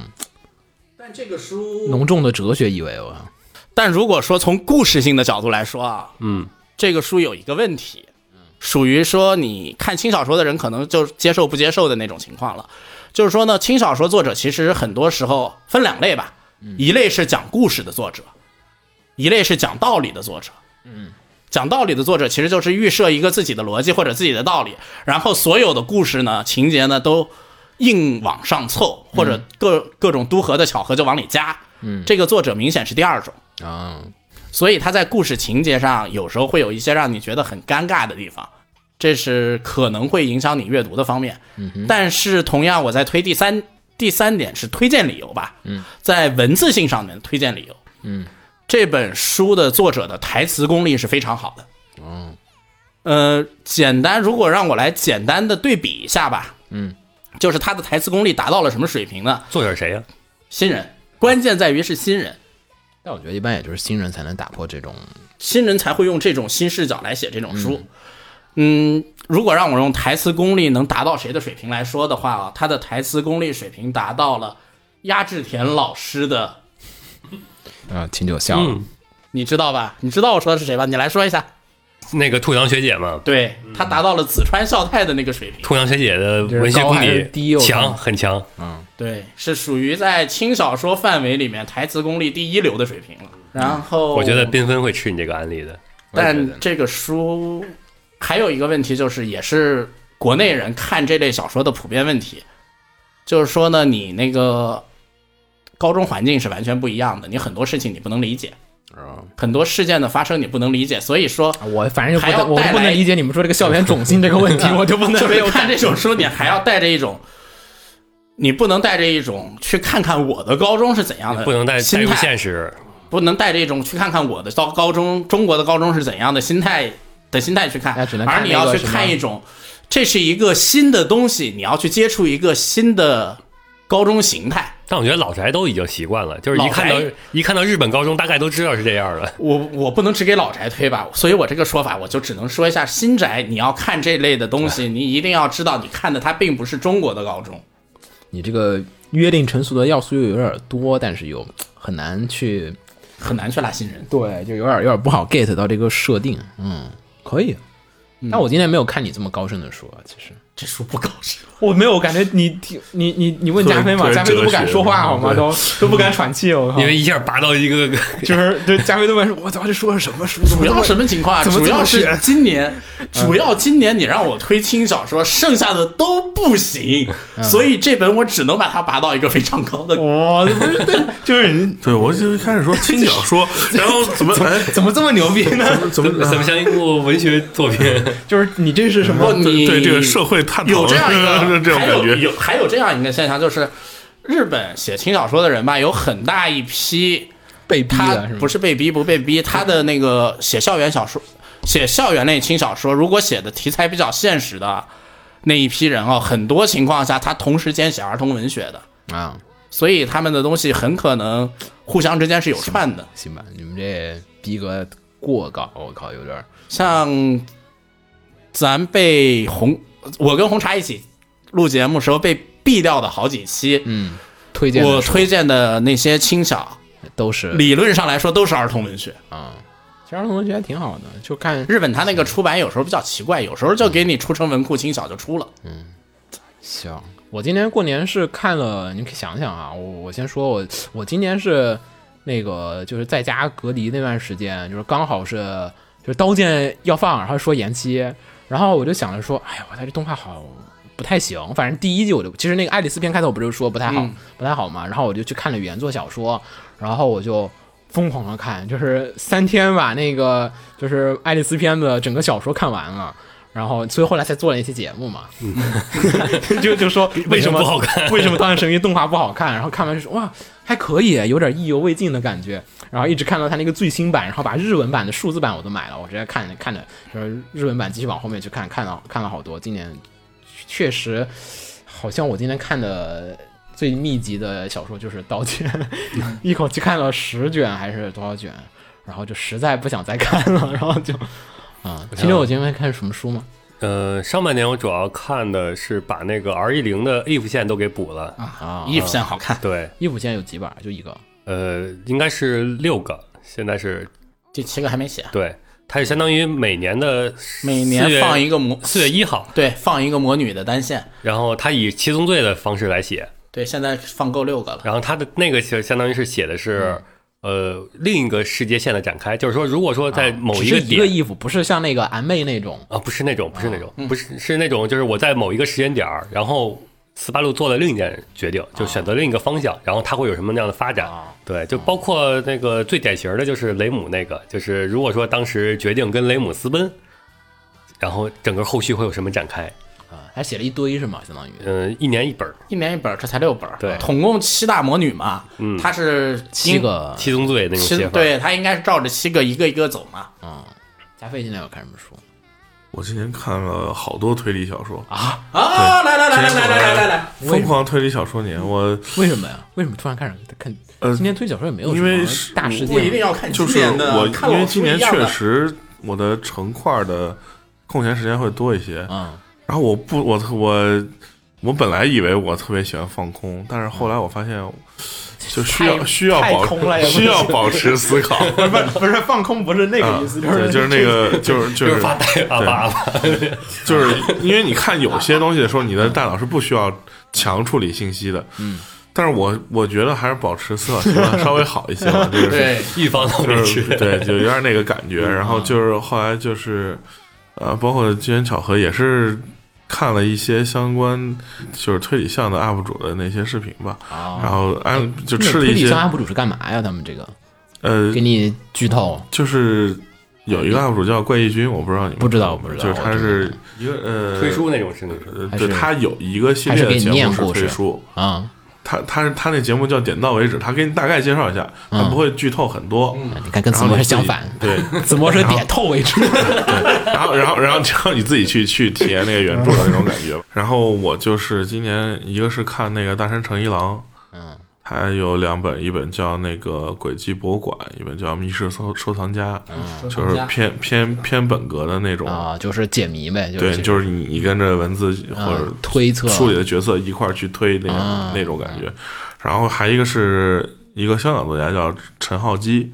[SPEAKER 3] 但这个书
[SPEAKER 1] 浓重的哲学意味哦。
[SPEAKER 3] 但如果说从故事性的角度来说啊，
[SPEAKER 2] 嗯，
[SPEAKER 3] 这个书有一个问题，属于说你看轻小说的人可能就接受不接受的那种情况了。就是说呢，轻小说作者其实很多时候分两类吧，一类是讲故事的作者，一类是讲道理的作者。讲道理的作者其实就是预设一个自己的逻辑或者自己的道理，然后所有的故事呢、情节呢都硬往上凑，或者各、各种都合的巧合就往里加。嗯，这个作者明显是第二种。
[SPEAKER 1] 啊，
[SPEAKER 3] 所以他在故事情节上有时候会有一些让你觉得很尴尬的地方，这是可能会影响你阅读的方面。但是同样，我在推第三第三点是推荐理由吧，嗯，在文字性上面推荐理由，嗯，这本书的作者的台词功力是非常好的，哦嗯，呃，简单，如果让我来简单的对比一下吧，嗯，就是他的台词功力达到了什么水平呢？
[SPEAKER 2] 作者是谁呀、啊
[SPEAKER 3] 新人，关键在于是新人。
[SPEAKER 1] 但我觉得一般也就是新人才能打破这种
[SPEAKER 3] 新人才会用这种新视角来写这种书。嗯，如果让我用台词功力能达到谁的水平来说的话啊，他的台词功力水平达到了压制田老师的，
[SPEAKER 1] 啊，秦九
[SPEAKER 3] 哦
[SPEAKER 1] 笑了
[SPEAKER 2] 嗯，
[SPEAKER 3] 你知道吧？你知道我说的是谁吧？你来说一下。
[SPEAKER 2] 那个兔羊学姐嘛，
[SPEAKER 3] 对他达到了紫川孝太的那个水平，
[SPEAKER 2] 兔羊学姐的文学
[SPEAKER 1] 高
[SPEAKER 2] 功
[SPEAKER 1] 还是低
[SPEAKER 2] 底
[SPEAKER 1] 我看
[SPEAKER 2] 强，很强。
[SPEAKER 3] 对，是属于在轻小说范围里面台词功力第一流的水平了。然后
[SPEAKER 2] 我觉得缤纷会吃你这个案例的。
[SPEAKER 3] 但这个书还有一个问题，就是也是国内人看这类小说的普遍问题，就是说呢，你那个高中环境是完全不一样的，你很多事情你不能理解，很多事件的发生你不能理解，所以说
[SPEAKER 1] 啊我反正就不
[SPEAKER 3] 还要
[SPEAKER 1] 能，我
[SPEAKER 3] 带来
[SPEAKER 1] 不能理解你们说这个校园种姓这个 问题，我就不能
[SPEAKER 3] 就
[SPEAKER 1] 没
[SPEAKER 3] 是
[SPEAKER 1] 有
[SPEAKER 3] 看这种书，你还要带着一种。 你不能带着一种去看看我的高中是怎样的心态，
[SPEAKER 2] 不能再带入现实，
[SPEAKER 3] 不能带着一种去看看我的高高中中国的高中是怎样的心态的心态去看
[SPEAKER 1] 那只能，看
[SPEAKER 3] 而你
[SPEAKER 1] 那
[SPEAKER 3] 要
[SPEAKER 1] 个
[SPEAKER 3] 去
[SPEAKER 1] 什么
[SPEAKER 3] 看一种，这是一个新的东西，你要去接触一个新的高中形态。
[SPEAKER 2] 但我觉得老宅都已经习惯了，就是一
[SPEAKER 3] 老宅哦
[SPEAKER 2] 看到一看到日本高中，大概都知道是这样的。
[SPEAKER 3] 我我不能只给老宅推吧，所以我这个说法我就只能说一下新宅。你要看这类的东西，你一定要知道，你看的它并不是中国的高中。
[SPEAKER 1] 你这个约定成俗的要素又有点多，但是又很难去
[SPEAKER 3] 很难去拉新人，
[SPEAKER 1] 对，就有点有点不好 get 到这个设定。嗯，可以。但我今天没有看你这么高深的书啊，其实
[SPEAKER 3] 这书不高深。
[SPEAKER 1] 我没有，我感觉你挺你你你问
[SPEAKER 5] 加菲嘛特别加菲都不敢说话好吗哲学
[SPEAKER 1] 都不敢喘气，我靠
[SPEAKER 2] 因为一下拔到一个，
[SPEAKER 1] 就是就加菲都问我操，这说的什么书？
[SPEAKER 3] 主要什么情况啊？
[SPEAKER 1] 怎么嗯
[SPEAKER 3] 主
[SPEAKER 1] 这么
[SPEAKER 3] 要是
[SPEAKER 1] 选
[SPEAKER 3] 今年，主要今年你让我推轻小说，剩下的都不行，
[SPEAKER 1] 嗯
[SPEAKER 3] 所以这本我只能把它拔到一个非常高的。
[SPEAKER 1] 哇，这不是对， 就是你
[SPEAKER 5] 对，我就开始说轻小 说，然后怎么哎
[SPEAKER 1] 怎么这么牛逼呢？
[SPEAKER 5] 怎么
[SPEAKER 2] 怎么怎么像一部文学作品？
[SPEAKER 1] 就是你这是什
[SPEAKER 3] 不，
[SPEAKER 1] 么？
[SPEAKER 3] 你
[SPEAKER 5] 对这个社会探讨
[SPEAKER 3] 有这样一
[SPEAKER 5] 这
[SPEAKER 3] 个，
[SPEAKER 5] 种
[SPEAKER 3] 还
[SPEAKER 5] 感
[SPEAKER 3] 有
[SPEAKER 5] 觉，
[SPEAKER 3] 有还有这样一个现象，就是日本写轻小说的人吧，有很大一批
[SPEAKER 1] 被逼
[SPEAKER 3] 他
[SPEAKER 1] 的是吗？嗯
[SPEAKER 3] 不是被逼不被逼，他的那个写校园小说、写校园类轻小说，如果写的题材比较现实的那一批人哦，很多情况下他同时间写儿童文学的，
[SPEAKER 1] 啊，
[SPEAKER 3] 所以他们的东西很可能互相之间是有串的。
[SPEAKER 1] 行吧，你们这逼格过高，我靠，有点儿
[SPEAKER 3] 像咱被红，我跟红茶一起录节目时候被毙掉的好几期，
[SPEAKER 1] 嗯，推荐的
[SPEAKER 3] 我
[SPEAKER 1] 书
[SPEAKER 3] 推荐的那些轻小，
[SPEAKER 1] 都是
[SPEAKER 3] 理论上来说都是儿童文学。
[SPEAKER 1] 啊。其实儿童文学还挺好的，就看
[SPEAKER 3] 日本它那个出版有时候比较奇怪，有时候就给你出成文库轻小就出了。
[SPEAKER 1] 行，我今年过年是看了，你可以想想啊，我我先说，我我今年是那个就是在家隔离那段时间，就是刚好是就是《刀剑》要放，然后说延期，然后我就想着说，哎呀，我这动画好不太行，反正第一季我就其实那个《爱丽丝》片开头我不是说不太好、不太好嘛，然后我就去看了原作小说，然后我就。疯狂的看，就是三天把那个就是《爱丽丝》篇的整个小说看完了，然后所以后来才做了一期节目嘛，嗯 就就说为什么
[SPEAKER 2] 为什么不好看，
[SPEAKER 1] 为什么《当然神域》动画不好看， 然后看完就说哇还可以，有点意犹未尽的感觉，然后一直看到它那个最新版，然后把日文版的数字版我都买了，我直接看着看着就是日文版继续往后面去看，看了看了好多，今年确实好像我今天看的。最密集的小说就是《刀剑》，一口气看了十卷还是多少卷，然后就实在不想再看了，然后就，啊、其实我今天看什么书吗？
[SPEAKER 2] 呃，上半年我主要看的是把那个 R 一零的 if 线都给补了，
[SPEAKER 1] 啊，
[SPEAKER 3] 衣服线好看，
[SPEAKER 2] 对，
[SPEAKER 1] 一五现在有几本？就一个。
[SPEAKER 2] 呃，应该是六个，现在是
[SPEAKER 3] 这七个还没写，
[SPEAKER 2] 对，它是相当于每年的
[SPEAKER 3] 每年放一个魔，
[SPEAKER 2] 四月一号，
[SPEAKER 3] 对，放一个魔女的单线，
[SPEAKER 2] 然后它以七宗罪的方式来写，
[SPEAKER 3] 对，现在放够六个了。
[SPEAKER 2] 然后它的那个就相当于是写的是、呃另一个世界线的展开，就是说如果说在某
[SPEAKER 1] 只
[SPEAKER 2] 一
[SPEAKER 1] 是
[SPEAKER 2] 个
[SPEAKER 1] 一
[SPEAKER 2] 点
[SPEAKER 1] 个衣服，不是像那个俺妹那种
[SPEAKER 2] 啊，不是那种，不是那种，不是是那种，就是我在某一个时间点儿，然后斯巴鲁做了另一件决定，就选择另一个方向，然后它会有什么样的发展？对，就包括那个最典型的就是雷姆那个，就是如果说当时决定跟雷姆私奔，然后整个后续会有什么展开？
[SPEAKER 1] 啊，还写了一堆是吗？相当于
[SPEAKER 2] 嗯、一年一本儿，
[SPEAKER 3] 一年一本，这才六本，
[SPEAKER 2] 对
[SPEAKER 3] 统共七大魔女嘛，嗯她是
[SPEAKER 1] 七，个。
[SPEAKER 2] 七宗罪那种
[SPEAKER 3] 七
[SPEAKER 2] 写，法。
[SPEAKER 3] 对，她应该是照着七个一个一个走嘛。
[SPEAKER 1] 嗯，加菲今天有看什么书？
[SPEAKER 5] 我今年看了好多推理小说，
[SPEAKER 3] 啊，来来来来来来来来来，
[SPEAKER 5] 疯狂推理小说年，我
[SPEAKER 1] 为什么呀？为什么突然开始看？
[SPEAKER 5] 呃
[SPEAKER 1] 今天推小说也没有什
[SPEAKER 5] 因为
[SPEAKER 1] 么
[SPEAKER 5] 是
[SPEAKER 1] 大事
[SPEAKER 3] 不一定
[SPEAKER 1] 件。
[SPEAKER 3] 要看
[SPEAKER 5] 就
[SPEAKER 3] 今
[SPEAKER 5] 是
[SPEAKER 3] 年的，
[SPEAKER 5] 我，
[SPEAKER 3] 看
[SPEAKER 5] 因
[SPEAKER 3] 老
[SPEAKER 5] 为
[SPEAKER 3] 师
[SPEAKER 5] 今年
[SPEAKER 3] 不一样
[SPEAKER 5] 确
[SPEAKER 3] 的
[SPEAKER 5] 实我的成块儿的空闲时间会多一些，
[SPEAKER 1] 嗯，
[SPEAKER 5] 然后我不，我我我本来以为我特别喜欢放空，但是后来我发现，
[SPEAKER 3] 嗯
[SPEAKER 5] 就需要
[SPEAKER 1] 太
[SPEAKER 5] 需要
[SPEAKER 1] 太
[SPEAKER 5] 保
[SPEAKER 1] 空了也不
[SPEAKER 5] 需要保持思考，
[SPEAKER 1] 不是不是放空，不是那
[SPEAKER 5] 啊，对，就是那个，就是就
[SPEAKER 2] 就是
[SPEAKER 5] 是
[SPEAKER 2] 发呆 啊
[SPEAKER 5] 对
[SPEAKER 2] 吧，
[SPEAKER 5] 就是因为你看有些东西的时候，你的大脑是不需要强处理信息的，嗯。但是我我觉得还是保持思考习惯稍微好一些 吧，就是
[SPEAKER 3] 对
[SPEAKER 2] 预防到
[SPEAKER 5] 就
[SPEAKER 2] 没去
[SPEAKER 5] 是。对，就有点那个感觉。然后就是后来就是，呃，包括机缘巧合也是看了一些相关就是推理项的 UP 主的那些视频吧，然后按就吃
[SPEAKER 1] 哦
[SPEAKER 5] 了
[SPEAKER 1] 哎推
[SPEAKER 5] 一
[SPEAKER 1] 理
[SPEAKER 5] 些
[SPEAKER 1] 向 UP 主是干嘛呀？他们这个
[SPEAKER 5] 呃
[SPEAKER 1] 给，你剧透，
[SPEAKER 5] 就是有一个 UP 主叫怪异君，我不知道你们
[SPEAKER 1] 不知道不知道
[SPEAKER 5] 就是他
[SPEAKER 1] 我知
[SPEAKER 5] 是一个呃
[SPEAKER 2] 推书那种是那种，
[SPEAKER 5] 呃，
[SPEAKER 1] 还
[SPEAKER 5] 对
[SPEAKER 1] 是
[SPEAKER 5] 他有一个系
[SPEAKER 1] 还
[SPEAKER 5] 列
[SPEAKER 1] 是给
[SPEAKER 5] 的
[SPEAKER 1] 你
[SPEAKER 5] 节
[SPEAKER 1] 念
[SPEAKER 5] 目是
[SPEAKER 1] 故
[SPEAKER 5] 推
[SPEAKER 1] 事
[SPEAKER 5] 书，
[SPEAKER 1] 啊、
[SPEAKER 5] 他他他那节目叫点到为止，他给你大概介绍一下，他
[SPEAKER 1] 嗯
[SPEAKER 5] 不会剧透很多。
[SPEAKER 2] 嗯
[SPEAKER 1] 你嗯看跟
[SPEAKER 5] 然
[SPEAKER 1] 子
[SPEAKER 5] 后
[SPEAKER 1] 墨
[SPEAKER 5] 你
[SPEAKER 1] 是
[SPEAKER 5] 自己
[SPEAKER 1] 相反，
[SPEAKER 5] 对，
[SPEAKER 1] 子墨是点透为止。
[SPEAKER 5] 然后，然后，然后就让你自己去去体验那个原著的那种感 觉。然后我就是今年一个是看那个大山诚一郎，
[SPEAKER 1] 嗯，
[SPEAKER 5] 他有两本，一本叫那个《轨迹博物馆》，一本叫《密室收收藏家》，
[SPEAKER 1] 嗯
[SPEAKER 5] 就是偏偏偏本格的那 种。
[SPEAKER 1] 啊，就是解谜呗，就
[SPEAKER 5] 对，
[SPEAKER 1] 是
[SPEAKER 5] 就是你你跟着文字或者
[SPEAKER 1] 嗯推测
[SPEAKER 5] 书里的角色一块儿去推那个、
[SPEAKER 1] 啊
[SPEAKER 5] 那种感觉。然后还一个是一个香港作家叫陈浩基，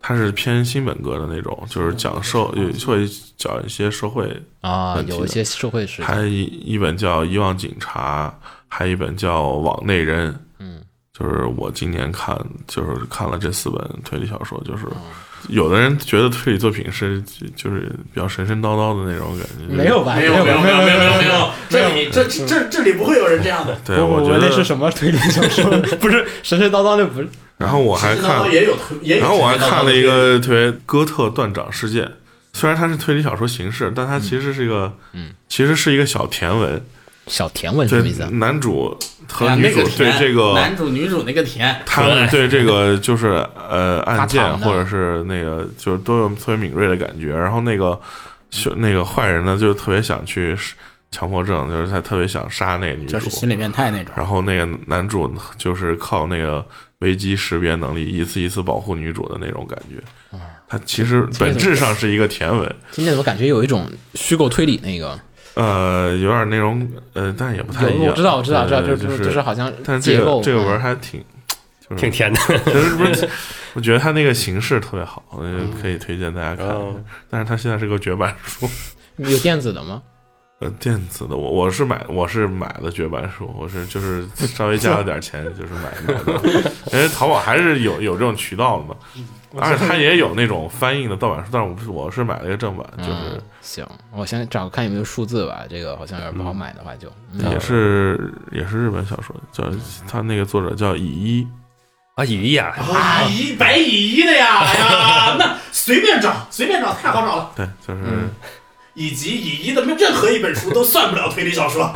[SPEAKER 5] 他是偏新本格的那种，
[SPEAKER 1] 哦
[SPEAKER 5] 就是讲社有会讲一些社会
[SPEAKER 1] 啊，
[SPEAKER 5] 问题
[SPEAKER 1] 有一
[SPEAKER 5] 的
[SPEAKER 1] 些社会事件
[SPEAKER 5] 还一一本叫《遗忘警察》，还一本叫《网内人》。
[SPEAKER 1] 嗯，
[SPEAKER 5] 就是我今年看，就是看了这四本推理小说，就是
[SPEAKER 1] 哦
[SPEAKER 5] 有的人觉得推理作品是就是比较神神叨叨的那种感觉，
[SPEAKER 1] 没有吧？
[SPEAKER 3] 没有
[SPEAKER 1] 有
[SPEAKER 3] 没有
[SPEAKER 1] 没
[SPEAKER 3] 没有没有没有没
[SPEAKER 1] 有。
[SPEAKER 3] 有，这里这这这这里不会有人这样的。
[SPEAKER 5] 对，我觉得。
[SPEAKER 1] 什么推理小说？不是神神叨叨的，不是
[SPEAKER 5] 然后我还看，
[SPEAKER 3] 也有也有。
[SPEAKER 5] 然后我还看了一，个特别哥特断掌事件，虽然它是推理小说形式，但它其实是一个，嗯，其实是一个小甜文，
[SPEAKER 1] 小甜文嗯什
[SPEAKER 5] 这
[SPEAKER 1] 么意思啊？哎
[SPEAKER 5] 男主和
[SPEAKER 3] 啊
[SPEAKER 5] 女
[SPEAKER 3] 那
[SPEAKER 5] 主
[SPEAKER 3] 个
[SPEAKER 5] 对
[SPEAKER 3] 甜
[SPEAKER 5] 这个
[SPEAKER 3] 男主女主那个甜，
[SPEAKER 5] 他
[SPEAKER 2] 可爱
[SPEAKER 5] 们对这个就是呃
[SPEAKER 1] 发
[SPEAKER 5] 案
[SPEAKER 1] 糖
[SPEAKER 5] 件
[SPEAKER 1] 的
[SPEAKER 5] 或者是那个就是都有特别敏锐的感觉，然后那个是那个坏人呢，就特别想去强迫症，就是他特别想杀那个女
[SPEAKER 3] 就是
[SPEAKER 5] 主，
[SPEAKER 3] 心理变态那种。
[SPEAKER 5] 然后那个男主就是靠那个危机识别能力一次一次保护女主的那种感觉。
[SPEAKER 3] 嗯
[SPEAKER 5] 他其实本质上是一个甜文，
[SPEAKER 1] 今天怎么感觉有一种虚构推理那个？
[SPEAKER 5] 呃，有点那种呃，但也不太一
[SPEAKER 1] 有，
[SPEAKER 5] 样。
[SPEAKER 1] 我知道，我知道，知道，
[SPEAKER 5] 对
[SPEAKER 1] 就是就是好像
[SPEAKER 5] 但是
[SPEAKER 1] 结
[SPEAKER 5] 这
[SPEAKER 1] 构
[SPEAKER 5] 个这个文
[SPEAKER 1] 嗯
[SPEAKER 5] 儿还挺 就是
[SPEAKER 2] 挺甜的。
[SPEAKER 5] 可是不是？我觉得他那个形式特别好，我觉得可以推荐大家看
[SPEAKER 2] 哦。
[SPEAKER 1] 嗯
[SPEAKER 5] 但是他现在是个绝版书，
[SPEAKER 1] 有电子的吗？
[SPEAKER 5] 呃，电子的我我是买我是买的绝版书，我是就是稍微加了点钱 就是买买的，因为淘宝还是有有这种渠道的嘛。
[SPEAKER 1] 嗯
[SPEAKER 5] 而且它也有那种翻译的盗版书，但是我不是我是买了一个正版， 就是
[SPEAKER 1] 嗯，行，我先找看有没有数字吧。这个好像有点不好买的话就，嗯
[SPEAKER 5] 也是也是日本小说，叫他那个作者叫乙一，
[SPEAKER 2] 啊，雨衣啊，
[SPEAKER 3] 啊，一白乙一的呀，哎呀，那随便找，随便找，太好找了。
[SPEAKER 5] 对，就是
[SPEAKER 1] 嗯
[SPEAKER 3] 以及乙一的任何一本书都算不了推理小说，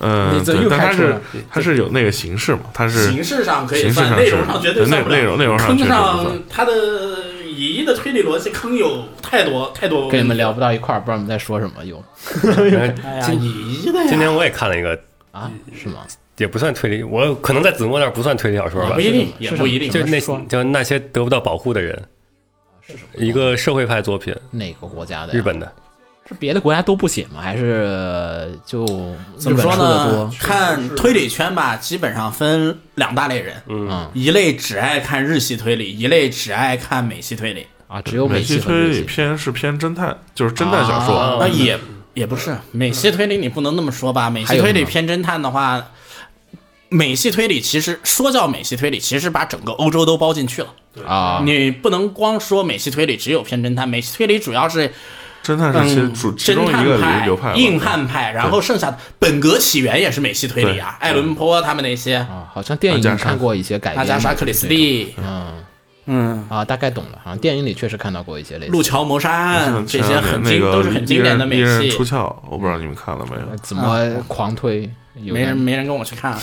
[SPEAKER 5] 嗯，
[SPEAKER 1] 你这
[SPEAKER 5] 对
[SPEAKER 1] 又
[SPEAKER 5] 但
[SPEAKER 1] 开
[SPEAKER 5] 它
[SPEAKER 1] 出
[SPEAKER 5] 是
[SPEAKER 1] 了
[SPEAKER 5] 它是有那个形式嘛，它是
[SPEAKER 3] 形式上可以
[SPEAKER 5] 形式
[SPEAKER 3] 算，
[SPEAKER 5] 上
[SPEAKER 3] 内
[SPEAKER 5] 是
[SPEAKER 3] 容上绝对
[SPEAKER 5] 对
[SPEAKER 3] 算不了。
[SPEAKER 5] 内内容内容上
[SPEAKER 3] 坑
[SPEAKER 5] 确实不
[SPEAKER 3] 上
[SPEAKER 5] 算
[SPEAKER 3] 他的乙一的推理逻辑坑有太多太多。
[SPEAKER 1] 跟你们聊，不到一块儿，不知道你们在说什么，又
[SPEAKER 3] 哎呀，乙一的呀，
[SPEAKER 2] 今天我也看了一个，
[SPEAKER 1] 啊，
[SPEAKER 3] 嗯
[SPEAKER 1] 是吗？
[SPEAKER 2] 也不算推理，我可能在子墨那儿不算推理小说吧
[SPEAKER 3] 啊不，一定，也
[SPEAKER 1] 是什
[SPEAKER 3] 不
[SPEAKER 1] 么
[SPEAKER 3] 一定。啊
[SPEAKER 2] 就是那
[SPEAKER 1] 说
[SPEAKER 2] 就那些得不到保护的人，一个社会派作品，
[SPEAKER 1] 哪个国家的呀？
[SPEAKER 2] 日本的，
[SPEAKER 1] 是别的国家都不写吗？还是就
[SPEAKER 3] 怎么说
[SPEAKER 1] 日本出的多
[SPEAKER 3] 呢？？看推理圈吧，基本上分两大类人，
[SPEAKER 1] 嗯
[SPEAKER 3] 一类只爱看日系推理，一类只爱看美系推理。
[SPEAKER 1] 啊，只有
[SPEAKER 5] 美
[SPEAKER 1] 美
[SPEAKER 5] 系
[SPEAKER 1] 系和
[SPEAKER 5] 推
[SPEAKER 1] 日
[SPEAKER 5] 理
[SPEAKER 1] 系
[SPEAKER 5] 偏是偏侦探，就是侦探小说。
[SPEAKER 1] 啊
[SPEAKER 3] 那也也不是美系推理，你不能那么说吧？美
[SPEAKER 1] 还
[SPEAKER 3] 系
[SPEAKER 1] 有
[SPEAKER 3] 推理
[SPEAKER 1] 什么
[SPEAKER 3] 偏侦探的话，美系推理其实说叫美系推理，其实把整个欧洲都包进去了。
[SPEAKER 1] 啊，
[SPEAKER 3] 你不能光说美系推理只有偏侦探，美系推理主要是
[SPEAKER 5] 侦探是其
[SPEAKER 3] 嗯，
[SPEAKER 5] 主其中
[SPEAKER 3] 侦
[SPEAKER 5] 一
[SPEAKER 3] 探
[SPEAKER 5] 个流
[SPEAKER 3] 派
[SPEAKER 5] 流派吧，
[SPEAKER 3] 硬汉派，然后剩下的本格起源也是美系推理啊，
[SPEAKER 5] 对
[SPEAKER 3] 爱伦坡他们那些，
[SPEAKER 1] 啊，好像电影
[SPEAKER 5] 嗯阿加莎
[SPEAKER 1] 看过一些改编
[SPEAKER 3] 阿
[SPEAKER 1] 的，
[SPEAKER 3] 加莎·克里斯蒂，
[SPEAKER 1] 嗯
[SPEAKER 3] 嗯，
[SPEAKER 1] 啊，大概懂了，好像电影里确实看到过一些类似
[SPEAKER 3] 路。桥谋杀案
[SPEAKER 5] 像
[SPEAKER 3] 这
[SPEAKER 5] 前
[SPEAKER 3] 些
[SPEAKER 5] 两年
[SPEAKER 3] 很
[SPEAKER 5] 那
[SPEAKER 3] 经
[SPEAKER 5] 个
[SPEAKER 3] 都是很经典的美
[SPEAKER 5] 一人一人
[SPEAKER 3] 系
[SPEAKER 5] 出，窍，我不知道你们看了没有？
[SPEAKER 1] 怎么狂推？有
[SPEAKER 3] 啊没人
[SPEAKER 1] 感
[SPEAKER 3] 没人跟我去 看，啊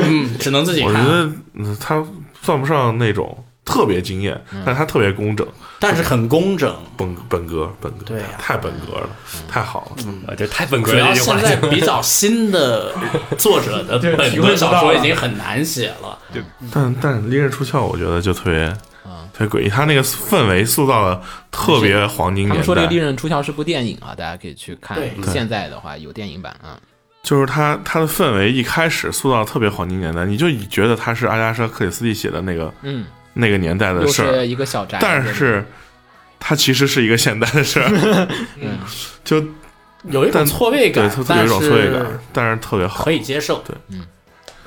[SPEAKER 3] 嗯，只能自己
[SPEAKER 5] 我觉
[SPEAKER 3] 看，
[SPEAKER 5] 得嗯它算不上那种特别惊艳，
[SPEAKER 3] 嗯
[SPEAKER 5] 但它特别工整，
[SPEAKER 3] 但是很工整。
[SPEAKER 5] 本本格本格，
[SPEAKER 3] 对呀啊嗯
[SPEAKER 5] 太本格了，太好了。
[SPEAKER 2] 啊，这太本格
[SPEAKER 3] 主
[SPEAKER 2] 了
[SPEAKER 3] 要
[SPEAKER 2] 这句
[SPEAKER 3] 现
[SPEAKER 2] 话
[SPEAKER 3] 在比较新的作者 的本
[SPEAKER 1] 提
[SPEAKER 3] 格
[SPEAKER 1] 问不
[SPEAKER 3] 小
[SPEAKER 1] 到
[SPEAKER 3] 说
[SPEAKER 1] 了
[SPEAKER 3] 已经很难写了，嗯
[SPEAKER 5] 但但一人出窍，我觉得就特别
[SPEAKER 1] 啊
[SPEAKER 5] 特别诡异，他那个氛围塑造的特别黄金
[SPEAKER 1] 他
[SPEAKER 5] 年
[SPEAKER 1] 们说这个《利
[SPEAKER 5] 代。
[SPEAKER 1] 刃出鞘》是部电影啊，大家可以去看
[SPEAKER 3] 对。
[SPEAKER 1] 现在的话有电影版啊，
[SPEAKER 5] 就是他他的氛围一开始塑造得特别黄金年代，你就觉得他是阿加莎·克里斯蒂写的那个
[SPEAKER 1] 嗯，
[SPEAKER 5] 那个年代的
[SPEAKER 1] 又
[SPEAKER 5] 事儿，
[SPEAKER 1] 是一个小宅，
[SPEAKER 5] 但是它其实是一个现代的事儿，
[SPEAKER 1] 嗯
[SPEAKER 5] 就
[SPEAKER 3] 有一种
[SPEAKER 5] 但
[SPEAKER 3] 错位
[SPEAKER 5] 对
[SPEAKER 3] 感
[SPEAKER 5] 它，有
[SPEAKER 3] 但
[SPEAKER 5] 一种错位感
[SPEAKER 3] 是，
[SPEAKER 5] 但是特别好
[SPEAKER 3] 可。以接受。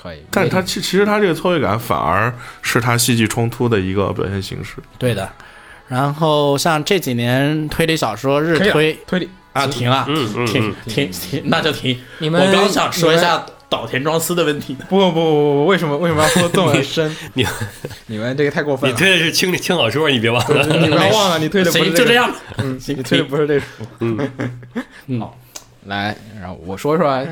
[SPEAKER 1] 可以，
[SPEAKER 5] 但是它其其实它这个错位感反而是它戏剧冲突的一个表现形式。
[SPEAKER 3] 对的。然后像这几年推理小说日推
[SPEAKER 1] 推理，
[SPEAKER 3] 啊停了，
[SPEAKER 2] 嗯嗯
[SPEAKER 3] 停
[SPEAKER 2] 嗯
[SPEAKER 3] 停停，那就停。
[SPEAKER 1] 你们
[SPEAKER 3] 我刚想说一下岛田庄司的问题呢，
[SPEAKER 1] 不不不不，为什么为什么要说这么深？
[SPEAKER 2] 你
[SPEAKER 1] 你们这个太过分
[SPEAKER 2] 你推的是轻轻小说，你别忘了。
[SPEAKER 1] 你们忘了你推
[SPEAKER 3] 行，就这，样吧。
[SPEAKER 1] 嗯，你
[SPEAKER 3] 推的
[SPEAKER 1] 不是这
[SPEAKER 3] 嗯，好，
[SPEAKER 1] 来，然后我说说，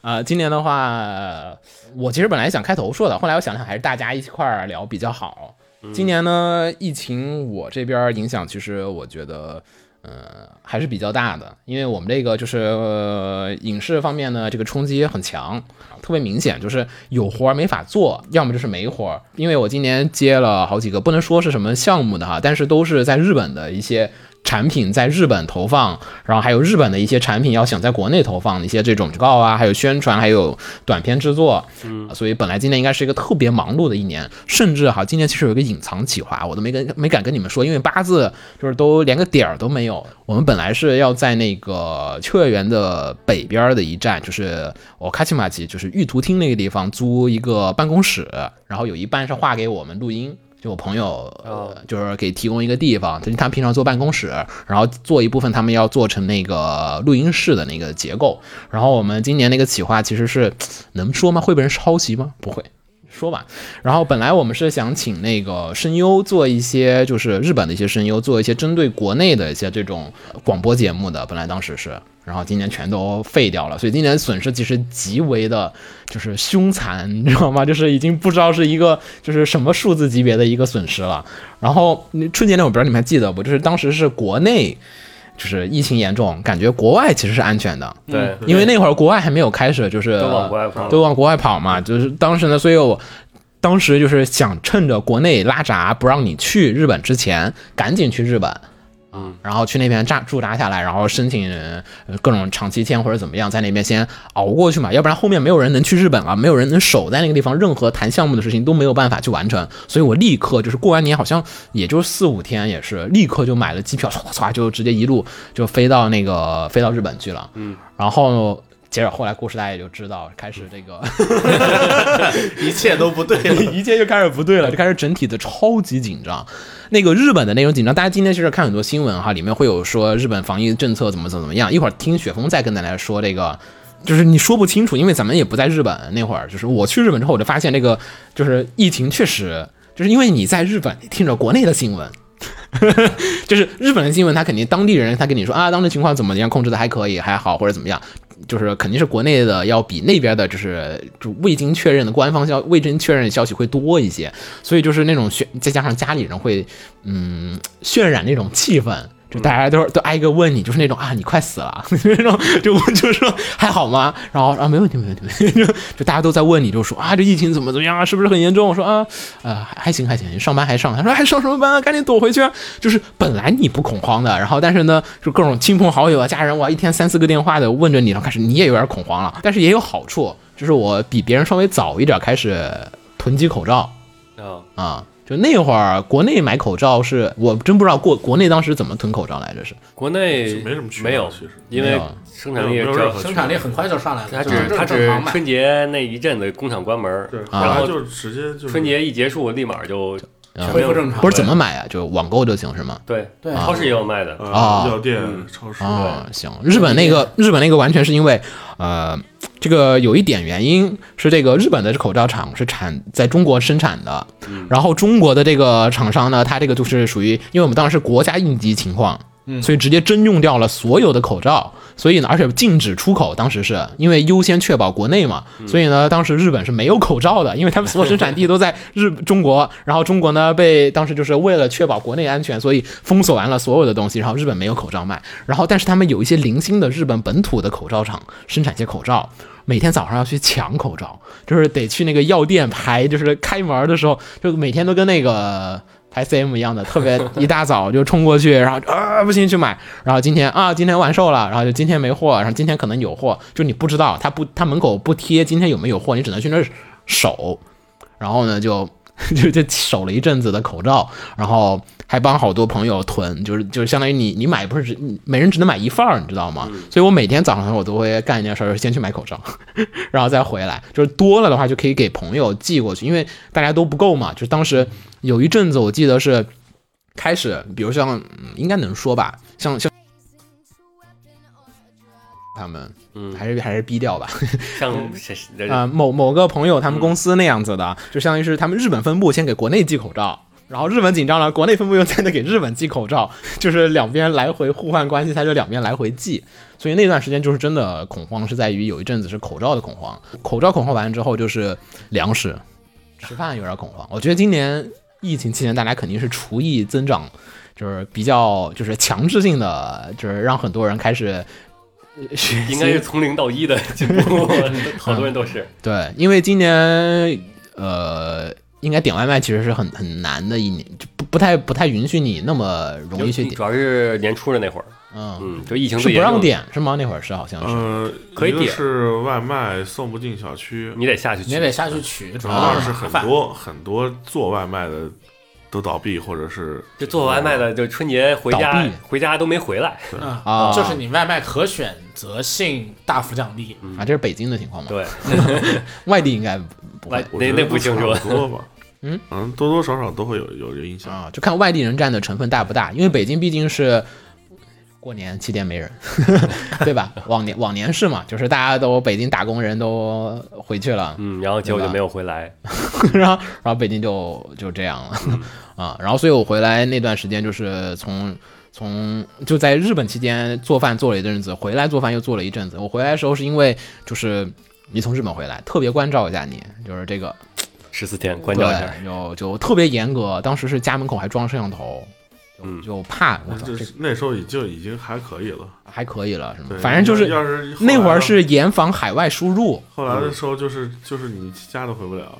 [SPEAKER 1] 呃，今年的话，我其实本来想开头说的，后来我想想还是大家一块儿聊比较好。今年呢，疫情我这边影响其实我觉得。呃，还是比较大的，因为我们这个就是、呃影视方面呢，这个冲击很强，特别明显，就是有活儿没法做，要么就是没活儿。因为我今年接了好几个，不能说是什么项目的哈，但是都是在日本的一些产品在日本投放，然后还有日本的一些产品要想在国内投放一些这种广告啊，还有宣传，还有短片制作。嗯，所以本来今年应该是一个特别忙碌的一年，甚至哈，今年其实有一个隐藏企划，我都没跟没敢跟你们说，因为八字就是都连个点儿都没有。我们本来是要在那个秋叶原的北边儿的一站，就是我卡奇马奇，就是玉图厅那个地方租一个办公室，然后有一半是划给我们录音。就我朋友，呃就是给提供一个地方，就是他们平常做办公室，然后做一部分他们要做成那个录音室的那个结构。然后我们今年那个企划其实是能说吗？会被人抄袭吗？不会。说吧，然后本来我们是想请那个声优做一些，就是日本的一些声优做一些针对国内的一些这种广播节目的，本来当时是，然后今年全都废掉了，所以今年损失其实极为的，就是凶残，你知道吗？就是已经不知道是一个就是什么数字级别的一个损失了。然后你春节那会儿，不知道你们还记得不？就是当时是国内就是疫情严重，感觉国外其实是安全的，
[SPEAKER 2] 对，
[SPEAKER 1] 因为那会儿国外还没有开始，就是
[SPEAKER 2] 都往国外跑嗯
[SPEAKER 1] 都往国外跑嘛。就是当时呢，所以我当时就是想趁着国内拉闸不让你去日本之前，赶紧去日本。
[SPEAKER 2] 嗯，
[SPEAKER 1] 然后去那边扎驻扎下来，然后申请呃各种长期签或者怎么样，在那边先熬过去嘛，要不然后面没有人能去日本了，没有人能守在那个地方，任何谈项目的事情都没有办法去完成。所以我立刻就是过完年，好像也就四五天，也是立刻就买了机票，唰唰唰就直接一路就飞到那个飞到日本去了。嗯，然后接着后来故事大家也就知道，开始这个。
[SPEAKER 3] 一切都不对了。
[SPEAKER 1] 一切就开始不对了，就开始整体的超级紧张。那个日本的那种紧张，大家今天其实看很多新闻哈，里面会有说日本防疫政策怎么怎么怎么样。一会儿听雪峰再跟大家说这个，就是你说不清楚，因为咱们也不在日本那会儿。就是我去日本之后，我就发现这个就是疫情确实，就是因为你在日本，你听着国内的新闻， 就是日本的新闻，他肯定当地人他跟你说啊，当地情况怎么样，控制的还可以，还好或者怎么样，就是肯定是国内的要比那边的，就是就未经确认的官方消未经确认的消息会多一些，所以就是那种渲再加上家里人会嗯渲染那种气氛。就大家都都挨个问你，就是那种啊，你快死了， 那种就我就说还好吗？然后啊，没问题，没问题，没问题就就大家都在问你，就说啊，这疫情怎么怎么样啊，是不是很严重？我说啊，呃，还还行还行，上班还上。他说还上什么班啊？赶紧躲回去啊！就是本来你不恐慌的，然后但是呢，就各种亲朋好友啊、家人哇，一天三四个电话的问着你，然后开始你也有点恐慌了。但是也有好处，就是我比别人稍微早一点开始囤积口罩
[SPEAKER 2] 啊，
[SPEAKER 1] 啊。就那会儿，国内买口罩是我真不知道过国内当时怎么囤口罩来着，是
[SPEAKER 2] 国内
[SPEAKER 5] 没什么区别
[SPEAKER 2] 没有
[SPEAKER 5] 其实，
[SPEAKER 2] 因
[SPEAKER 1] 没
[SPEAKER 2] 为
[SPEAKER 1] 有
[SPEAKER 2] 生产力
[SPEAKER 5] 没有
[SPEAKER 2] 只
[SPEAKER 5] 任
[SPEAKER 2] 有
[SPEAKER 5] 何
[SPEAKER 3] 生产力很快就上来了，
[SPEAKER 2] 它
[SPEAKER 3] 就
[SPEAKER 2] 只
[SPEAKER 3] 是
[SPEAKER 2] 它
[SPEAKER 3] 正
[SPEAKER 2] 只
[SPEAKER 3] 常买。
[SPEAKER 2] 春节那一阵子工厂关门，
[SPEAKER 5] 对，后
[SPEAKER 1] 啊
[SPEAKER 2] 然
[SPEAKER 5] 来
[SPEAKER 2] 后
[SPEAKER 5] 就直接就是
[SPEAKER 2] 春节一结束，立马就
[SPEAKER 1] 嗯
[SPEAKER 2] 全没
[SPEAKER 3] 恢复
[SPEAKER 2] 有
[SPEAKER 3] 正常
[SPEAKER 1] 不是怎么买啊？就网购就行是吗？
[SPEAKER 2] 对
[SPEAKER 3] 对
[SPEAKER 2] 超市也有卖的，
[SPEAKER 5] 啊
[SPEAKER 1] 啊，
[SPEAKER 5] 药店
[SPEAKER 2] 嗯、
[SPEAKER 5] 超市，
[SPEAKER 1] 啊，行，日本那个日本那个完全是因为，呃，这个有一点原因是这个日本的口罩厂是产在中国生产的，然后中国的这个厂商呢，它这个就是属于，因为我们当时是国家应急情况，所以直接征用掉了所有的口罩，所以呢，而且禁止出口，当时是因为优先确保国内嘛，所以呢，当时日本是没有口罩的，因为他们所有生产地都在日中国，然后中国呢被当时就是为了确保国内安全，所以封锁完了所有的东西，然后日本没有口罩卖，然后但是他们有一些零星的日本本土的口罩厂生产一些口罩。每天早上要去抢口罩，就是得去那个药店排，就是开门的时候，就每天都跟那个排 CM 一样的，特别一大早就冲过去， 然后啊不行去买，然后今天啊今天完售了，然后就今天没货，然后今天可能有货，就你不知道，他不他门口不贴今天有没有货，你只能去那儿守，然后呢就 就就守了一阵子的口罩，然后还帮好多朋友囤，就是就是相当于你你买不是只你每人只能买一份儿，你知道吗？
[SPEAKER 2] 嗯
[SPEAKER 1] 所以我每天早上我都会干一件事儿，就是先去买口罩， 然后再回来，就是多了的话就可以给朋友寄过去，因为大家都不够嘛。就是当时有一阵子我记得是开始，比如像、嗯应该能说吧，像像。他们
[SPEAKER 2] 嗯，
[SPEAKER 1] 还是还是逼掉吧，
[SPEAKER 2] 像谁谁
[SPEAKER 1] 啊、某某个朋友他们公司那样子的，就相当于是他们日本分部先给国内寄口罩，然后日本紧张了，国内分部又再给日本寄口罩，就是两边来回互换关系，它就两边来回寄。所以那段时间就是真的恐慌，是在于有一阵子是口罩的恐慌，口罩恐慌完之后就是粮食，吃饭有点恐慌。我觉得今年疫情期间，大家肯定是厨艺增长，就是比较就是强制性的，就是让很多人开始呃学习
[SPEAKER 2] 应该是从零到一的进 步，好多人都是
[SPEAKER 1] 对，因为今年呃，应该点外卖其实是很很难的一年，就不不太不太允许你那么容易去点
[SPEAKER 2] 主，要是年初的那会儿，
[SPEAKER 1] 嗯，
[SPEAKER 2] 嗯，就疫情
[SPEAKER 1] 是
[SPEAKER 2] 最
[SPEAKER 1] 不
[SPEAKER 2] 严
[SPEAKER 1] 让
[SPEAKER 2] 重，
[SPEAKER 1] 点是吗？那会儿是好像是，
[SPEAKER 5] 呃，
[SPEAKER 2] 可以
[SPEAKER 5] 一个
[SPEAKER 2] 点嗯
[SPEAKER 5] 是外卖送不进小区，
[SPEAKER 2] 你得下去取，
[SPEAKER 3] 你也得下去取，主
[SPEAKER 5] 主要
[SPEAKER 3] 要
[SPEAKER 5] 啊是
[SPEAKER 3] 是
[SPEAKER 5] 很
[SPEAKER 3] 啊麻烦。
[SPEAKER 5] 多很多做外卖的都倒闭，或者是
[SPEAKER 2] 就做外卖的，就春节回
[SPEAKER 1] 倒
[SPEAKER 2] 家
[SPEAKER 1] 闭
[SPEAKER 2] 回家都没回来，
[SPEAKER 1] 啊
[SPEAKER 3] 嗯，就是你外卖可选择性大幅降低。
[SPEAKER 1] 啊，这是北京的情况嘛？
[SPEAKER 2] 对，
[SPEAKER 1] 外地应该不会
[SPEAKER 2] 外
[SPEAKER 5] 我
[SPEAKER 2] 那
[SPEAKER 5] 觉
[SPEAKER 2] 那
[SPEAKER 5] 得
[SPEAKER 2] 不清楚，
[SPEAKER 5] 差多吧？
[SPEAKER 1] 嗯
[SPEAKER 5] 嗯，多多少少都会有有这个影响。
[SPEAKER 1] 啊，就看外地人占的成分大不大，因为北京毕竟是。过年七天没人， 对吧？往年往年是嘛，就是大家都北京打工人都回去了，
[SPEAKER 2] 嗯，然后结果
[SPEAKER 1] 对
[SPEAKER 2] 就
[SPEAKER 1] 吧
[SPEAKER 2] 没有回来，
[SPEAKER 1] 然后 然后北京就就这样了、啊。然后所以我回来那段时间就是从从就在日本期间做饭做了一阵子，回来做饭又做了一阵子。我回来的时候是因为就是你从日本回来，特别关照一下你，就是这个
[SPEAKER 2] 十四天关照一下，
[SPEAKER 1] 对，就就特别严格。当时是家门口还装摄像头，就
[SPEAKER 2] 嗯
[SPEAKER 1] 就怕我操
[SPEAKER 5] 这
[SPEAKER 1] 这
[SPEAKER 5] 是那时候已经已经还可以了，
[SPEAKER 1] 还可以了什么，
[SPEAKER 5] 对
[SPEAKER 1] 反正就是
[SPEAKER 5] 要是后来
[SPEAKER 1] 那会儿
[SPEAKER 5] 的
[SPEAKER 1] 是严防海外输入，
[SPEAKER 5] 后来的时候，就是就是你家都回不了，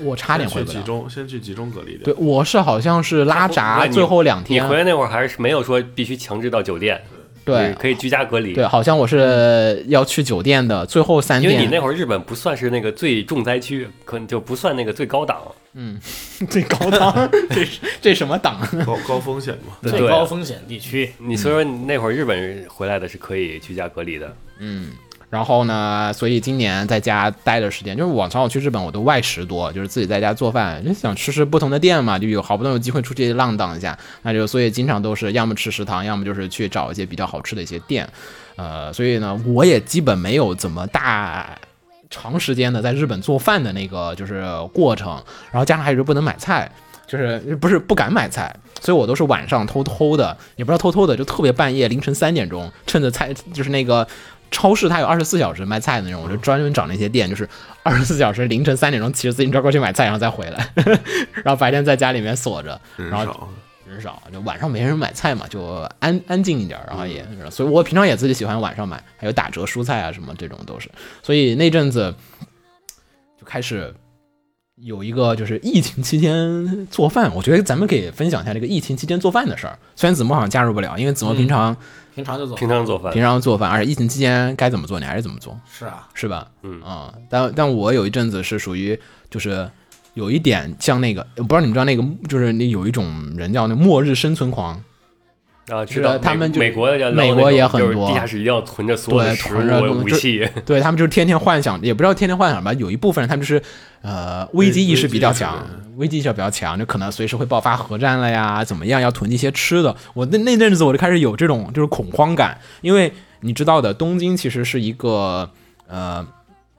[SPEAKER 1] 我差点回
[SPEAKER 5] 先
[SPEAKER 1] 不
[SPEAKER 5] 去
[SPEAKER 1] 了
[SPEAKER 5] 集。中，先去集中隔离
[SPEAKER 1] 对，
[SPEAKER 5] 掉。
[SPEAKER 1] 我是好像是拉闸
[SPEAKER 2] 那你
[SPEAKER 1] 最后两
[SPEAKER 2] 你
[SPEAKER 1] 天，啊
[SPEAKER 2] 回来那会儿还是没有说必须强制到酒店，
[SPEAKER 1] 对
[SPEAKER 2] 可以居家隔离。
[SPEAKER 1] 对，好像我是要去酒店的最后三
[SPEAKER 2] 嗯因为你
[SPEAKER 1] 天，
[SPEAKER 2] 那会儿日本不算是那个最重灾区，可能就不算那个最高档，
[SPEAKER 1] 最高 档，这是这什么档？啊
[SPEAKER 5] 高高风险 嘛，
[SPEAKER 2] 对
[SPEAKER 3] 最高风险地区，
[SPEAKER 2] 你所以说你那会儿日本回来的是可以居家隔离
[SPEAKER 1] 嗯
[SPEAKER 2] 的，
[SPEAKER 1] 然后呢，所以今年在家待的时间，就是往常我去日本我都外食多，就是自己在家做饭，就想吃吃不同的店嘛，就有好不容易有机会出去浪荡一下，那就所以经常都是要么吃食堂，要么就是去找一些比较好吃的一些店，呃，所以呢，我也基本没有怎么大。长时间的在日本做饭的那个就是过程，然后加上还有就是不能买菜，就是不是不敢买菜，所以我都是晚上偷偷的，也不知道偷偷的，就特别半夜凌晨三点钟，趁着菜 就是那个超市它有二十四小时卖菜的那种，我就专门找那些店，就是二十四小时凌晨三点钟骑着自行车过去买菜，然后再回来， 然后白天在家里面锁着，
[SPEAKER 5] 人
[SPEAKER 1] 然后
[SPEAKER 5] 少。
[SPEAKER 1] 人少，就晚上没人买菜嘛，就安安静一点儿，然后也，所以我平常也自己喜欢晚上买，还有打折蔬菜啊什么这种都是，所以那阵子就开始有一个就是疫情期间做饭，我觉得咱们可以分享一下这个疫情期间做饭的事儿。虽然子墨好像加入不了，因为子墨平常、
[SPEAKER 3] 平常就走
[SPEAKER 2] 平常做饭
[SPEAKER 1] 平。常做饭，而且疫情期间该怎么做你还是怎么做，
[SPEAKER 3] 是啊，
[SPEAKER 1] 是吧？
[SPEAKER 2] 嗯
[SPEAKER 1] 啊、但但我有一阵子是属于就是。有一点像那个，我不知道你们知道那个，就是那有一种人叫那末日生存狂，
[SPEAKER 2] 啊，
[SPEAKER 1] 是
[SPEAKER 2] 知
[SPEAKER 1] 的
[SPEAKER 2] 道
[SPEAKER 1] 他
[SPEAKER 2] 美
[SPEAKER 1] 们就
[SPEAKER 2] 美国要
[SPEAKER 1] 美国也很多
[SPEAKER 2] 就是地下室一定要囤着所有的
[SPEAKER 1] 对
[SPEAKER 2] 食
[SPEAKER 1] 囤着
[SPEAKER 2] 物、
[SPEAKER 1] 东西
[SPEAKER 2] 武器，
[SPEAKER 1] 对他们就是天天幻想，也不知道天天幻想吧。有一部分人他们就是呃危机意识比较强
[SPEAKER 5] 危机意识，
[SPEAKER 1] 危机意识比较强，就可能随时会爆发核战了呀，怎么样要囤积一些吃的。我那那阵子我就开始有这种就是恐慌感，因为你知道的，东京其实是一个呃。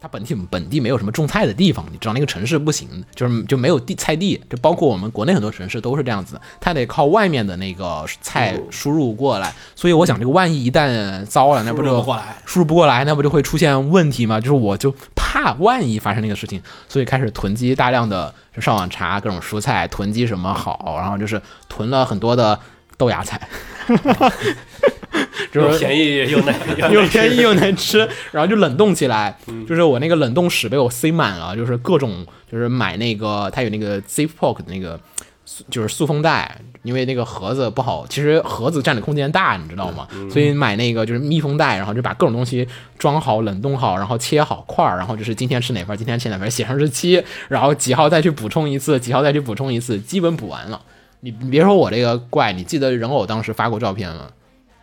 [SPEAKER 1] 它本地本地没有什么种菜的地方，你知道那个城市不行，就是就没有地菜地，就包括我们国内很多城市都是这样子，它得靠外面的那个
[SPEAKER 3] 哦
[SPEAKER 1] 菜输入过来。所以我想，这个万一一旦糟了，那不
[SPEAKER 3] 输
[SPEAKER 1] 就
[SPEAKER 3] 入不过来
[SPEAKER 1] 输入不过来，那不就会出现问题吗？就是我就怕万一发生那个事情，所以开始囤积大量的就上网查各种蔬菜，囤积什么好，然后就是囤了很多的豆芽菜， 就
[SPEAKER 2] 又
[SPEAKER 1] 是
[SPEAKER 2] 便宜又 耐
[SPEAKER 1] 又便 宜又能吃，然后就冷冻起来。就是我那个冷冻室被我塞满了，就是各种就是买那个它有那个 Ziploc 的那个就是塑封袋，因为那个盒子不好，其实盒子占的空间大，你知道吗？所以买那个就是密封袋，然后就把各种东西装好、冷冻好，然后切好块儿，然后就是今天吃哪份儿，今天吃哪份儿，写上日期，然后几号再去补充一次，几号再去补充一次，基本补完了。你你别说我这个怪，你记得人偶当时发过照片吗？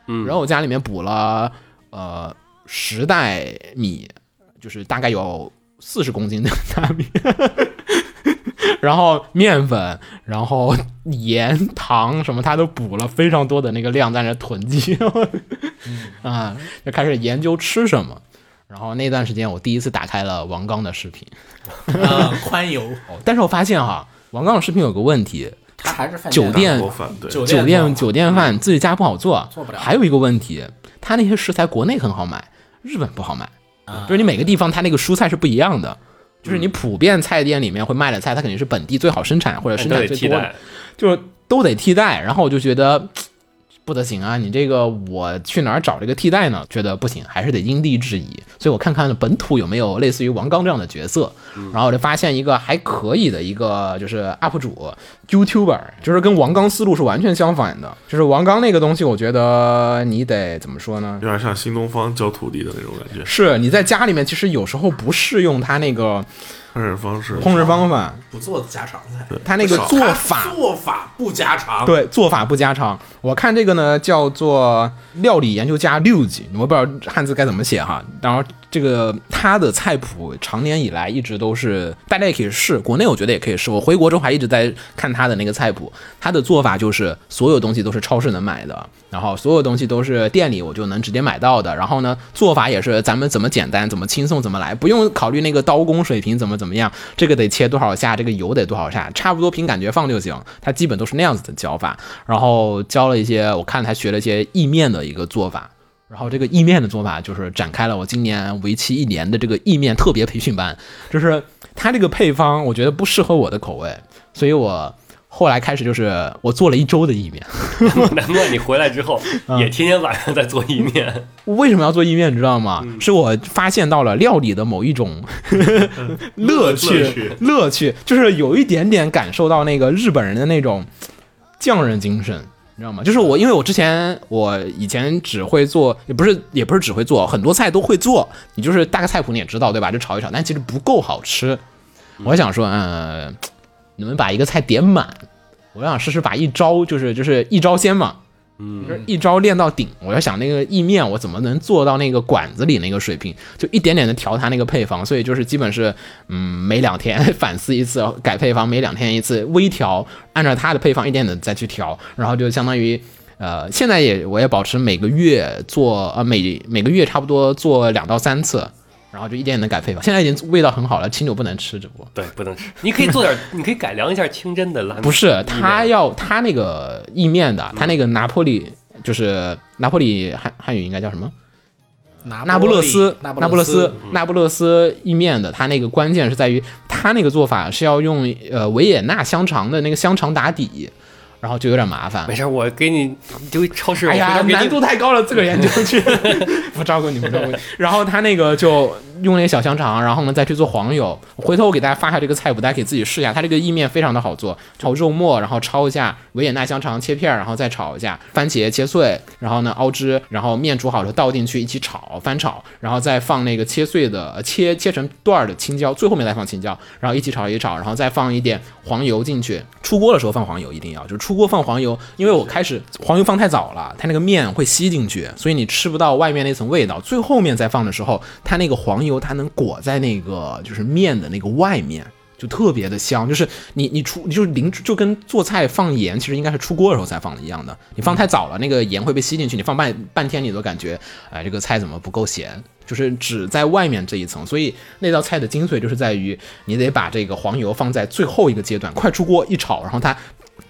[SPEAKER 2] 嗯
[SPEAKER 1] 人偶家里面补了呃十袋米，就是大概有四十公斤的大米， 然后面粉，然后盐、糖什么，他都补了非常多的那个量在那囤积， 啊、就开始研究吃什么。然后那段时间，我第一次打开了王刚的视频，
[SPEAKER 3] 呃，宽油，
[SPEAKER 1] 哦但是我发现哈，王刚的视频有个问题，
[SPEAKER 3] 他还是饭
[SPEAKER 1] 酒店
[SPEAKER 5] 我反对，
[SPEAKER 3] 酒
[SPEAKER 1] 酒
[SPEAKER 3] 店
[SPEAKER 1] 店酒店饭自己家不好做，
[SPEAKER 3] 嗯做不了
[SPEAKER 1] 还有一个问题，它那些食材国内很好买，日本不好买，
[SPEAKER 3] 啊嗯
[SPEAKER 1] 就是你每个地方它那个蔬菜是不一样的。就是你普遍菜店里面会卖的菜，它肯定是本地最好生产或者
[SPEAKER 3] 哎
[SPEAKER 2] 都
[SPEAKER 1] 生产
[SPEAKER 2] 得
[SPEAKER 1] 最
[SPEAKER 2] 替
[SPEAKER 1] 多的
[SPEAKER 2] 代，，
[SPEAKER 1] 就是都得替代。然后我就觉得不得行啊，你这个我去哪儿找这个替代呢？觉得不行，还是得因地制宜。所以我看看本土有没有类似于王刚这样的角色，然后我就发现一个还可以的一个就是 UP 主 YouTuber，就是跟王刚思路是完全相反的。就是王刚那个东西，我觉得你得怎么说呢？
[SPEAKER 5] 有点像新东方教徒弟的那种感 觉，
[SPEAKER 1] 是你在家里面，其实有时候不适用他那个
[SPEAKER 5] 烹饪方式。
[SPEAKER 1] 烹饪方法，
[SPEAKER 6] 不做家常菜，
[SPEAKER 1] 他那个
[SPEAKER 5] 少
[SPEAKER 1] 做法
[SPEAKER 6] 他做法不家常，
[SPEAKER 1] 对，做法不家常。我看这个呢叫做料理研究家六级，我不知道汉字该怎么写哈。然后这个它的菜谱常年以来一直都是大家也可以试，国内我觉得也可以试。我回国之后还一直在看它的那个菜谱，它的做法就是所有东西都是超市能买的，然后所有东西都是店里我就能直接买到的。然后呢，做法也是咱们怎么简单怎么轻松怎么来，不用考虑那个刀工水平怎么怎么样，这个得切多少下，这个油得多少下，差不多凭感觉放就行。它基本都是那样子的教法，然后教了一些，我看他学了一些意面的一个做法。然后这个意面的做法就是展开了我今年为期一年的这个意面特别培训班，就是它这个配方我觉得不适合我的口味，所以我后来开始就是我做了一周的意面。
[SPEAKER 2] 难怪你回来之后
[SPEAKER 1] 嗯
[SPEAKER 2] 也天天晚上在做意 面，
[SPEAKER 1] 为什么要做意面，你知道吗？
[SPEAKER 5] 嗯
[SPEAKER 1] 是我发现到了料理的某一 种乐
[SPEAKER 5] 乐
[SPEAKER 1] 趣
[SPEAKER 5] 趣，
[SPEAKER 1] 乐趣就是有一点点感受到那个日本人的那种匠人精神。你知道吗？就是我，因为我之前我以前只会做，也不是也不是只会做，很多菜都会做。你就是大概菜谱你也知道对吧？就炒一炒，但其实不够好吃。我想说，嗯、你们把一个菜点满，我想试试把一招，就是就是一招鲜嘛，嗯，就是一招练到顶。我要想那个意面，我怎么能做到那个馆子里那个水平？就一点点的调它那个配方，所以就是基本是，嗯，每两天反思一次，改配方，每两天一次微调，按照它的配方一点点地再去调，然后就相当于。呃，现在也我也保持每个月做呃每每个月差不多做两到三次，然后就一嗯点点的改配方。呃现在已经味道很好了，清酒不能吃，只不过
[SPEAKER 2] 对，不能吃。你可以做点， 你可以改良一下清真的拉面。
[SPEAKER 1] 不
[SPEAKER 2] 意
[SPEAKER 1] 是
[SPEAKER 2] 面
[SPEAKER 1] 他要他那个意面的，他那个拿破里就是拿破里汉汉语应该叫什么？
[SPEAKER 3] 拿
[SPEAKER 1] 那不勒斯，
[SPEAKER 3] 那
[SPEAKER 1] 那不勒斯，那不勒斯意面的，它那个关键是在于它那个做法是要用呃维也纳香肠的那个香肠打底，然后就有点麻烦
[SPEAKER 2] 没。事，我给你你就超市，
[SPEAKER 1] 哎
[SPEAKER 2] 我回
[SPEAKER 1] 呀，
[SPEAKER 2] 头给你
[SPEAKER 1] 难度太高了，自个儿研究去，不照顾你，不照顾你。然后他那个就用那个小香肠，然后呢再去做黄油。回头我给大家发下这个菜谱，大家可以自己试一下。它这个意面非常的好做，炒肉末，然后焯一下维也纳香肠切片儿，然后再炒一下番茄切碎，然后呢熬汁，然后面煮好了倒进去一起炒翻炒，然后再放那个切碎的切切成段儿的青椒，最后面再放青椒，然后一起炒一炒，然后再放一点黄油进去。出锅的时候放黄油一定要，就是出锅放黄油，因为我开始黄油放太早了，它那个面会吸进去，所以你吃不到外面那层味道。最后面再放的时候，它那个黄油它能裹在那个就是面的那个外面。就特别的香，就是你你出你就是淋就跟做菜放盐，其实应该是出锅的时候才放的一样的。你放太早了，那个盐会被吸进去，你放半半天你都感觉，哎，这个菜怎么不够咸？就是只在外面这一层，所以那道菜的精髓就是在于你得把这个黄油放在最后一个阶段，快出锅一炒，然后它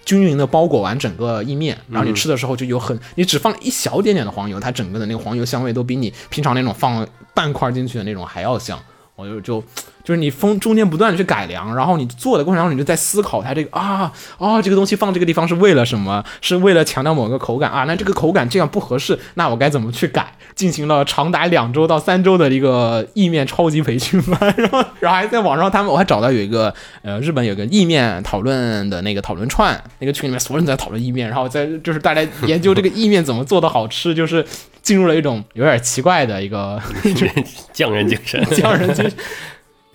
[SPEAKER 1] 均匀的包裹完整个意面，然后你吃的时候就有很，你只放了一小点点的黄油，它整个的那个黄油香味都比你平常那种放半块进去的那种还要香。我就就就是你风中间不断的去改良，然后你做的过程当中你就在思考它这个啊啊这个东西放这个地方是为了什么？是为了强调某个口感啊？那这个口感这样不合适，那我该怎么去改？进行了长达两周到三周的一个意面超级培训班， 然后然后还在网上他们我还找到有一个呃日本有个意面讨论的那个讨论串，那个群里面所有人都在讨论意面，然后在就是大家研究这个意面怎么做的好吃，就是进入了一种有点奇怪的一个
[SPEAKER 2] 匠人精 神。
[SPEAKER 1] 匠人精神。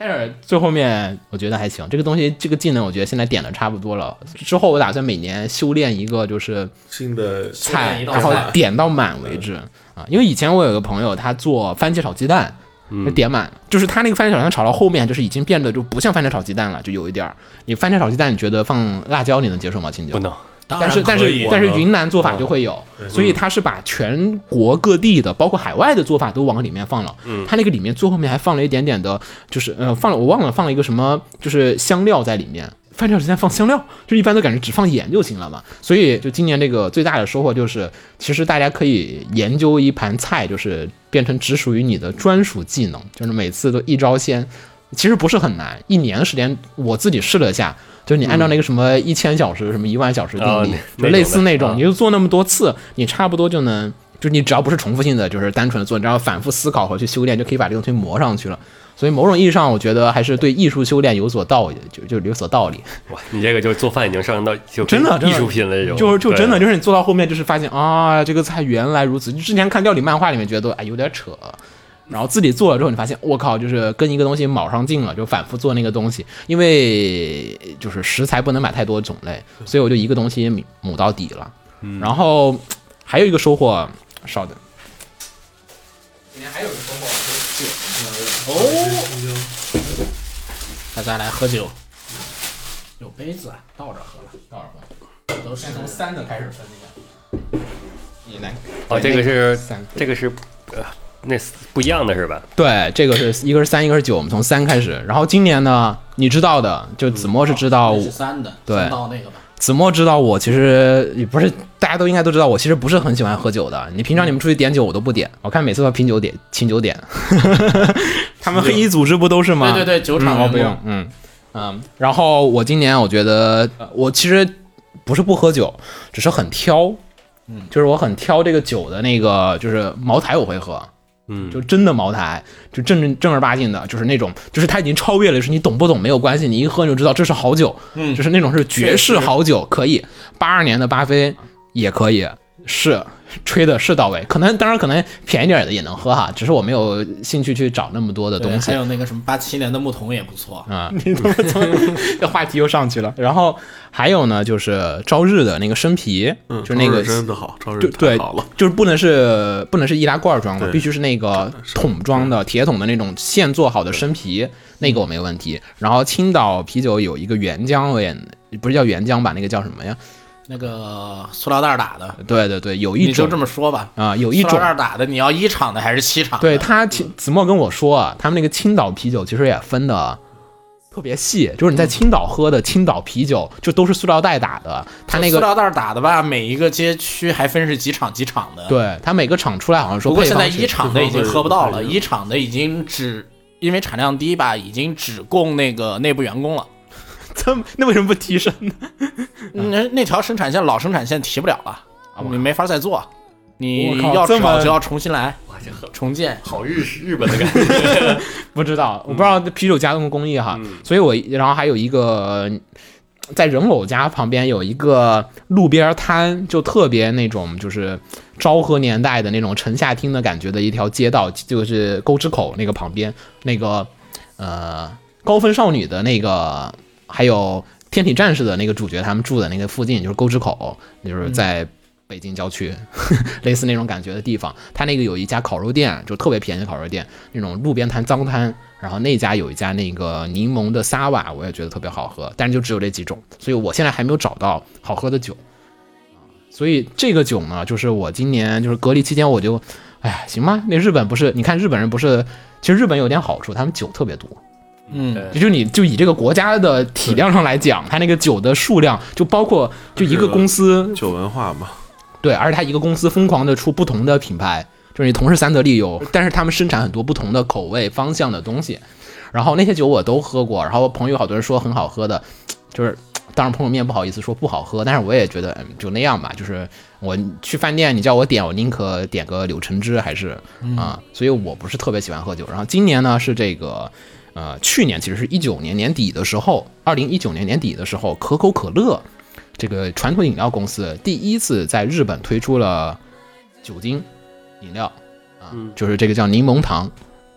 [SPEAKER 1] 但是最后面我觉得还行，这个东西这个技能我觉得现在点的差不多了。之后我打算每年修炼一个就是
[SPEAKER 5] 新的
[SPEAKER 1] 菜，
[SPEAKER 6] 修炼一道
[SPEAKER 1] 然后
[SPEAKER 6] 菜
[SPEAKER 1] 点到满为止啊。因为以前我有个朋友他做番茄炒鸡蛋，
[SPEAKER 6] 嗯
[SPEAKER 1] 就点满，就是他那个番茄炒鸡蛋炒到后面就是已经变得就不像番茄炒鸡蛋了，就有一点儿。你番茄炒鸡蛋你觉得放辣椒你能接受吗？秦九
[SPEAKER 2] 不能，
[SPEAKER 1] 但是但是但是云南做法就会有，所以它是把全国各地的，包括海外的做法都往里面放了。它那个里面最后面还放了一点点的，就是呃放了我忘了放了一个什么，就是香料在里面。番茄炒鸡蛋放香料，就一般都感觉只放盐就行了嘛。所以就今年这个最大的收获就是，其实大家可以研究一盘菜，就是变成只属于你的专属技能，就是每次都一招鲜。其实不是很难，一年的时间我自己试了一下，就是你按照那个什么一千小时、什么一万小时定理
[SPEAKER 2] 啊，那
[SPEAKER 1] 就类
[SPEAKER 2] 那种
[SPEAKER 1] 似
[SPEAKER 2] 的
[SPEAKER 1] 那种，
[SPEAKER 2] 啊
[SPEAKER 1] 你就做那么多次，你差不多就能，就是你只要不是重复性的，就是单纯的做，你只要反复思考和去修炼，就可以把这个东西磨上去了。所以某种意义上，我觉得还是对艺术修炼有所道，就就有所道理。
[SPEAKER 2] 哇，你这个就是做饭已经上升到就
[SPEAKER 1] 真的真
[SPEAKER 2] 艺
[SPEAKER 1] 的
[SPEAKER 2] 术品了这种，
[SPEAKER 1] 就是就
[SPEAKER 2] 对
[SPEAKER 1] 真的就是你做到后面就是发现啊，这个菜原来如此。就之前看料理漫画里面觉得哎有点扯，然后自己做了之后，你发现我靠，就是跟一个东西卯上劲了，就反复做那个东西。因为就是食材不能买太多种类，所以我就一个东西母到底了。然后还有一个收获，稍等。今天还有一个收获，就是
[SPEAKER 3] 大家来喝酒。有杯子啊，倒着喝了，
[SPEAKER 1] 倒会儿，
[SPEAKER 3] 都是
[SPEAKER 1] 先从三的开始分那个。你来，
[SPEAKER 2] 哦，这个是
[SPEAKER 1] 三
[SPEAKER 2] 这个是呃那不一样的是吧？
[SPEAKER 1] 对，这个是一个是三，一个是九，我们从三开始。然后今年呢，你知道的，就子墨是知道我
[SPEAKER 3] 是哦三的，
[SPEAKER 1] 啊哦对
[SPEAKER 3] 先倒那个吧。
[SPEAKER 1] 子墨知道我其实也不是，大家都应该都知道，我其实不是很喜欢喝酒的。你平常你们出去点酒，我都不点，我看每次都要拼酒点、请酒点。 他们黑衣组织不都是吗？
[SPEAKER 3] 对对对，酒
[SPEAKER 1] 嗯
[SPEAKER 3] 厂
[SPEAKER 1] 我
[SPEAKER 3] 员
[SPEAKER 1] 不
[SPEAKER 3] 工
[SPEAKER 1] 用，嗯嗯。然后我今年我觉得呃我其实不是不喝酒，只是很挑，嗯，就是我很挑这个酒的那个，就是茅台我会喝，
[SPEAKER 2] 嗯，
[SPEAKER 1] 就真的茅台，就正正正儿八经的，就是那种，就是它已经超越了，就是你懂不懂没有关系，你一喝你就知道这是好酒，嗯，就是那种是绝世好酒，可以。八二年的巴菲也可以，是吹的是到位，可能当然可能便宜点儿的也能喝哈，只是我没有兴趣去找那么多的
[SPEAKER 3] 对，
[SPEAKER 1] 东西
[SPEAKER 3] 还。有那个什么八七年的牧童也不错，
[SPEAKER 1] 啊，你怎么从 这话题又上去了？然后还有呢，就是朝日的那个生啤，
[SPEAKER 5] 嗯，
[SPEAKER 1] 就是那
[SPEAKER 5] 超
[SPEAKER 1] 个
[SPEAKER 5] 市真的好，超市
[SPEAKER 1] 对
[SPEAKER 5] 太
[SPEAKER 1] 对
[SPEAKER 5] 好了，，
[SPEAKER 1] 就是不能是不能是易拉罐装的，
[SPEAKER 5] 对
[SPEAKER 1] 必须是那个桶装的铁桶的那种现做好的生啤，那个我没问题。然后青岛啤酒有一个原浆，我也不是叫原浆吧，那个叫什么呀？
[SPEAKER 3] 那个塑料袋打的，
[SPEAKER 1] 对对对，有一
[SPEAKER 3] 你就
[SPEAKER 1] 种
[SPEAKER 3] 这么说吧。
[SPEAKER 1] 啊、有一
[SPEAKER 3] 塑
[SPEAKER 1] 种
[SPEAKER 3] 料袋打的，你要一厂的还是七厂的？
[SPEAKER 1] 对他其子墨跟我说啊，他们那个青岛啤酒其实也分的特别细，就是你在青岛喝的青岛啤酒，就都是塑料袋打的，他那
[SPEAKER 3] 塑
[SPEAKER 1] 个。
[SPEAKER 3] 料袋打的吧，每一个街区还分是几厂几厂的。，
[SPEAKER 1] 对他每个厂出来好像说
[SPEAKER 3] 不
[SPEAKER 1] 配方
[SPEAKER 3] 过
[SPEAKER 1] 是，
[SPEAKER 3] 现在一厂的已经喝不到了，
[SPEAKER 5] 对
[SPEAKER 3] 一厂的已经只因为产量低吧，已经只供那个内部员工了。
[SPEAKER 1] 这 么那为什么不提升呢？
[SPEAKER 6] 嗯
[SPEAKER 3] 那那条生产线老生产线提不了了，
[SPEAKER 6] 啊
[SPEAKER 3] 你没法再做，你
[SPEAKER 1] 我靠
[SPEAKER 3] 要
[SPEAKER 1] 这么
[SPEAKER 3] 找就要重新来
[SPEAKER 2] 哇，这好
[SPEAKER 3] 重建。
[SPEAKER 2] 好日式日本的感觉。
[SPEAKER 1] 不知道，我不知道啤酒加工工艺哈，
[SPEAKER 2] 嗯
[SPEAKER 1] 所以我然后还有一个在人偶家旁边有一个路边摊，就特别那种就是昭和年代的那种城下町的感觉的一条街道，就是沟之口那个旁边那个呃高分少女的那个，还有天体战士的那个主角他们住的那个附近，就是沟之口，就是在。北京郊区， 类似那种感觉的地方，它那个有一家烤肉店，就特别便宜的烤肉店，那种路边摊脏摊，然后那家有一家那个柠檬的萨瓦，我也觉得特别好喝，但是就只有这几种，所以我现在还没有找到好喝的酒。啊所以这个酒呢，就是我今年就是隔离期间我就，哎呀，行吧，那日本不是，你看日本人不是，其实日本有点好处，他们酒特别多，
[SPEAKER 3] 嗯，
[SPEAKER 1] 就就你就以这个国家的体量上来讲，它那个酒的数量就包括就一个公司
[SPEAKER 5] 酒文化嘛，
[SPEAKER 1] 对，而且它一个公司疯狂的出不同的品牌，就是你同是三得利有，但是他们生产很多不同的口味方向的东西。然后那些酒我都喝过，然后朋友好多人说很好喝的，就是当然朋友面不好意思说不好喝，但是我也觉得嗯就那样吧，就是我去饭店你叫我点，我宁可点个柳橙汁还是啊、所以我不是特别喜欢喝酒。然后今年呢是这个。呃，去年其实是一九年年底的时候，二零一九年年底的时候，可口可乐这个传统饮料公司第一次在日本推出了酒精饮料啊，
[SPEAKER 2] 嗯
[SPEAKER 1] 就是这个叫柠檬糖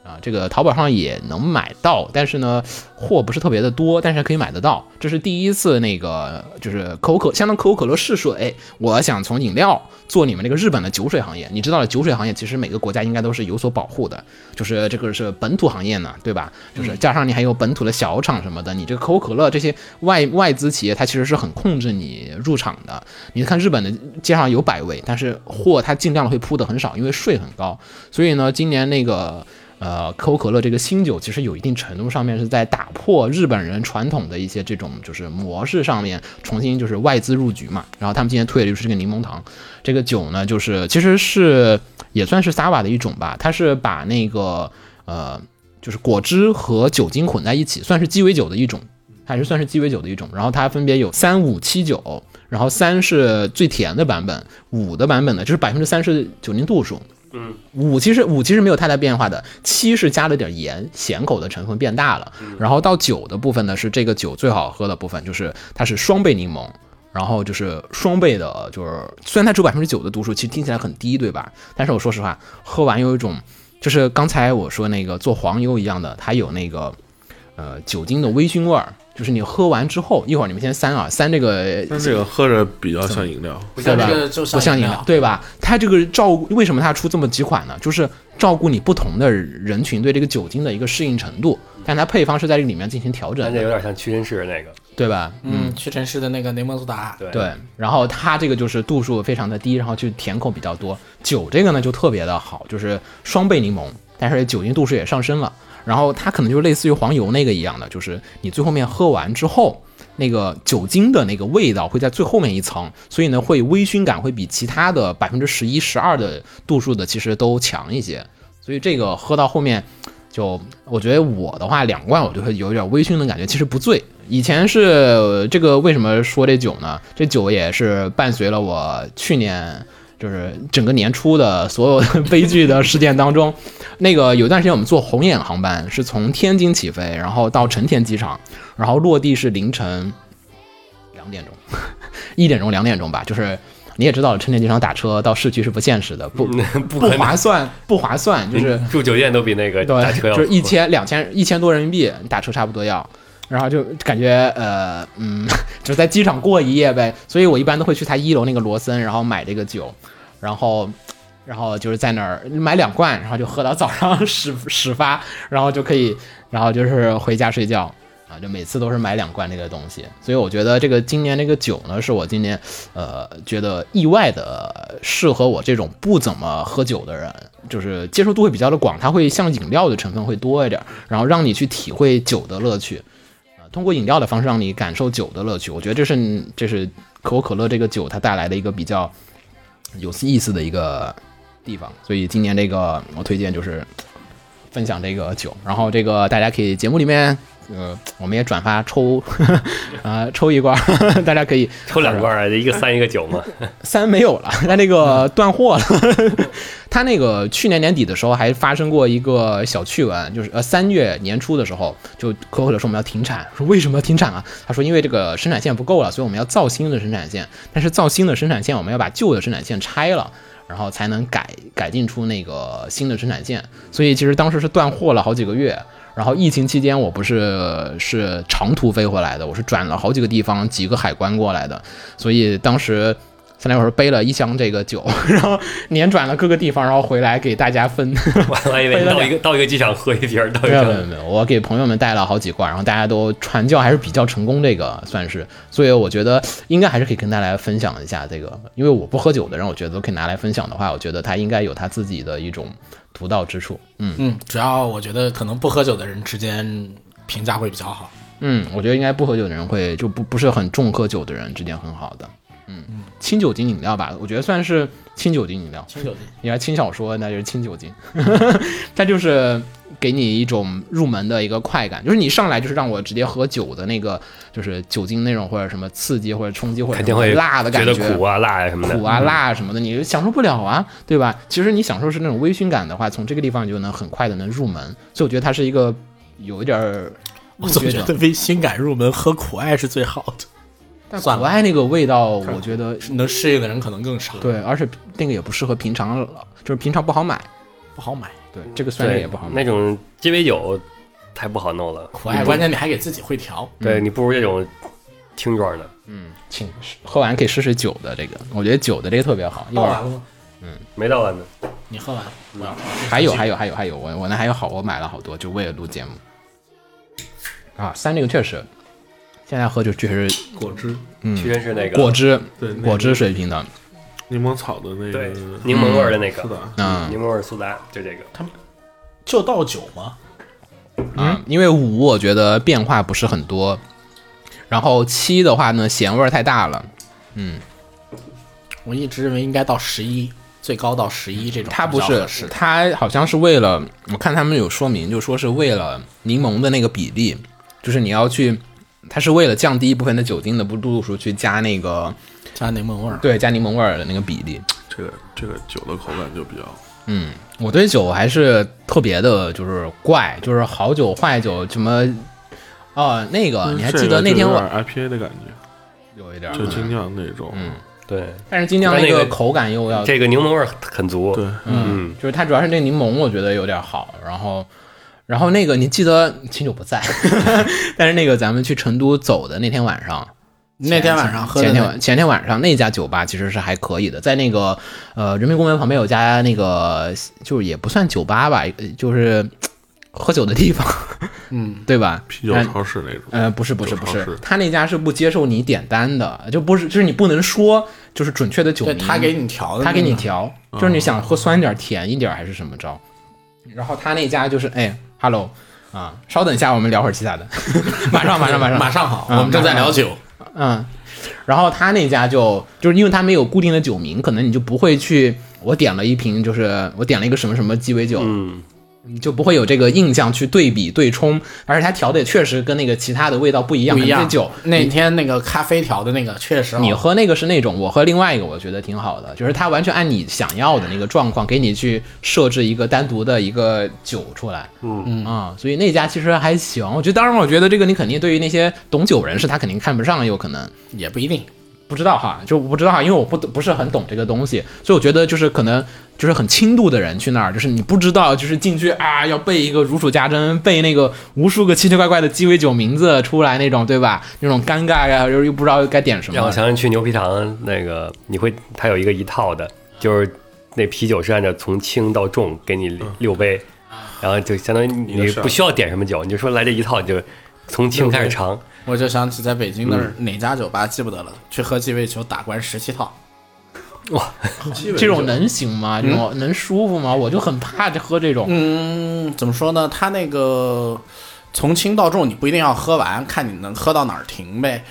[SPEAKER 1] 啊，这个淘宝上也能买到，但是呢货不是特别的多，但是可以买得到。这是第一次那个就是可口可相当可口可乐试水，我想从饮料做你们这个日本的酒水行业。你知道了，酒水行业其实每个国家应该都是有所保护的，就是这个是本土行业呢，对吧？就是加上你还有本土的小厂什么的，你这个可口可乐这些外外资企业，它其实是很控制你入场的。你看日本的街上有百威，但是货它尽量会铺的很少，因为税很高。所以呢，今年那个呃可口可乐这个新酒，其实有一定程度上面是在打破日本人传统的一些这种就是模式上面，重新就是外资入局嘛。然后他们今年推的就是这个柠檬糖，这个酒呢，就是其实是也算是 Sava 的一种吧，它是把那个呃就是果汁和酒精混在一起，算是鸡尾酒的一种。还是算是鸡尾酒的一种，然后它分别有三五七九，然后三是最甜的版本，五的版本呢就是百分之三十酒精度数，
[SPEAKER 2] 嗯
[SPEAKER 1] 五其实五其实没有太大变化的，七是加了点盐，咸口的成分变大了。
[SPEAKER 5] 嗯
[SPEAKER 1] 然后到九的部分呢，是这个酒最好喝的部分，就是它是双倍柠檬，然后就是双倍的，就是虽然它只有百分之九的度数，其实听起来很低，对吧？但是我说实话，喝完有一种就是刚才我说那个做黄油一样的，它有那个呃酒精的微醺味儿，就是你喝完之后，一会儿你们先三啊，三这个
[SPEAKER 5] 但这个喝着比较像饮料，
[SPEAKER 6] 不
[SPEAKER 1] 对
[SPEAKER 6] 像
[SPEAKER 1] 吧
[SPEAKER 6] 这个就？
[SPEAKER 1] 不像
[SPEAKER 6] 饮
[SPEAKER 1] 饮料，，对吧？它这个照顾，为什么它出这么几款呢？就是照顾你不同的人群对这个酒精的一个适应程度，但它配方是在这个里面进行调整
[SPEAKER 2] 但这有
[SPEAKER 1] 的，
[SPEAKER 2] 点像屈臣氏那个，
[SPEAKER 1] 对吧？
[SPEAKER 6] 嗯，屈臣氏的那个柠檬苏打，
[SPEAKER 2] 对
[SPEAKER 1] 对，然后它这个就是度数非常的低，然后就甜口比较多。酒这个呢就特别的好，就是双倍柠檬，但是酒精度数也上升了。然后它可能就是类似于黄油那个一样的，就是你最后面喝完之后，那个酒精的那个味道会在最后面一层，所以呢会微醺感会比其他的百分之十一、十二的度数的其实都强一些。所以这个喝到后面，就我觉得我的话，两罐我就会有点微醺的感觉，其实不醉。以前是呃这个为什么说这酒呢？这酒也是伴随了我去年就是整个年初的所有的 悲剧的事件当中。那个有段时间我们坐红眼航班是从天津起飞，然后到成田机场，然后落地是凌晨两点钟， 一点钟两点钟吧，就是。你也知道，成田机场打车到市区是不现实的，不
[SPEAKER 2] 嗯不
[SPEAKER 1] 不
[SPEAKER 2] 可能
[SPEAKER 1] 划算，不划算，就是
[SPEAKER 2] 住酒店都比那个打车
[SPEAKER 1] 对，
[SPEAKER 2] 要
[SPEAKER 1] 就是一千两千一千多人民币打车差不多要，然后就感觉呃嗯， 就是在机场过一夜呗，所以我一般都会去他一楼那个罗森，然后买这个酒，然后。然后就是在那儿买两罐，然后就喝到早上始始发，然后就可以，然后就是回家睡觉啊，就每次都是买两罐这个东西，所以我觉得这个今年这个酒呢，是我今年呃觉得意外的适合我这种不怎么喝酒的人，就是接受度会比较的广，它会像饮料的成分会多一点儿，然后让你去体会酒的乐趣，啊、通过饮料的方式让你感受酒的乐趣，我觉得这是这是可口可乐这个酒它带来的一个比较有意思的一个地方，所以今年这个我推荐就是分享这个酒，然后这个大家可以节目里面。呃，我们也转发抽， 啊、抽一罐儿， 大家可以
[SPEAKER 2] 抽两罐儿，啊一个三一个九嘛，
[SPEAKER 1] 三没有了， 他那个断货了。 他那个去年年底的时候还发生过一个小趣闻，就是呃三月年初的时候，就可口可乐说我们要停产，说为什么要停产啊？他说因为这个生产线不够了，所以我们要造新的生产线，但是造新的生产线我们要把旧的生产线拆了。然后才能改改进出那个新的生产线，所以其实当时是断货了好几个月。然后疫情期间，我不是是长途飞回来的，我是转了好几个地方、几个海关过来的，所以当时三两口背了一箱这个酒， 然后辗转了各个地方，然后回来给大家分。
[SPEAKER 2] 我还以为到一个到一个机场喝一瓶儿，到 一
[SPEAKER 1] 没有没
[SPEAKER 2] 个
[SPEAKER 1] 有没有，我给朋友们带了好几罐，然后大家都传教还是比较成功，这个算是，所以我觉得应该还是可以跟大家分享一下这个，因为我不喝酒的人，我觉得都可以拿来分享的话，我觉得他应该有他自己的一种独到之处。嗯
[SPEAKER 6] 嗯，主要我觉得可能不喝酒的人之间评价会比较好。
[SPEAKER 1] 嗯，我觉得应该不喝酒的人会就不不是很重喝酒的人之间很好的。嗯，轻酒精饮料吧，我觉得算是轻酒精饮料。
[SPEAKER 6] 清酒精，
[SPEAKER 1] 你要轻小说，那就是轻酒精， 它就是给你一种入门的一个快感，就是你上来就是让我直接喝酒的那个，就是酒精那种或者什么刺激或者冲击或者
[SPEAKER 2] 肯
[SPEAKER 1] 什
[SPEAKER 2] 定
[SPEAKER 1] 么
[SPEAKER 2] 会
[SPEAKER 1] 辣的感
[SPEAKER 2] 觉得苦啊辣啊什么的，
[SPEAKER 1] 苦啊、辣啊什么的，你就享受不了啊，对吧？其实你享受是那种微醺感的话，从这个地方你就能很快的能入门，所以我觉得它是一个有一点儿
[SPEAKER 6] 我
[SPEAKER 1] 入
[SPEAKER 6] 总
[SPEAKER 1] 学
[SPEAKER 6] 觉
[SPEAKER 1] 者，
[SPEAKER 6] 得微醺感入门喝苦艾是最好的，
[SPEAKER 1] 但
[SPEAKER 6] 算
[SPEAKER 1] 国
[SPEAKER 6] 了
[SPEAKER 1] 外那个味道，我觉 得
[SPEAKER 6] 能适应的人可能更少，，
[SPEAKER 1] 对，而且那个也不适合平常，就是平常不好买，
[SPEAKER 6] 不好买。
[SPEAKER 1] 对，这个酸类
[SPEAKER 2] 对
[SPEAKER 1] 也不好啊买
[SPEAKER 2] 那。种鸡尾酒太不好弄了，
[SPEAKER 6] 苦艾关键你还给自己会调，
[SPEAKER 2] 对
[SPEAKER 1] 嗯
[SPEAKER 2] 你不如这种听装的，
[SPEAKER 1] 请喝完可以试试酒的这个，我觉得酒的这个特别好。一
[SPEAKER 6] 倒
[SPEAKER 1] 会
[SPEAKER 6] 完
[SPEAKER 5] 哦
[SPEAKER 1] 儿
[SPEAKER 6] 了吗？
[SPEAKER 2] 没到啊完呢。
[SPEAKER 6] 你喝完，我要
[SPEAKER 1] 还有还有还有还有，我我那还有好，我买了好多，就为了录节目。啊，三这个确实，现在喝就确实
[SPEAKER 5] 果汁，
[SPEAKER 2] 屈臣氏那个
[SPEAKER 1] 果汁
[SPEAKER 5] 对那
[SPEAKER 1] 果汁
[SPEAKER 5] 个
[SPEAKER 1] 水平的，啊
[SPEAKER 5] 柠檬草的那个
[SPEAKER 2] 对
[SPEAKER 5] 嗯
[SPEAKER 2] 柠檬味儿的那个
[SPEAKER 5] 是，的，嗯
[SPEAKER 1] 嗯
[SPEAKER 2] 柠檬味儿苏打就这个，
[SPEAKER 6] 就倒酒吗？
[SPEAKER 1] 啊，因为五我觉得变化不是很多，然后七的话呢咸味儿太大了，
[SPEAKER 6] 我一直认为应该到十一，最高到十一
[SPEAKER 5] 哦
[SPEAKER 6] 这种。
[SPEAKER 1] 它不是，
[SPEAKER 6] 是
[SPEAKER 1] 它好像是为了，我看他们有说明，就说是为了柠檬的那个比例，就是你要去，它是为了降低一部分的酒精的不度数去加那个
[SPEAKER 6] 加柠檬味儿。
[SPEAKER 1] 对加柠檬味儿的那个比例。
[SPEAKER 5] 这个这个酒的口感就比较
[SPEAKER 1] 嗯，我对酒还是特别的，就是怪，就是好酒坏酒什么，哦，那个你还记得那天我
[SPEAKER 5] 嗯这个就有点 IPA 的感觉，
[SPEAKER 1] 有一点儿，
[SPEAKER 5] 就精酿那种，
[SPEAKER 1] 嗯
[SPEAKER 2] 对，
[SPEAKER 1] 但是精酿
[SPEAKER 2] 但
[SPEAKER 1] 那
[SPEAKER 2] 那
[SPEAKER 1] 个
[SPEAKER 2] 个
[SPEAKER 1] 口感又要
[SPEAKER 2] 这个柠檬味儿很足，
[SPEAKER 5] 对，
[SPEAKER 2] 啊嗯，
[SPEAKER 1] 就是它主要是那柠檬，我觉得有点好，然后，然后那个你记得秦九不在， 但是那个咱们去成都走的那天晚上，
[SPEAKER 3] 那天晚上喝的
[SPEAKER 1] 前
[SPEAKER 3] 那
[SPEAKER 1] 天晚前天晚上那家酒吧其实是还可以的，在那个呃人民公园旁边有家那个就是也不算酒吧吧，呃就是喝酒的地方， 嗯，对吧？
[SPEAKER 5] 啤酒
[SPEAKER 1] 然
[SPEAKER 5] 超市那种。
[SPEAKER 1] 呃，不是不是
[SPEAKER 5] 酒
[SPEAKER 1] 不
[SPEAKER 5] 超
[SPEAKER 1] 是
[SPEAKER 5] 市，
[SPEAKER 1] 他那家是不接受你点单的，就不是就是你不能说就是准确的酒
[SPEAKER 3] 对
[SPEAKER 1] 名，
[SPEAKER 3] 他给你调的，
[SPEAKER 1] 嗯他给你，调，就是你想喝酸一点、甜一点还是什么着？然后他那家就是哎，hello 啊，稍等一下，我们聊会儿其他的， 马上马上马上
[SPEAKER 6] 马上好，
[SPEAKER 1] 嗯
[SPEAKER 6] 我们正在聊酒，
[SPEAKER 1] 嗯，然后他那家就就是因为他没有固定的酒名，可能你就不会去我点了一瓶，就是我点了一个什么什么鸡尾酒，
[SPEAKER 2] 嗯，
[SPEAKER 1] 你就不会有这个印象去对比对冲，而且他调的也确实跟那个其他的味道不一样，
[SPEAKER 3] 不一
[SPEAKER 1] 可
[SPEAKER 3] 样
[SPEAKER 1] 能这酒。
[SPEAKER 3] 那天那个咖啡调的那个确实好
[SPEAKER 1] 你喝那个是那种，我喝另外一个，我觉得挺好的，就是它完全按你想要的那个状况给你去设置一个单独的一个酒出来，嗯啊，所以那家其实还行。我觉得，当然，我觉得这个你肯定对于那些懂酒人士，他肯定看不上，有可能，
[SPEAKER 3] 也不一定，
[SPEAKER 1] 不知道哈，就我不知道哈，因为我不不是很懂这个东西，所以我觉得就是可能就是很轻度的人去那儿，就是你不知道，就是进去啊要背一个如数家珍，背那个无数个奇奇怪怪的鸡尾酒名字出来那种，对吧？那种尴尬呀，又又不知道该点什
[SPEAKER 2] 让我
[SPEAKER 1] 么。
[SPEAKER 2] 想想去牛皮糖那个，你会它有一个一套的，就是那啤酒是按照从轻到重给你六杯，嗯然后就相当于
[SPEAKER 5] 你的
[SPEAKER 2] 你
[SPEAKER 5] 事儿
[SPEAKER 2] 不需要点什么酒，你就说来这一套，你就从轻开始尝。
[SPEAKER 3] 我就想起在北京的哪家酒吧记不得了，去喝鸡尾酒打关十七套，
[SPEAKER 1] 这种能行吗？这种能舒服吗？我就很怕这喝这种。
[SPEAKER 3] 嗯，怎么说呢？它那个从轻到重，你不一定要喝完，看你能喝到哪儿停呗。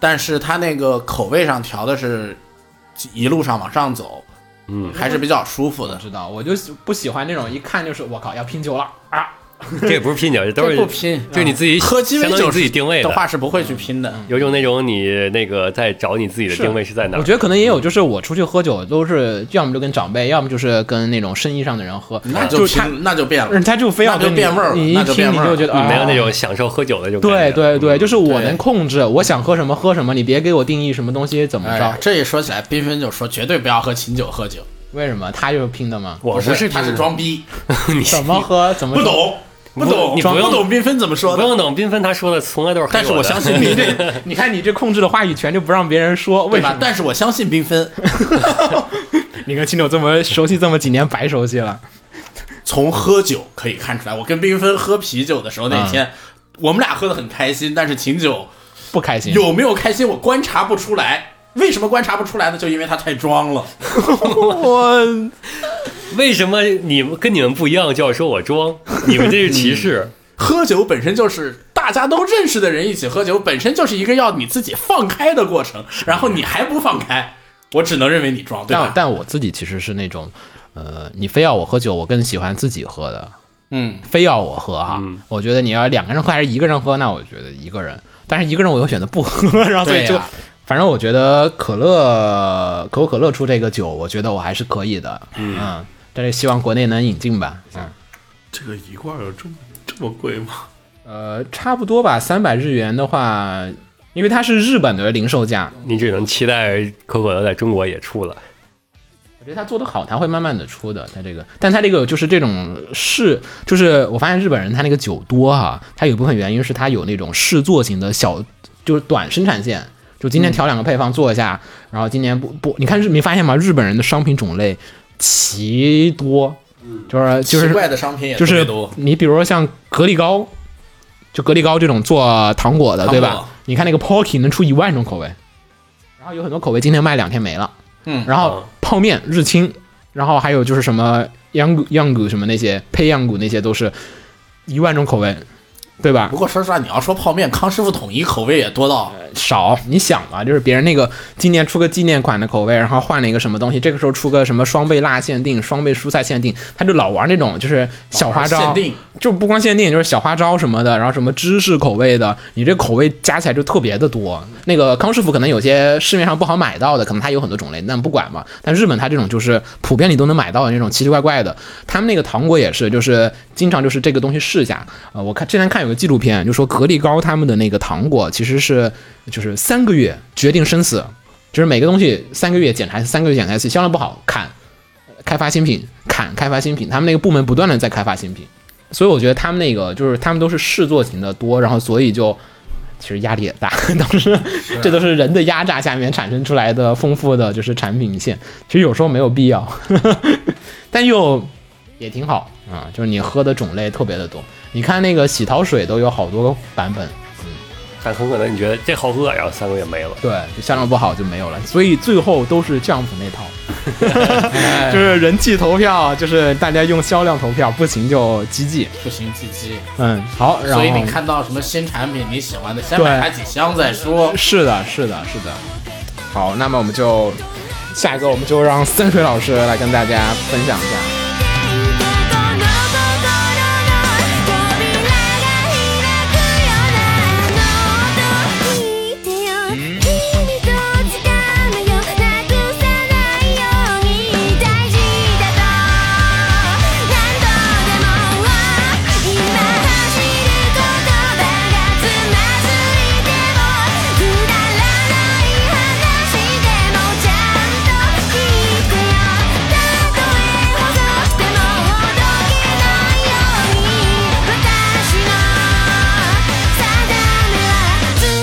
[SPEAKER 3] 但是它那个口味上调的是一路上往上走，
[SPEAKER 2] 嗯，
[SPEAKER 3] 还是比较舒服
[SPEAKER 1] 我
[SPEAKER 3] 的。
[SPEAKER 1] 知道，我就不喜欢那种一看就是我靠要拼酒了啊！
[SPEAKER 2] 这也不是拼酒，这都是
[SPEAKER 3] 这不拼，
[SPEAKER 2] 就是你自己
[SPEAKER 3] 喝鸡尾
[SPEAKER 2] 相当于
[SPEAKER 3] 酒
[SPEAKER 2] 你自己定位
[SPEAKER 3] 的
[SPEAKER 2] 的
[SPEAKER 3] 话是不会去拼的。
[SPEAKER 2] 有种那种你那个在找你自己的
[SPEAKER 1] 是
[SPEAKER 2] 定位是在哪儿？
[SPEAKER 1] 我觉得可能也有，就是我出去喝酒都是要么就跟长辈，要么就是跟那种生意上的人喝，
[SPEAKER 3] 那
[SPEAKER 1] 就
[SPEAKER 3] 哎就是
[SPEAKER 1] 他
[SPEAKER 3] 拼，那就变了
[SPEAKER 1] 嗯，。他就非要
[SPEAKER 3] 那就
[SPEAKER 1] 跟你
[SPEAKER 3] 变味儿了
[SPEAKER 1] 你一
[SPEAKER 3] 那就
[SPEAKER 1] 听
[SPEAKER 3] 变
[SPEAKER 1] 你
[SPEAKER 3] 味儿
[SPEAKER 1] 就觉
[SPEAKER 3] 了
[SPEAKER 1] 得
[SPEAKER 2] 你
[SPEAKER 1] 啊，
[SPEAKER 2] 没有那种享受喝酒的这种
[SPEAKER 1] 对
[SPEAKER 2] 感觉。
[SPEAKER 1] 对对，就是我
[SPEAKER 3] 嗯对
[SPEAKER 1] 能控制，我想喝什么喝什么，你别给我定义什么东西怎么
[SPEAKER 3] 哎呀
[SPEAKER 1] 着。
[SPEAKER 3] 这一说起来，缤纷就说绝对不要和秦酒喝酒，
[SPEAKER 1] 为什么他就是拼的吗？
[SPEAKER 2] 我不是
[SPEAKER 3] 他是装逼，
[SPEAKER 2] 你
[SPEAKER 1] 怎么喝怎么
[SPEAKER 3] 不懂，不懂，
[SPEAKER 2] 你不用
[SPEAKER 3] 不懂缤纷怎么说
[SPEAKER 2] 不
[SPEAKER 3] 的。
[SPEAKER 2] 用等缤纷他说的，从来都是黑
[SPEAKER 3] 但是
[SPEAKER 2] 我
[SPEAKER 3] 我
[SPEAKER 2] 的
[SPEAKER 3] 相信你这
[SPEAKER 1] 说？你看你这控制的话语权就不让别人说，为
[SPEAKER 3] 对
[SPEAKER 1] 什
[SPEAKER 3] 吧
[SPEAKER 1] 么？？
[SPEAKER 3] 但是我相信缤纷，
[SPEAKER 1] 你跟秦九这么熟悉这么几年，白熟悉了。
[SPEAKER 3] 从喝酒可以看出来，我跟缤纷喝啤酒的时候那
[SPEAKER 1] 嗯
[SPEAKER 3] 天，我们俩喝的很开心，但是秦酒
[SPEAKER 1] 不开心，
[SPEAKER 3] 有没有开心，我观察不出来。为什么观察不出来呢？就因为他太装了。
[SPEAKER 1] 我
[SPEAKER 2] 为什么你们跟你们不一样，就要说我 装？你们这是歧视。
[SPEAKER 3] 喝酒本身就是大家都认识的人一起喝酒，本身就是一个要你自己放开的过程，然后你还不放开，我只能认为你装，对
[SPEAKER 1] 但
[SPEAKER 3] 吧？
[SPEAKER 1] 但我自己其实是那种，呃，你非要我喝酒，我更喜欢自己喝的。
[SPEAKER 3] 嗯，
[SPEAKER 1] 非要我喝哈，我觉得你要两个人喝还是一个人喝，那我觉得一个人。但是一个人我又选择不喝， 然后所以
[SPEAKER 3] 对
[SPEAKER 1] 就，
[SPEAKER 3] 呀
[SPEAKER 1] 反正我觉得可乐可口可乐出这个酒，我觉得我还是可以的。嗯，但是希望国内能引进吧。嗯，
[SPEAKER 5] 这个一罐有这么这么贵吗？
[SPEAKER 1] 呃，差不多吧，三百日元的话，因为它是日本的零售价，
[SPEAKER 2] 你只能期待可口可乐在中国也出了。
[SPEAKER 1] 我觉得他做的好，他会慢慢的出的。他这个，但他这个就是这种试，就是我发现日本人他那个酒多哈、他有一部分原因是他有那种试做型的小，就是短生产线，就
[SPEAKER 3] 嗯
[SPEAKER 1] 今天调两个配方做一下，然后今年不不，你看日没发现吗？日本人的商品种类奇多，就是就是
[SPEAKER 3] 嗯奇怪的商品也
[SPEAKER 1] 就
[SPEAKER 3] 特别
[SPEAKER 1] 是
[SPEAKER 3] 多，
[SPEAKER 1] 你比如说像格力高，就格力高这种做糖果的，呃
[SPEAKER 3] 糖果
[SPEAKER 1] 对吧？你看那个 Pocky 能出一万种口味，然后有很多口味今天卖两天没了，
[SPEAKER 3] 嗯
[SPEAKER 1] 然后泡面、日清，然后还有就是什么 Yang Yang 什么那些配 Yang 那些都是一万种口味，对吧
[SPEAKER 3] 不？过说实话，你要说泡面，康师傅统一口味也多到
[SPEAKER 1] 少，你想嘛，就是别人那个今年出个纪念款的口味，然后换了一个什么东西，这个时候出个什么双倍辣限定、双倍蔬菜限定，他就老玩那种就是小花招，
[SPEAKER 3] 限定，
[SPEAKER 1] 就不光限定，就是小花招什么的，然后什么芝士口味的，你这口味加起来就特别的多。那个康师傅可能有些市面上不好买到的，可能它有很多种类，但不管嘛。但日本它这种就是普遍你都能买到的那种奇奇怪怪的，他们那个糖果也是，就是经常就是这个东西试一下。呃，我看之前看有个纪录片，就说格力高他们的那个糖果其实是就是三个月决定生死，就是每个东西三个月检查一次，三个月检查一次，销量不好砍，开发新品，砍开发新品，他们那个部门不断的在开发新品。所以我觉得他们那个就是他们都是试作型的多，然后所以就其实压力也大。 当时这都是啊人的压榨下面产生出来的丰富的就是产品线，其实有时候没有必要， 但又也挺好啊，就是你喝的种类特别的多。你看那个洗桃水都有好多个版本，
[SPEAKER 2] 但很可能你觉得这好喝，然后三个月没了。
[SPEAKER 1] 对，就销量不好就没有了，所以最后都是 Jump 那套， 就是人气投票，就是大家用销量投票，不行就集计。
[SPEAKER 6] 不行，自己。
[SPEAKER 1] 嗯，好，然后
[SPEAKER 6] 所以你看到什么新产品你喜欢的，先
[SPEAKER 1] 对
[SPEAKER 6] 买它几箱再说。
[SPEAKER 1] 是的，是的，是的。好，那么我们就下一个，我们就让森水老师来跟大家分享一下。
[SPEAKER 4] 「心が心の扉が開くよ」「なのと聞いてよ」「君とつかむよ」「なくさないように大事だと」「何度でも今走る言葉がつまずいても」「くだらない話でもちゃんと聞いてよ」「たとえ細く「ほどけないように私の定めは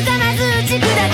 [SPEAKER 4] つかまず軸だけ」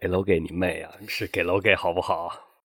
[SPEAKER 2] 给楼给你妹啊，是给楼给好不好？